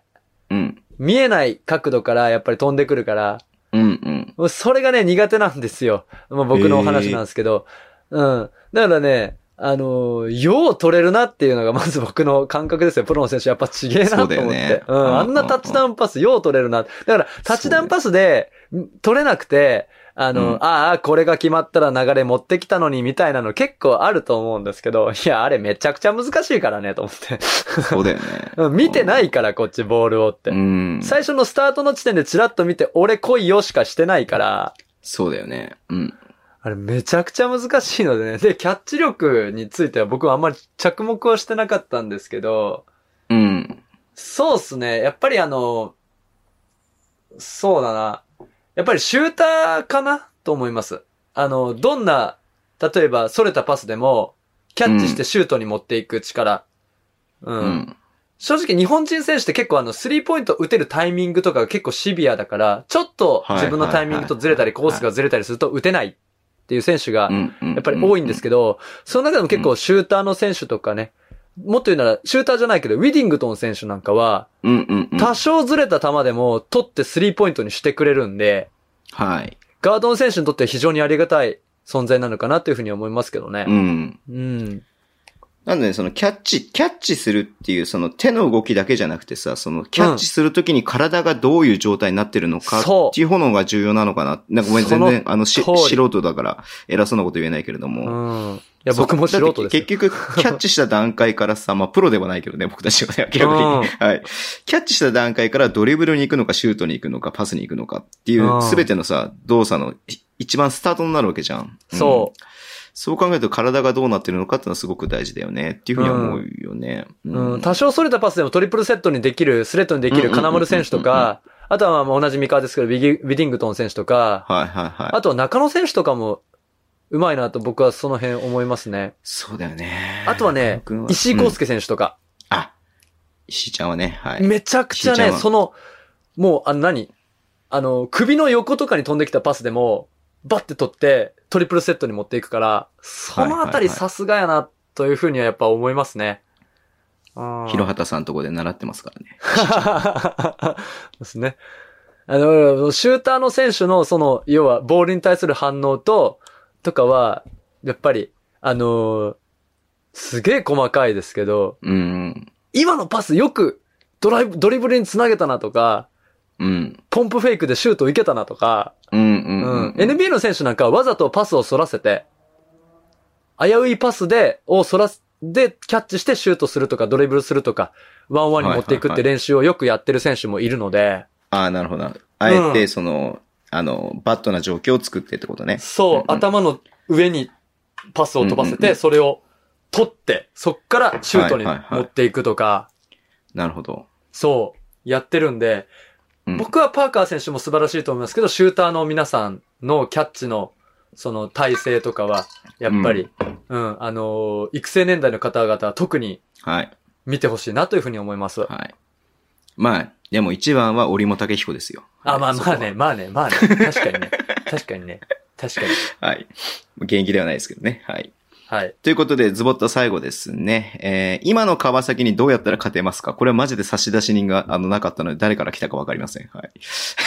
A: うん。
B: 見えない角度からやっぱり飛んでくるから、
A: うんうん。
B: もうそれがね、苦手なんですよ。まあ、僕のお話なんですけど。うん。だからね、あのーよう取れるなっていうのがまず僕の感覚ですよ。プロの選手やっぱちげえなと思って。
A: そううだよねうんうんうん
B: ん。あんなタッチダウンパス、よう取れるな。だから、タッチダウンパスでん取れなくて、あの、
A: うん
B: ああ、これが決まったら流れ持ってきたのにみたいなの結構あると思うんですけど、いや、あれめちゃくちゃ難しいからね、と思って。。
A: そうだよね
B: うん見てないから、こっちボールをって。
A: うん。
B: 最初のスタートの地点でチラッと見て、俺来いよしかしてないから、
A: そうだよね。うん。
B: あれめちゃくちゃ難しいのでね。で、キャッチ力については僕はあんまり着目をしてなかったんですけど、
A: うん。
B: そうっすね。やっぱりあの、そうだな。やっぱりシューターかなと思います。あの、どんな、例えば、それたパスでも、キャッチしてシュートに持っていく力。うん。
A: うん。
B: 正直、日本人選手って結構あの、スリーポイント打てるタイミングとかが結構シビアだから、ちょっと自分のタイミングとずれたり、
A: はい
B: コ
A: はい
B: ー
A: はい
B: スがずれたりすると打てないっていう選手が、やっぱり多いんです
A: け
B: けど、その中でも結構シューターの選手とかね、もっと言うなら、シューターじゃないけど、ウィディングトン選手なんかは、
A: ど。うんうんうん。
B: 多少ずれた球でも取ってスリーポイントにしてくれるんで、
A: はい。
B: ガードの選手にとっては非常にありがたい存在なのかなというふうに思いますけど
A: う
B: ね。
A: ん。
B: うん。
A: なんでね、そのキャッチ、キャッチするっていう、その手の動きだけじゃなくてさ、そのキャッチするときに体がどういう状態になってるのか
B: そう
A: っていう方のが重要なのかな。なんかごめん、
B: そ
A: 全
B: の
A: 然、あの、し
B: 通り
A: 素人だから偉そうなこと言えないけれど
B: う
A: も。
B: ん。いや、
A: そう
B: 僕も素人
A: だっ
B: で
A: て
B: すよ。
A: 結局、キャッチした段階からさ、まあ、プロではないけどね、僕たちはね、明らかに。 はい。キャッチした段階からドリブルに行くのか、シュートに行くのか、パスに行くのかっていうう、
B: ん
A: すべてのさ、動作のい一番スタートになるわけじゃん。。
B: うん。そう
A: そう考えると体がどうなってるのかっていうのはすごく大事だよね、っていうふうには思うよね。
B: う。
A: う
B: うん。多少それたパスでもトリプルセットにできる、スレッドにでき
A: うんうん
B: る
A: うんうん
B: 金丸選手とか、あとはまあ同じ三河ですけど、ビギウィディングトン選手とか、
A: はいはいはい。
B: あとは中野選手とかも、うまいなと僕はその辺思いますね。
A: そうだよね。
B: あとはね
A: 中野君、
B: 石井康
A: うん
B: 介選手とか、
A: あ、石井ちゃんはね、はい。
B: めちゃくちゃ
A: 石井ちゃん
B: ね、
A: は
B: その、もう、あの何あの、首の横とかに飛んできたパスでも、バッて取って、トリプルセットに持っていくから、そのあた
A: はいはい
B: り
A: はい
B: さすがやな、というふうにはやっぱ思いますね。うん
A: 広畑さんとこで習ってますからね。
B: ですね。あの、シューターの選手の、その、要は、ボールに対する反応と、とかは、やっぱり、あのーすげえ細かいですけど、
A: うん。
B: 今のパスよく、ドライブ、ドリブルにつなげたなとか、
A: うん。
B: ポンプフェイクでシュートいけたなとか、
A: うんう
B: うん
A: うんう
B: ん。
A: ん。
B: NBA の選手なんかはわざとパスを反らせて、危ういパスで、を反らす、で、キャッチしてシュートするとか、ドリブルするとか、ワンワンに持っていくっ
A: はいはい
B: て練習をよくやってる選手もいるので、
A: ああ、なるほどな。あえて、その、あの、バッドな状況を作ってってことね。
B: そう、
A: うん
B: 頭の上にパスを飛ばせ
A: うんうんう
B: て、
A: ん
B: それを取って、そっからシュートに
A: はいはいはい
B: 持っていくとか、
A: なるほど。
B: そう、やってるんで、
A: うん
B: 僕はパーカー選手も素晴らしいと思いますけど、シューターの皆さんのキャッチの、その体勢とかは、やっぱり、うん、あのー育成年代の方々は特に
A: はい。
B: 見てほしいなというふうに思います。
A: はい。まあ、でも一番は折茂武彦ですよ。
B: あ、まあ
A: はい
B: まあね、。まあね、まあね。確か にね。確かにね。確かに。
A: そこははい。現役ではないですけどね。はい。
B: はい。
A: ということで、ズボッと最後ですね。えー、今の川崎にどうやったら勝てますかこれはマジで差出人が、あの、なかったので、誰から来たかわかりません。はい。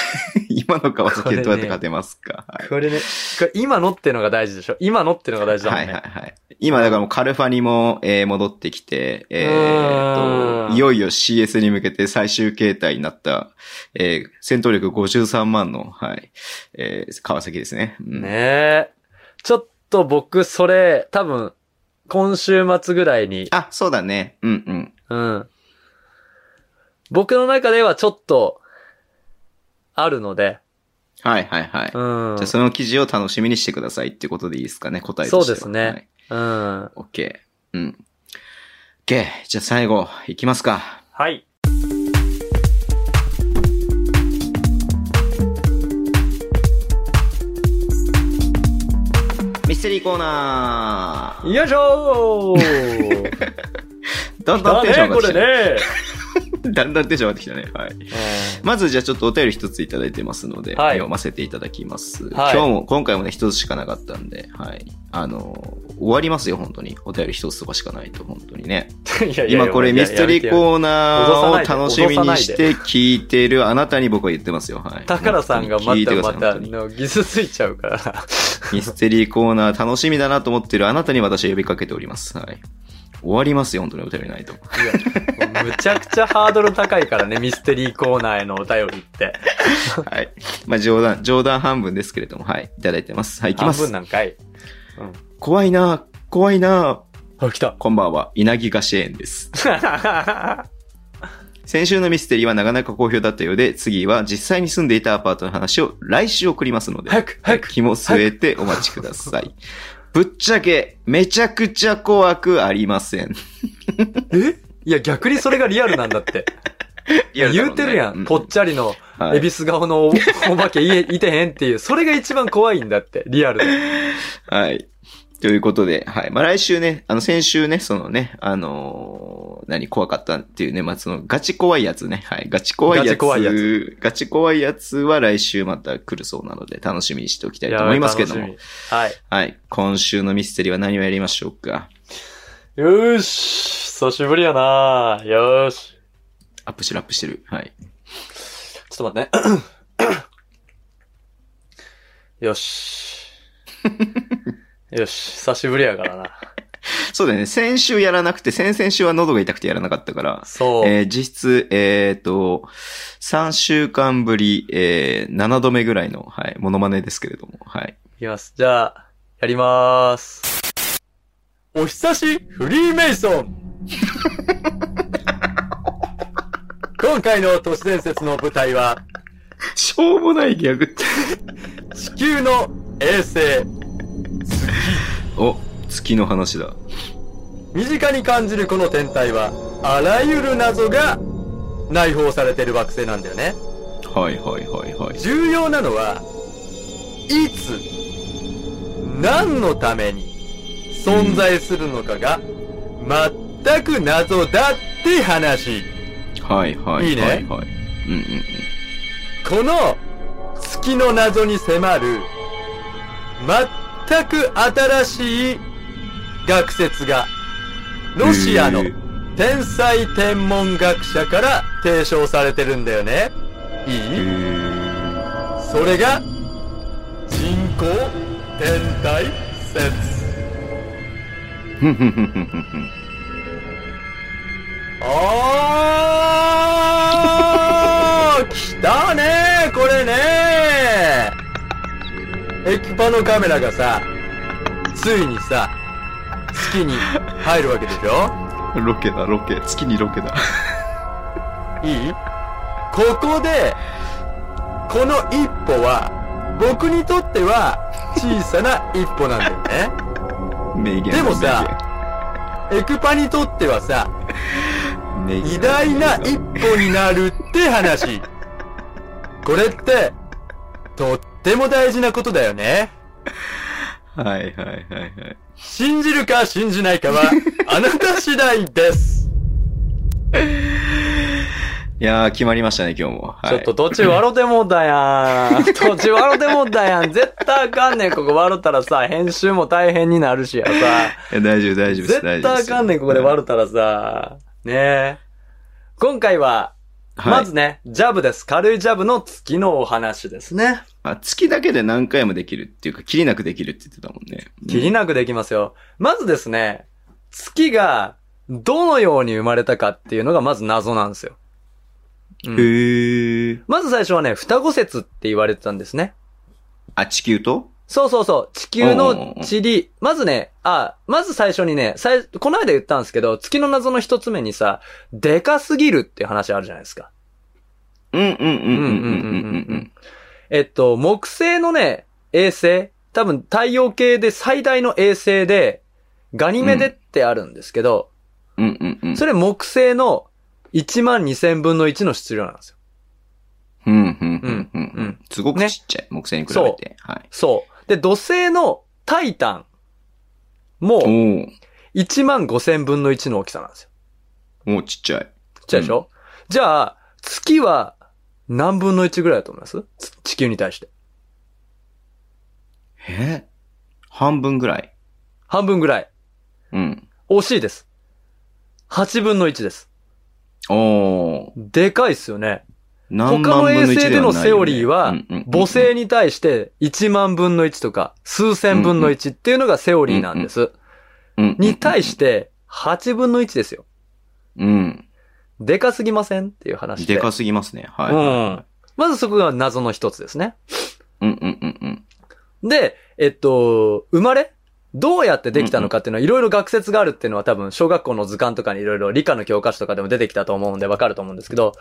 A: 今の川崎にどうやって勝てますか、はい。
B: これね、これ今のってのが大事でしょ今のってのが大事だもんね。
A: はいはいはい。今、だからもうカルファにも、えー戻ってきて、えー
B: う
A: っ
B: ー
A: と、
B: ん
A: いよいよ CS に向けて最終形態になった、えー戦闘力53万の、はい、えー川崎ですね。うん
B: ねえ。ちょっと僕、それ、多分、今週末ぐらいに、
A: あ、そうだね。うんうん。
B: うん。僕の中ではちょっと、あるので、
A: はいはいはい。
B: うん。
A: じゃあその記事を楽しみにしてくださいってことでいいですかね、答えとしては。
B: そうですね
A: はい、
B: うん。
A: OK。うん。OK。じゃあ最後、いきますか。
B: はい。
A: ミステリーコーナー
B: よいしょ ー
A: だんだん
B: だ
A: テンション上
B: ね、
A: が
B: こ
A: ってきたね。
B: れね。
A: だんだんテンション上がってきたね。はい。まずじゃあちょっとお便り一ついただいてますので、
B: はい
A: 読ませていただきます。
B: はい
A: 今日も、今回もね、一つしかなかったんで、はい。あのー、終わりますよ、本当に。お便り一つとかしかないと、本当にね。
B: うんい やいやいや
A: 今これミステリーコーナーを楽しみに
B: 脅さな
A: し
B: いで
A: て聞いてるあなたに僕は言ってますよ。はい。
B: 宝さんがま
A: 聞いてく
B: た
A: ださ
B: ま
A: い
B: た、
A: 本当に
B: の、傷ついちゃうから。
A: ミステリーコーナー楽しみだなと思ってるあなたに私は呼びかけております。はい。終わりますよ、本当にお便りないと。
B: いや、もうむちゃくちゃハードル高いからね、ミステリーコーナーへのお便り って。
A: はい。まあ冗談、冗談半分ですけれども、はい。いただいてます。はい、いきま
B: 半分
A: す。
B: なんかい。
A: 怖いな怖いな
B: あ、来た。
A: こんばんは、稲城菓子園です。先週のミステリーはなかなか好評だったようで、次は実際に住んでいたアパートの話を来週送りますので、
B: 早く、 早く。
A: 気も据えてお待ちください。ぶっちゃけ、めちゃくちゃ怖くありませ ん。
B: えいや、逆にそれがリアルなんだって。言うてるやん。ぽっちゃりの
A: はい
B: エビス顔のお お化けいいてへんっていう、それが一番怖いんだって、リアルで。
A: はい。ということで、はい。まあ、来週ね、あの、先週ね、そのね、あのー何、怖かったっていうね、まあ、その、ガチ怖いやつね。はい。ガチ怖いやつ。
B: ガチ怖いや
A: ガチ怖いやつは来週また来るそうなので、楽しみにしておきたいと思いますけど
B: や
A: も
B: 楽。しみはい。
A: はい。今週のミステリーは何をやりましょうか。
B: よーし、久しぶりやなよーし。
A: アップしてる、アップしてる。はい。
B: ちょっと待 ってね。よし。よし、久しぶりやからな。
A: そうだよね。先週やらなくて、先々週は喉が痛くてやらなかったから、
B: そう。
A: えー実質、えっ、と、3週間ぶり、えー7度目ぐらいの、はい、モノマネですけれども、はい。
B: いきます。じゃあ、やりまーす。おひさしフリーメイソン今回の都市伝説の舞台は、
A: しょうもないギャグって。
B: 地球の衛星。
A: お、月の話だ。
B: 身近に感じるこの天体は、あらゆる謎が内包されてる惑星なんだよね。
A: はいはいはいはい。
B: 重要なのは、いつ、何のために存在するのかが、全く謎だって話。
A: はいはいはい、はい。
B: いいね
A: はい。うんうんうん。
B: この月の謎に迫る、全く新しい学説が、ロシアの
A: へー
B: 天才天文学者から提唱されてるんだよね。いい、
A: へー
B: それが人工天体説
A: ふんふんふんふんふんふん
B: あー来たねーこれねーエキパのカメラがさついにさ月に入るわけでしょ
A: ロケだ、ロケ。月にロ ケだ。
B: いいここでこの一歩は僕にとっては小さな一歩なんだよ ね
A: 名言だ。
B: でもさエクパにとってはさ
A: 名言、名
B: 偉
A: 言
B: 大な一歩になるって話。これって、とっても大事なことだよね。
A: はいはいはいはい。
B: 信じるか信じないか は、あなた次第です。
A: いやー、決まりましたね、今日も。はい、
B: ちょっと、どっち笑てもう たやん。どっち笑てもうたやん。絶対あかんねん、ここ笑ったらさ、編集も大変になるしやさ。
A: いや大丈夫、大丈夫です。
B: 絶対
A: 大丈夫
B: あ
A: です
B: かんねん、ここで笑ったらさ。ねえ。今回は、
A: はい
B: まずね、ジャブです。軽いジャブの月のお話ですね。
A: あ、月だけで何回もできるっていうか、切りなくできるって言ってたもんね。
B: 切りなくできますよ。まずですね、月がどのように生まれたかっていうのがまず謎なんですよ。う
A: うんんへー。
B: まず最初はね、双子説って言われてたんですね。
A: あ、地球と
B: そうそうそう、地球の塵。まずね、あ、まず最初にね、最この間言ったんですけど、月の謎の一つ目にさ、でかすぎるっていう話あるじゃないですか。
A: うんうんうんうんうんうん
B: う
A: うんん
B: えっと、木星のね、衛星、多分太陽系で最大の衛星で、ガニメデってあるんですけど、
A: うん。うんうんうん。
B: それ木星の1万2000分の1の質量なんですよ。
A: うんうんうんうんう
B: うん
A: ん。すごくちっちゃい、木星に比べて。はい。
B: そう。で、土星のタイタンも
A: おー
B: 1万5000分の1の大きさなんですよ。
A: おーちっちゃい。
B: ちっちゃいでしょ、じゃあ、月は何分の1ぐらいだと思いますつ地球に対して。
A: え半分ぐらい。
B: 半分ぐらい。
A: うん。
B: 惜しいです。8分の1です。
A: おお。
B: でかいっすよね。
A: 何
B: 他
A: 万
B: の
A: 分
B: 衛
A: の1
B: 星
A: で
B: で
A: は
B: の
A: ないよね
B: セオリーは
A: うんうんうん、
B: 母星に対して1万分の1とか数千分の1っていうのがセオリーなんです。
A: うん
B: に対して8分の1ですよ。
A: うん。
B: でかすぎませんっていう話で。
A: でかすぎますね。はい。
B: うん。まずそこが謎の一つですね。
A: うんうんうんうん。
B: で、えっと、生まれどうやってできたのかっていうのは、いろいろ学説があるっていうのは多分、小学校の図鑑とかにいろいろ理科の教科書とかでも出てきたと思うんでわかると思うんですけど、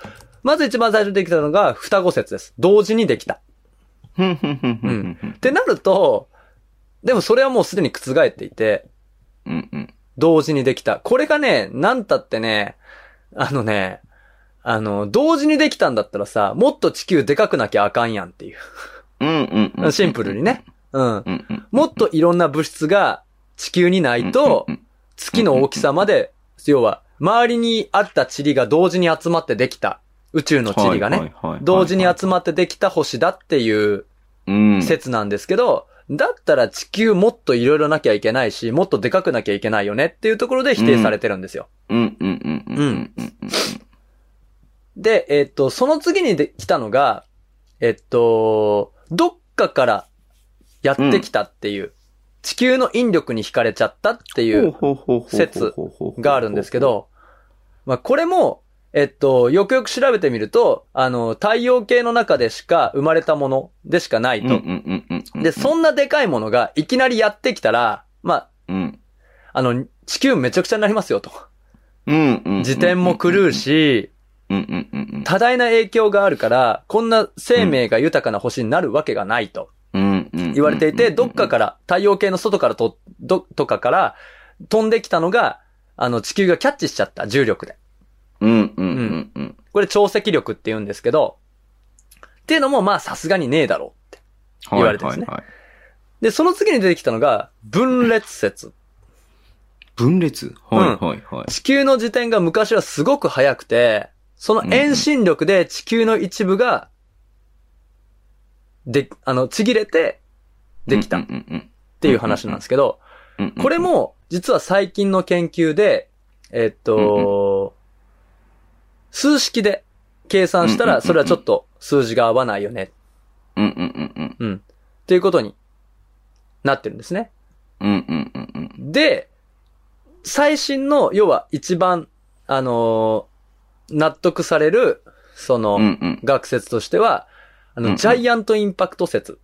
B: まず一番最初にできたのが双子説です。同時にできた。
A: ふんふんふんふんふんふん。
B: ってなると、でもそれはもうすでに覆っていて、
A: うんうん。
B: 同時にできた。これがね、なんたってね、あのね、あの、同時にできたんだったらさ、もっと地球でかくなきゃあかんやんっていう。
A: うんうんうん。
B: シンプル にね。うん。
A: うんうん。
B: もっといろんな物質が地球にないと
A: うん、うん
B: 月の大きさまで、要は、周りにあった塵が同時に集まってできた。宇宙の塵がね。、同時に集まってできた星だっていう
A: む
B: 説なんですけど、だったら地球もっといろいろなきゃいけないし、もっとでかくなきゃいけないよねっていうところで否定されてるんですよ。
A: うんうんうんうんうんうんうん。
B: で、えっと、その次にできたのが、えっと、どっかからやってきたっていう、地球の引力に惹かれちゃったっていう説があるんですけど、まあ、これも、えっと、よくよく調べてみると、あの、太陽系の中でしか生まれたものでしかない
A: うんうん
B: と。
A: うんうん、
B: で、そんなでかいものがいきなりやってきたら、ま
A: うん、
B: あ、あの、地球めちゃくちゃになりますよと。
A: うんうん。
B: 自転も狂うし、
A: うんうんうん
B: 多大な影響があるから、こんな生命が豊かな星になるわけがないと
A: うん。うん
B: 言われていて、どっかから、太陽系の外からと、ど、とかから飛んできたのが、あの、地球がキャッチしちゃった、重力で。
A: うんうんうんうん。
B: これ潮汐力って言うんですけど、っていうのもまあさすがにねえだろうって。
A: はい
B: 言われてますね
A: はいはい
B: で、その次に出てきたのが、分裂説。
A: 分裂はいはいはい。
B: 地球の自転が昔はすごく速くて、その遠心力で地球の一部が、で、あの、ちぎれて、できた
A: う
B: っ
A: んうん
B: ていう話なんですけど、
A: うんうん。
B: これも、実は最近の研究で、えっと、数式で計算した
A: うんうんうんう
B: ら、
A: ん
B: それはちょっと数字が合わないよね
A: うんうんうんうん。
B: うん。っていうことになってるんですね。
A: うんうんうんうん。
B: で、最新の、要は一番、あのー納得される、その、
A: うんうん
B: 学説としては、あの、
A: うんうん
B: ジャイアントインパクト説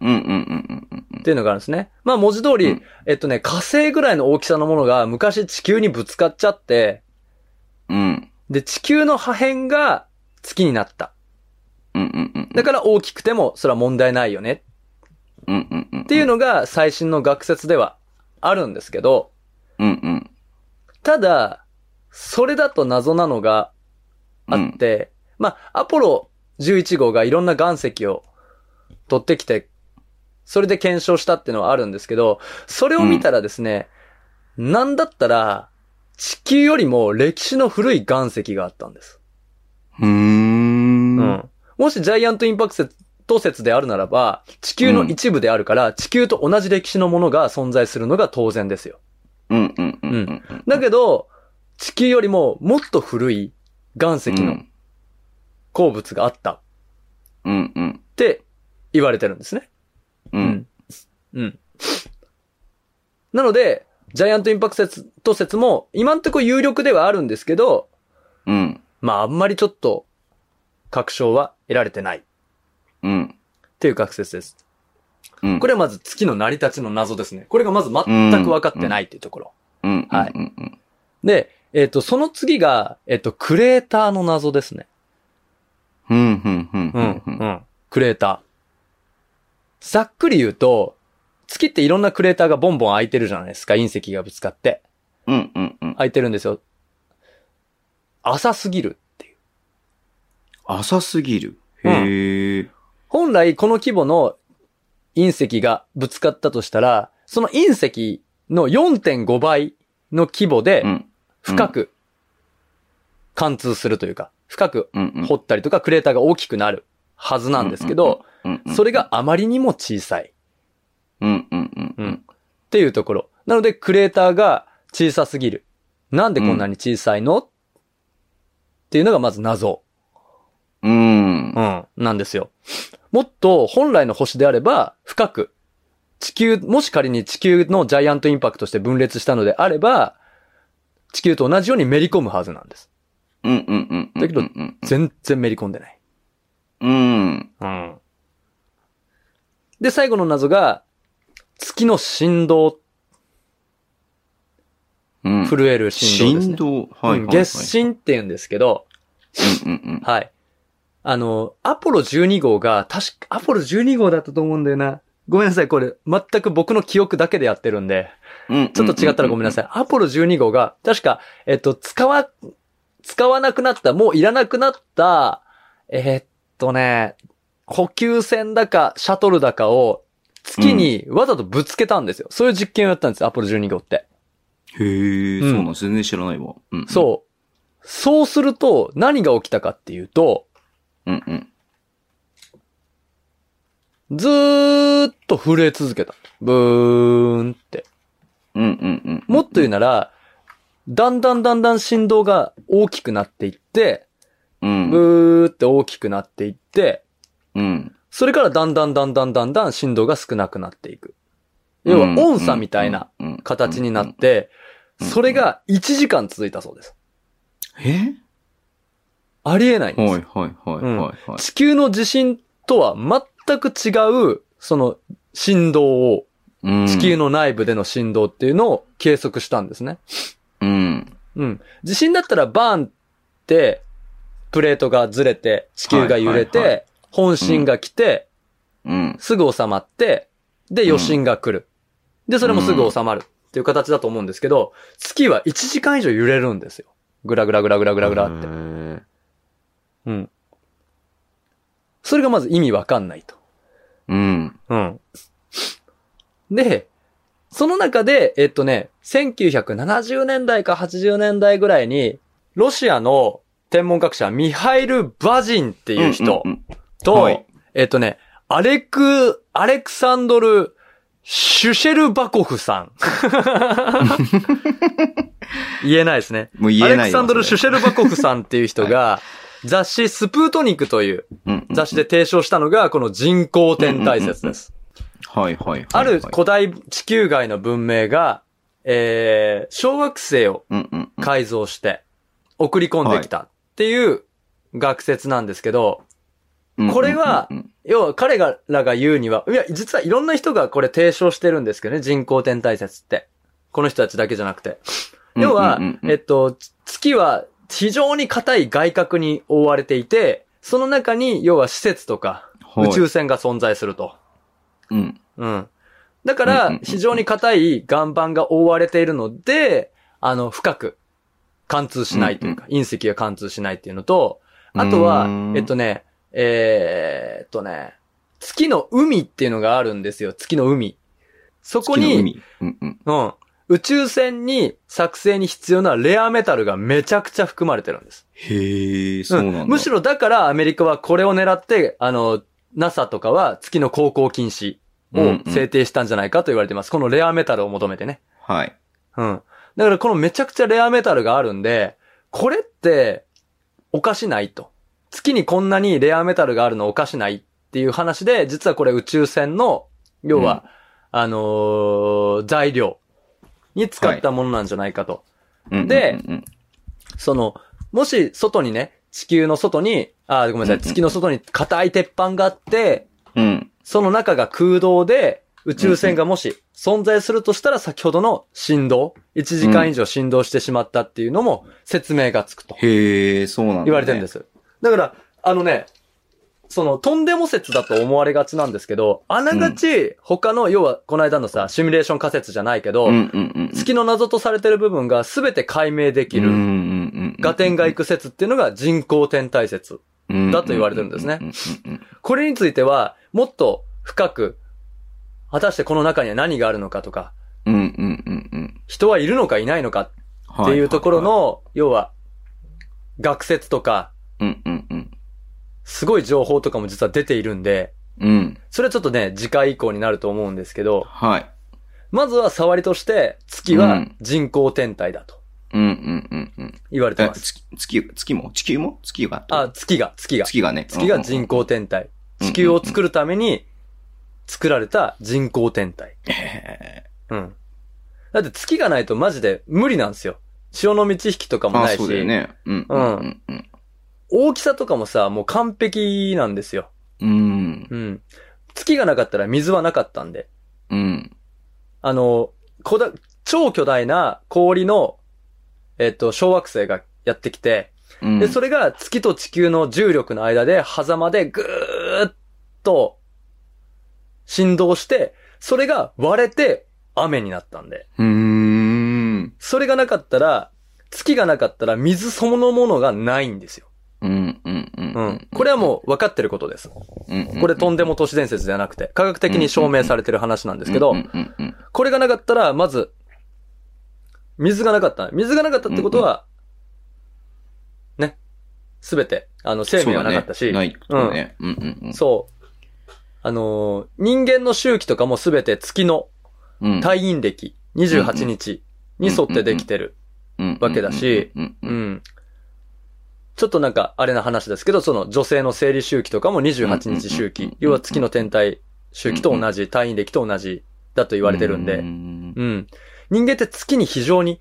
A: うんうんうんうんうん。
B: っていうのがあるんですね。まあ、文字通り、
A: うん
B: えっとね、火星ぐらいの大きさのものが昔地球にぶつかっちゃって、
A: うん
B: で、地球の破片が月になった。
A: うんうんうん。
B: だから大きくても、それは問題ないよね。
A: うんうんうん。っ
B: っていう
A: の。
B: のが最新の学説ではあるんですけど、
A: うんうん。
B: ただ、それだと謎なのがあって、まあ、アポロ11号がいろんな岩石を取ってきて、それで検証したっていうのはあるんですけど、それを見たらですね、なんだったら、地球よりも歴史の古い岩石があったんです。
A: うーん。うん。
B: もしジャイアントインパクト説ト説であるならば、地球の一部であるから、地球と同じ歴史のものが存在するのが当然ですよ。
A: うんうんうんうん。
B: だけど、地球よりももっと古い岩石
A: う
B: の
A: ん
B: 鉱物があったっ
A: うんうん。
B: て言われてるんですね。
A: う。。
B: うんうん。なので、ジャイアントインパクト説と説も今んとこ有力ではあるんですけど、
A: うん。
B: まああんまりちょっと確証は得られてないっ
A: うん。
B: ていう学説です。
A: うん。
B: こ
A: れ、
B: れはまず月の成り立ちの謎ですね。これがまず全く分かってないっていうところ。
A: うん。
B: はい
A: うんうん
B: で、えっ、と、その次が、えっ、と、クレーターの謎ですね。
A: うん。うんうんうんうん。
B: ん。クレーター。ざっくり言うと、月っていろんなクレーターがボンボン開いてるじゃないですか。隕石がぶつかって。
A: うんうんうん。
B: 開いてるんですよ。浅すぎるっていう。
A: 浅すぎる。へえ。
B: 本来この規模の隕石がぶつかったとしたら、その隕石の4.5倍の規模で
A: うん。
B: 深く貫通するというか、深く
A: うんうん。
B: 掘ったりとかクレーターが大きくなるはずなんですけど、
A: うんうん。
B: それがあまりにも小さい。
A: うんうんうんう
B: うんん。っていうところ。なので、クレーターが小さすぎる。なんでこんなに小さいの、っていうのがまず謎。
A: うん。
B: ん。なんですよ。もっと本来の星であれば、深く、地球、もし仮に地球のジャイアントインパクトして分裂したのであれば、地球と同じようにめり込むはずなんです。
A: うんうんうん。
B: だけど
A: うん
B: 全然めり込んでない。
A: うん。
B: うん。で、最後の謎が、月の振動、
A: うん。
B: 震える振動です、
A: 振
B: ね。
A: 動。はいはいはい。
B: うん月震って言うんですけど、
A: うんうんうん。
B: はい。あの、アポロ12号が、確か、アポロ12号だったと思うんだよな。ごめんなさい、これ、全く僕の記憶だけでやってるんで、
A: うん
B: ちょっと違ったらごめんなさ
A: い。
B: い。アポロ12号が、確か、えっと、使わ使わなくなった、もういらなくなった、えーっとね、補給船だか、シャトルだかを、月にわざとぶつけたんですよ。そういう実験をやったんですよ、アポロ12号って。
A: へえ、
B: うん
A: そうなんです全然知らないわ。うん、
B: そう。そうすると、何が起きたかっていうと、
A: うん。うんうん。
B: ずーっと震え続けた。ブーンって。
A: うんうんうん。
B: もっと言うなら、だんだんだんだん振動が大きくなっていって、
A: うん、うん。
B: ブーって大きくなっていって、
A: うん。
B: それからだんだんだんだんだんだん振動が少なくなっていく。要は、音差みたいな形にな
A: て
B: って、
A: うん
B: それが1時間続いたそうです。
A: え
B: ありえないん
A: はい
B: です。
A: はいはいはいはい。
B: 地球の地震とは全く違う、その振動を、
A: うん
B: 地球。の内部での振動っていうのを計測したんですね。
A: うん。
B: うん。地震だったらバーンって、プレートがずれて、地球が揺れて、
A: はいはいは
B: 本震が来て、
A: うん。
B: すぐ収まって、で、余震が来る。で、それもすぐ収まるっていう形だと思うんですけど、月は1時間以上揺れるんですよ。ぐらぐらぐらぐらぐらぐらって。
A: て。
B: うん。それがまず意味わかんないと。
A: うん。
B: うん。で、その中で、えっとね、1970年代か80年代ぐらいに、ロシアの天文学者、ミハイル・バジンっていう人
A: うんうん
B: と、
A: はい
B: えっとね、アレク、アレクサンドル・シュシェルバコフさ ん。言えないですね。
A: うんもう言えない
B: アレクサンドル・シュシェルバコフさんっていう人が、雑誌スプートニクという雑誌で。提唱したのが、この人工天体説で
A: そ
B: す。
A: れうんうんうんはいはいはいはい。
B: ある古代地球外の文明が、えー、小惑星を
A: うんうんうん
B: 改造して送り込んできたっていう学説なんですけど、
A: うん
B: これは
A: うんうん
B: 要は彼らが言うには、いや、実はいろんな人がこれ提唱してるんですけどね、人工天体説って。この人たちだけじゃなくて。
A: うん
B: 要は
A: うんうんう、ん
B: えっと、月は非常に硬い外殻に覆われていて、その中に、要は施設とか、
A: はい
B: 宇宙船が存在すると。
A: うん
B: うん。だか
A: うんうんうん
B: ら
A: う、ん
B: 非常に硬い岩盤が覆われているので、あの、深く貫通しないというか、隕石が貫通しないっていうのと、あとは
A: うー、ん
B: えっとね、えーっとね、月の海っていうのがあるんですよ、月の海。そこ
A: 月の
B: に、
A: 海うんうん
B: うん、宇宙船に作成に必要なレアメタルがめちゃくちゃ含まれてるんです。
A: へえ、そうなんだ。
B: むし
A: ろ、
B: ろだからアメリカはこれを狙って、あの、NASA とかは月の航行禁止を制定したんじゃないかと言われてます。このレアメタルを求めてね。
A: はい。
B: うん。だからこのめちゃくちゃレアメタルがあるんで、これっておかしないと。月にこんなにレアメタルがあるのおかしないっていう話で、実はこれ宇宙船の、要は、あのー材料に使ったものなんじゃないかと。
A: うん
B: で
A: うんうん
B: その、もし外にね、地球の外に、あーごめんなさ
A: うん
B: い、
A: うん
B: 月の外に硬い鉄板があって、
A: うん、うん。
B: その中が空洞で、宇宙船がもし存在するとしたら先ほどの振動、1時間以上振動してしまったっていうのも説明がつくと
A: へえ、そうなんだね。。
B: 言われてるんですす。だから、あのね、その、とんでも説だと思われがちなんですけど、あながち他の、要はこの間のさ、シミュレーション仮説じゃないけど、
A: うんうんうん。
B: 月の謎とされてる部分が全て解明できる。
A: る
B: ガテンが行く説っていうのが人工天体説。だと言われてるんですね。
A: うんうん
B: これについては、もっと深く、果たしてこの中には何があるのかとか、
A: うんうんうんうん。
B: 人はいるのかいないのかっ
A: は
B: ていうところ、の、要は、学説とか、
A: うんうんうん。
B: すごい情報とかも実は出ているんで、
A: うん。
B: それはちょっとね、次回以降になると思うんですけど、
A: はい。
B: まずは触りとして、月
A: う
B: は
A: ん
B: 人工天体だと
A: うんうんうんうん。
B: 言われて
A: え
B: ます。
A: 月、月、月も地球も月がってこと
B: あ、月が、月が。
A: 月がね。
B: 月が人工天体。
A: うんうん
B: 地球を作るために作られた人工天体。
A: へ
B: うん。だって月がないとマジで無理なんですよ。潮の満ち引きとか
A: ー
B: も
A: あ、
B: ない
A: そうだよ
B: し、
A: ね。うんうんうん
B: 大きさとかもさ、もう完璧なんですよ。
A: うん。
B: うん。月がなかったら水はなかったんで。
A: うん。うん。
B: あの、こだ、超巨大な氷の、えっと、小惑星がやってきて、
A: うん。
B: で、それが月と地球の重力の間で、狭間でぐーっと振動して、それが割れて雨になったんで。
A: うーん。
B: それがなかったら、月がなかったら水そのものがないんですよ。
A: うん、うん、うん。
B: うん。これはもう分かってることです。
A: うん、うん
B: これとんでも都市伝説じゃなくて、科学的に証明されてる話なんですけど
A: うん、うん、うん。
B: これがなかったら、まず、水がなかった。水がなかったってことは、ね、すべて、あの、生命はなかった
A: そう
B: し、
A: だねないね。うん、うん、
B: そう。あのー人間の周期とかもすべて月の
A: うん。うん
B: 退院歴28日に沿ってできてる。わけだし、
A: うんう
B: うんん。ちょっとなんか、あれな話ですけど、その女性の生理周期とかも28日
A: うんうんう
B: 周
A: んう
B: 期
A: ん、
B: 要は月の天体周期と同じ、退院歴と同じだと言われてるんで
A: う、ん
B: うん。人間って月に非常に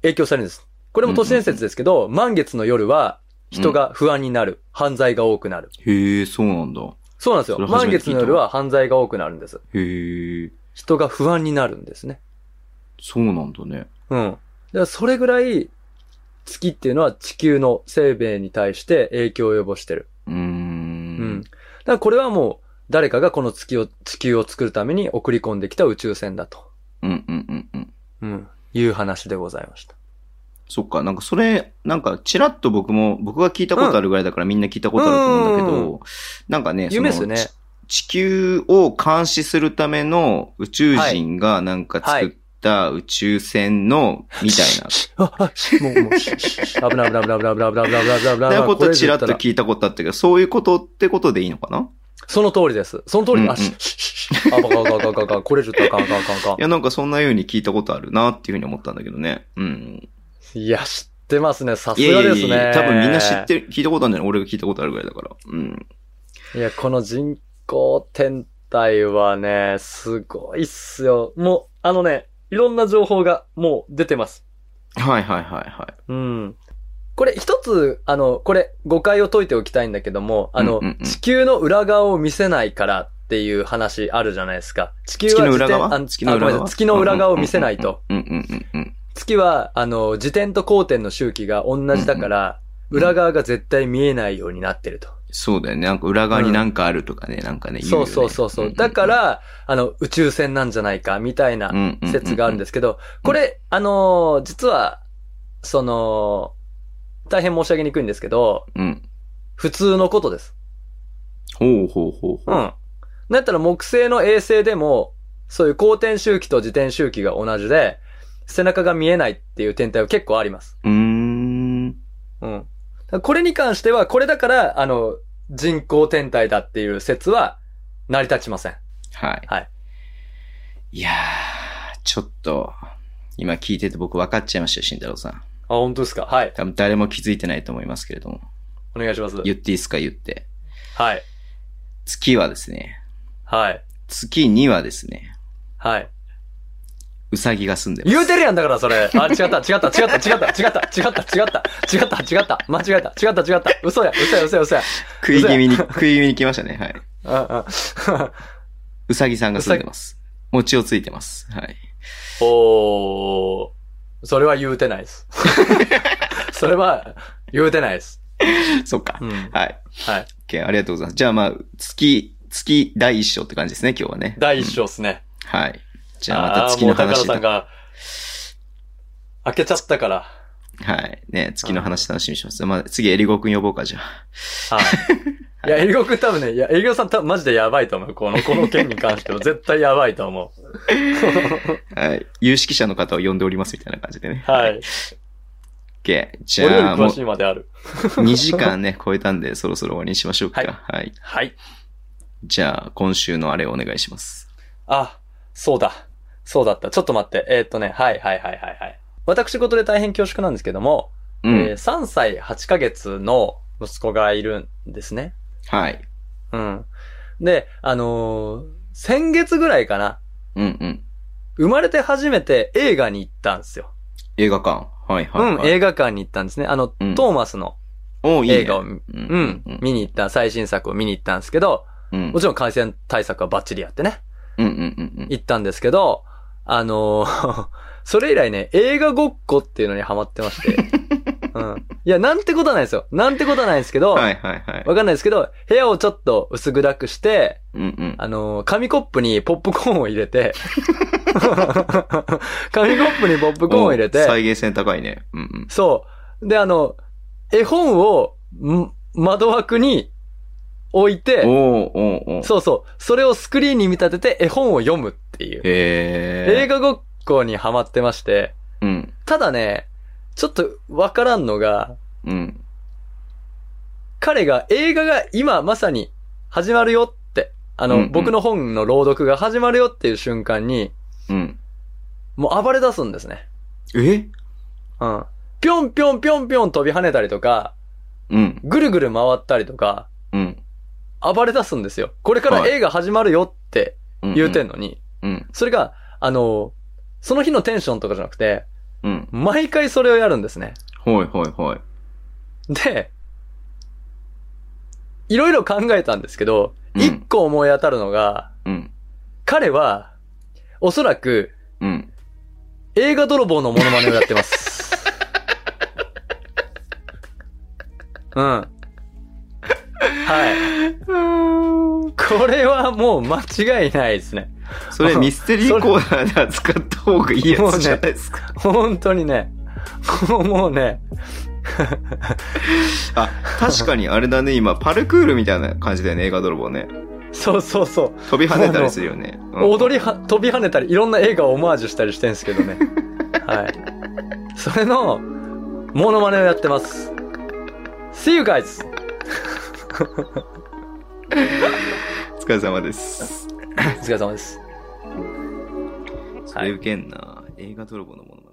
B: 影響されるんです。これも都市伝説ですけど、満月の夜は人が不安になる。犯罪が多くなる。
A: へえ、そうなんだ。
B: そうなんですよ。
A: それ初
B: 満
A: めて聞いた
B: 月の夜は犯罪が多くなるんです。
A: へえ、
B: 人が不安になるんですね。
A: そうなんだね。
B: うん。だからそれぐらい月っていうのは地球の生命に対して影響を及ぼしてる。
A: うー
B: うん。
A: ん
B: だ。からこれはもう誰かがこの月を、地球を作るために送り込んできた宇宙船だと。
A: うん、うん、うん、うん。
B: うん。いう話でございました。
A: そっか、なんかそれ、なんかちらっと僕も、僕が聞いたことあるぐらいだからみんな聞いたことあると思うんだけ
B: うんうん
A: ど、なんかね、そ
B: 夢
A: の
B: ですよね。
A: 地球を監視するための宇宙人がなんか作った宇宙船の、みたい な。
B: あ、あ、しもう、もう、ししし危ない危ない危ない危ない危ない危ない危ない危ない危
A: み
B: な
A: た
B: い
A: い
B: 危
A: な
B: ない。
A: ことちらっと
B: これ以上言ったら
A: 聞いたことあったけど、そういうことってことでいいのかな
B: その通りです。その通り。あ、
A: うん
B: し、し、し、あ、ばかばかばかばか。これ以上言ったらあかんあかんあかんあ
A: い
B: か
A: や、なんかそんなように聞いたことあるなっていうふうに思ったんだけどね。うん。
B: ん。いや、知ってますね。さす
A: いや
B: が
A: いや
B: で
A: い
B: す
A: や
B: ね。
A: 多分みんな知ってる、聞いたことあるんじゃない俺が聞いたことあるぐらいだから。うん。
B: いや、この人工天体はね、すごいっすよ。もう、あのね、いろんな情報がもう出てます。
A: はいはいはいはい。
B: うん。これ一つ、あの、これ誤解を解いておきたいんだけども、あの、
A: うんうんうん
B: 地球の裏側を見せないからっていう話あるじゃないですか。地球
A: 月
B: は
A: の
B: 自
A: 裏
B: 転
A: 側
B: あのあごめんなさい月の裏側を見せないと。。
A: うんうんうんうんうん。
B: 月は、あの、自転と公転の周期が同じだから、
A: うんうん
B: 裏側が絶対見えないようになってると。
A: そうだよね。なんか裏側になんかあるとかね、なんかね、言う
B: そ
A: よ
B: う
A: ね。
B: そうそうそう。だか、ら、あの、宇宙船なんじゃないか、みたいな説があるんですすけど、これ、あのー実は、その、大変申し上げにくいんですけど、
A: うん。
B: 普通のことです。
A: ほうほうほうほ
B: う
A: う。
B: ん。だったら木星の衛星でも、そういう公転周期と自転周期が同じで、背中が見えないっていう天体は結構あります。
A: うーん。
B: うん。だからこれに関しては、これだから、あの、人工天体だっていう説は、成り立ちません。
A: はい。
B: はい。
A: いやー、ちょっと、今聞いてて僕分かっちゃいましたよ、慎太郎さん。
B: あ、本当ですかはい。
A: 多分誰も気づいてないと思いますけれども。
B: お願いします。
A: 言っていいですか、言って。
B: はい。
A: 月はですね、
B: はい。
A: 月にはですね、
B: はい。
A: うさぎが住んでます。
B: 言うてるやんだから、それ。あ、違った、違った、違った、違った、違った、違った、違った、違った、違った、間違えた、違った、違った、嘘や、嘘や、嘘や、嘘や。
A: 食い気味に、食い気味に来ましたね、はい。
B: うんうん。
A: うさぎさんが住んでます。餅をついてます。 はい。
B: おー、それは言うてない です。それは、言うてないです。
A: そっか
B: う。ん。
A: はい。
B: はい。
A: OK、ありがとうございます。じゃあまあ、月、月第一章って感じですね、今日はね。
B: 第一章ですね。
A: はい。じゃあまた月の
B: あーもう
A: 話
B: 高野さんが、開けちゃったから。
A: はい。ね、月の話楽しみにします。まあ、次、エリゴくん呼ぼうか、じゃあ。
B: はい。いや、エリゴ君多分ね、いや、エリゴさん多分マジでやばいと思う。この、この件に関し ては絶対やばいと思う。
A: はい。有識者の方を呼んでおります、みたいな感じでね。
B: はい。
A: OK。じ
B: 俺より
A: ゃあ、もう
B: 詳しいまである。
A: 2時間ね、超えたんで、そろそろ終わりにしましょうか。
B: はい
A: はい。
B: はい。
A: じゃあ、今週のあれをお願いします。
B: あ、そうだ。そうだった。ちょっと待って。えーっとね、はいはいはいはいはい。私事で大変恐縮なんですけども、
A: うん。
B: えー3歳8ヶ月の息子がいるんですね。
A: はい。
B: うん。で、あのー先月ぐらいかな。
A: うんうん。
B: 生まれて初めて映画に行ったんですよ。
A: 映画館。はいはい、
B: う
A: は
B: ん、
A: い。
B: 映画館に行ったんですね。あの、
A: うん
B: トーマスの
A: おいいね
B: 映画を、
A: うん
B: う
A: うん
B: ん、見に行った、最新作を見に行ったんですけど、
A: うん。
B: もちろん感染対策はバッチリやってね、
A: うんうんうんうん。
B: 行ったんですけど、あのー それ以来ね、映画ごっこっていうのにハマって まして、うん。いや、なんてことはないですよ。なんてことはないですけど、
A: はいはいはい。
B: わかんないですけど、部屋をちょっと薄暗くして、
A: うんうん。
B: あのー紙コップにポップコーンを入れて、 紙コップにポップコーンを入れ
A: お
B: て、
A: 再現性高いね。うんうん。
B: そう。で、あの、絵本を、ん窓枠に置い
A: お
B: て、
A: ーおーおー
B: そうそう。それをスクリーンに見立てて絵本を読むっていう。
A: へー
B: 映画ごっこにハマってまして、
A: うん。
B: ただね、ちょっとわからんのが、
A: うん。
B: 彼が映画が今まさに始まるよって、あの、
A: うんうん
B: 僕の本の朗読が始まるよっていう瞬間に、
A: うん。
B: もう暴れ出すんですね。
A: え
B: うん。ぴょんぴょんぴょんぴょん飛び跳ねたりとか、
A: うん。
B: ぐるぐる回ったりとか、
A: うん。
B: 暴れ出すんですよ。これから
A: はい
B: 映画始まるよって
A: うん
B: 言うてん。のに、
A: うん。
B: それが、あの、その日のテンションとかじゃなくて、
A: うん。
B: 毎回それをやるんですね。
A: ほいほいほい。
B: で、いろいろ考えたんですけど、
A: うん
B: 一個思い当たるのが、
A: うん。
B: 彼は、おそらく、
A: うん。
B: 映画泥棒のモノマネをやってます。 うん。はい。これはもう間違いないですね。
A: それミステリーコーナーで扱った方がいいやつじゃないですか。
B: 本当にね。もうね。
A: あ、確かにあれだね、今、パルクールみたいな感じだよね、映画泥棒ね。
B: そうそうそう。
A: 飛び跳ねたりするよね。うん
B: 踊りは、飛び跳ねたり、いろんな映画をオマージュしたりしてんすけどね。はい。それの、モノマネをやってます。See you guys!
A: お疲れ様です。
B: お疲れ様です。
A: それ受けんな。映画泥棒のもの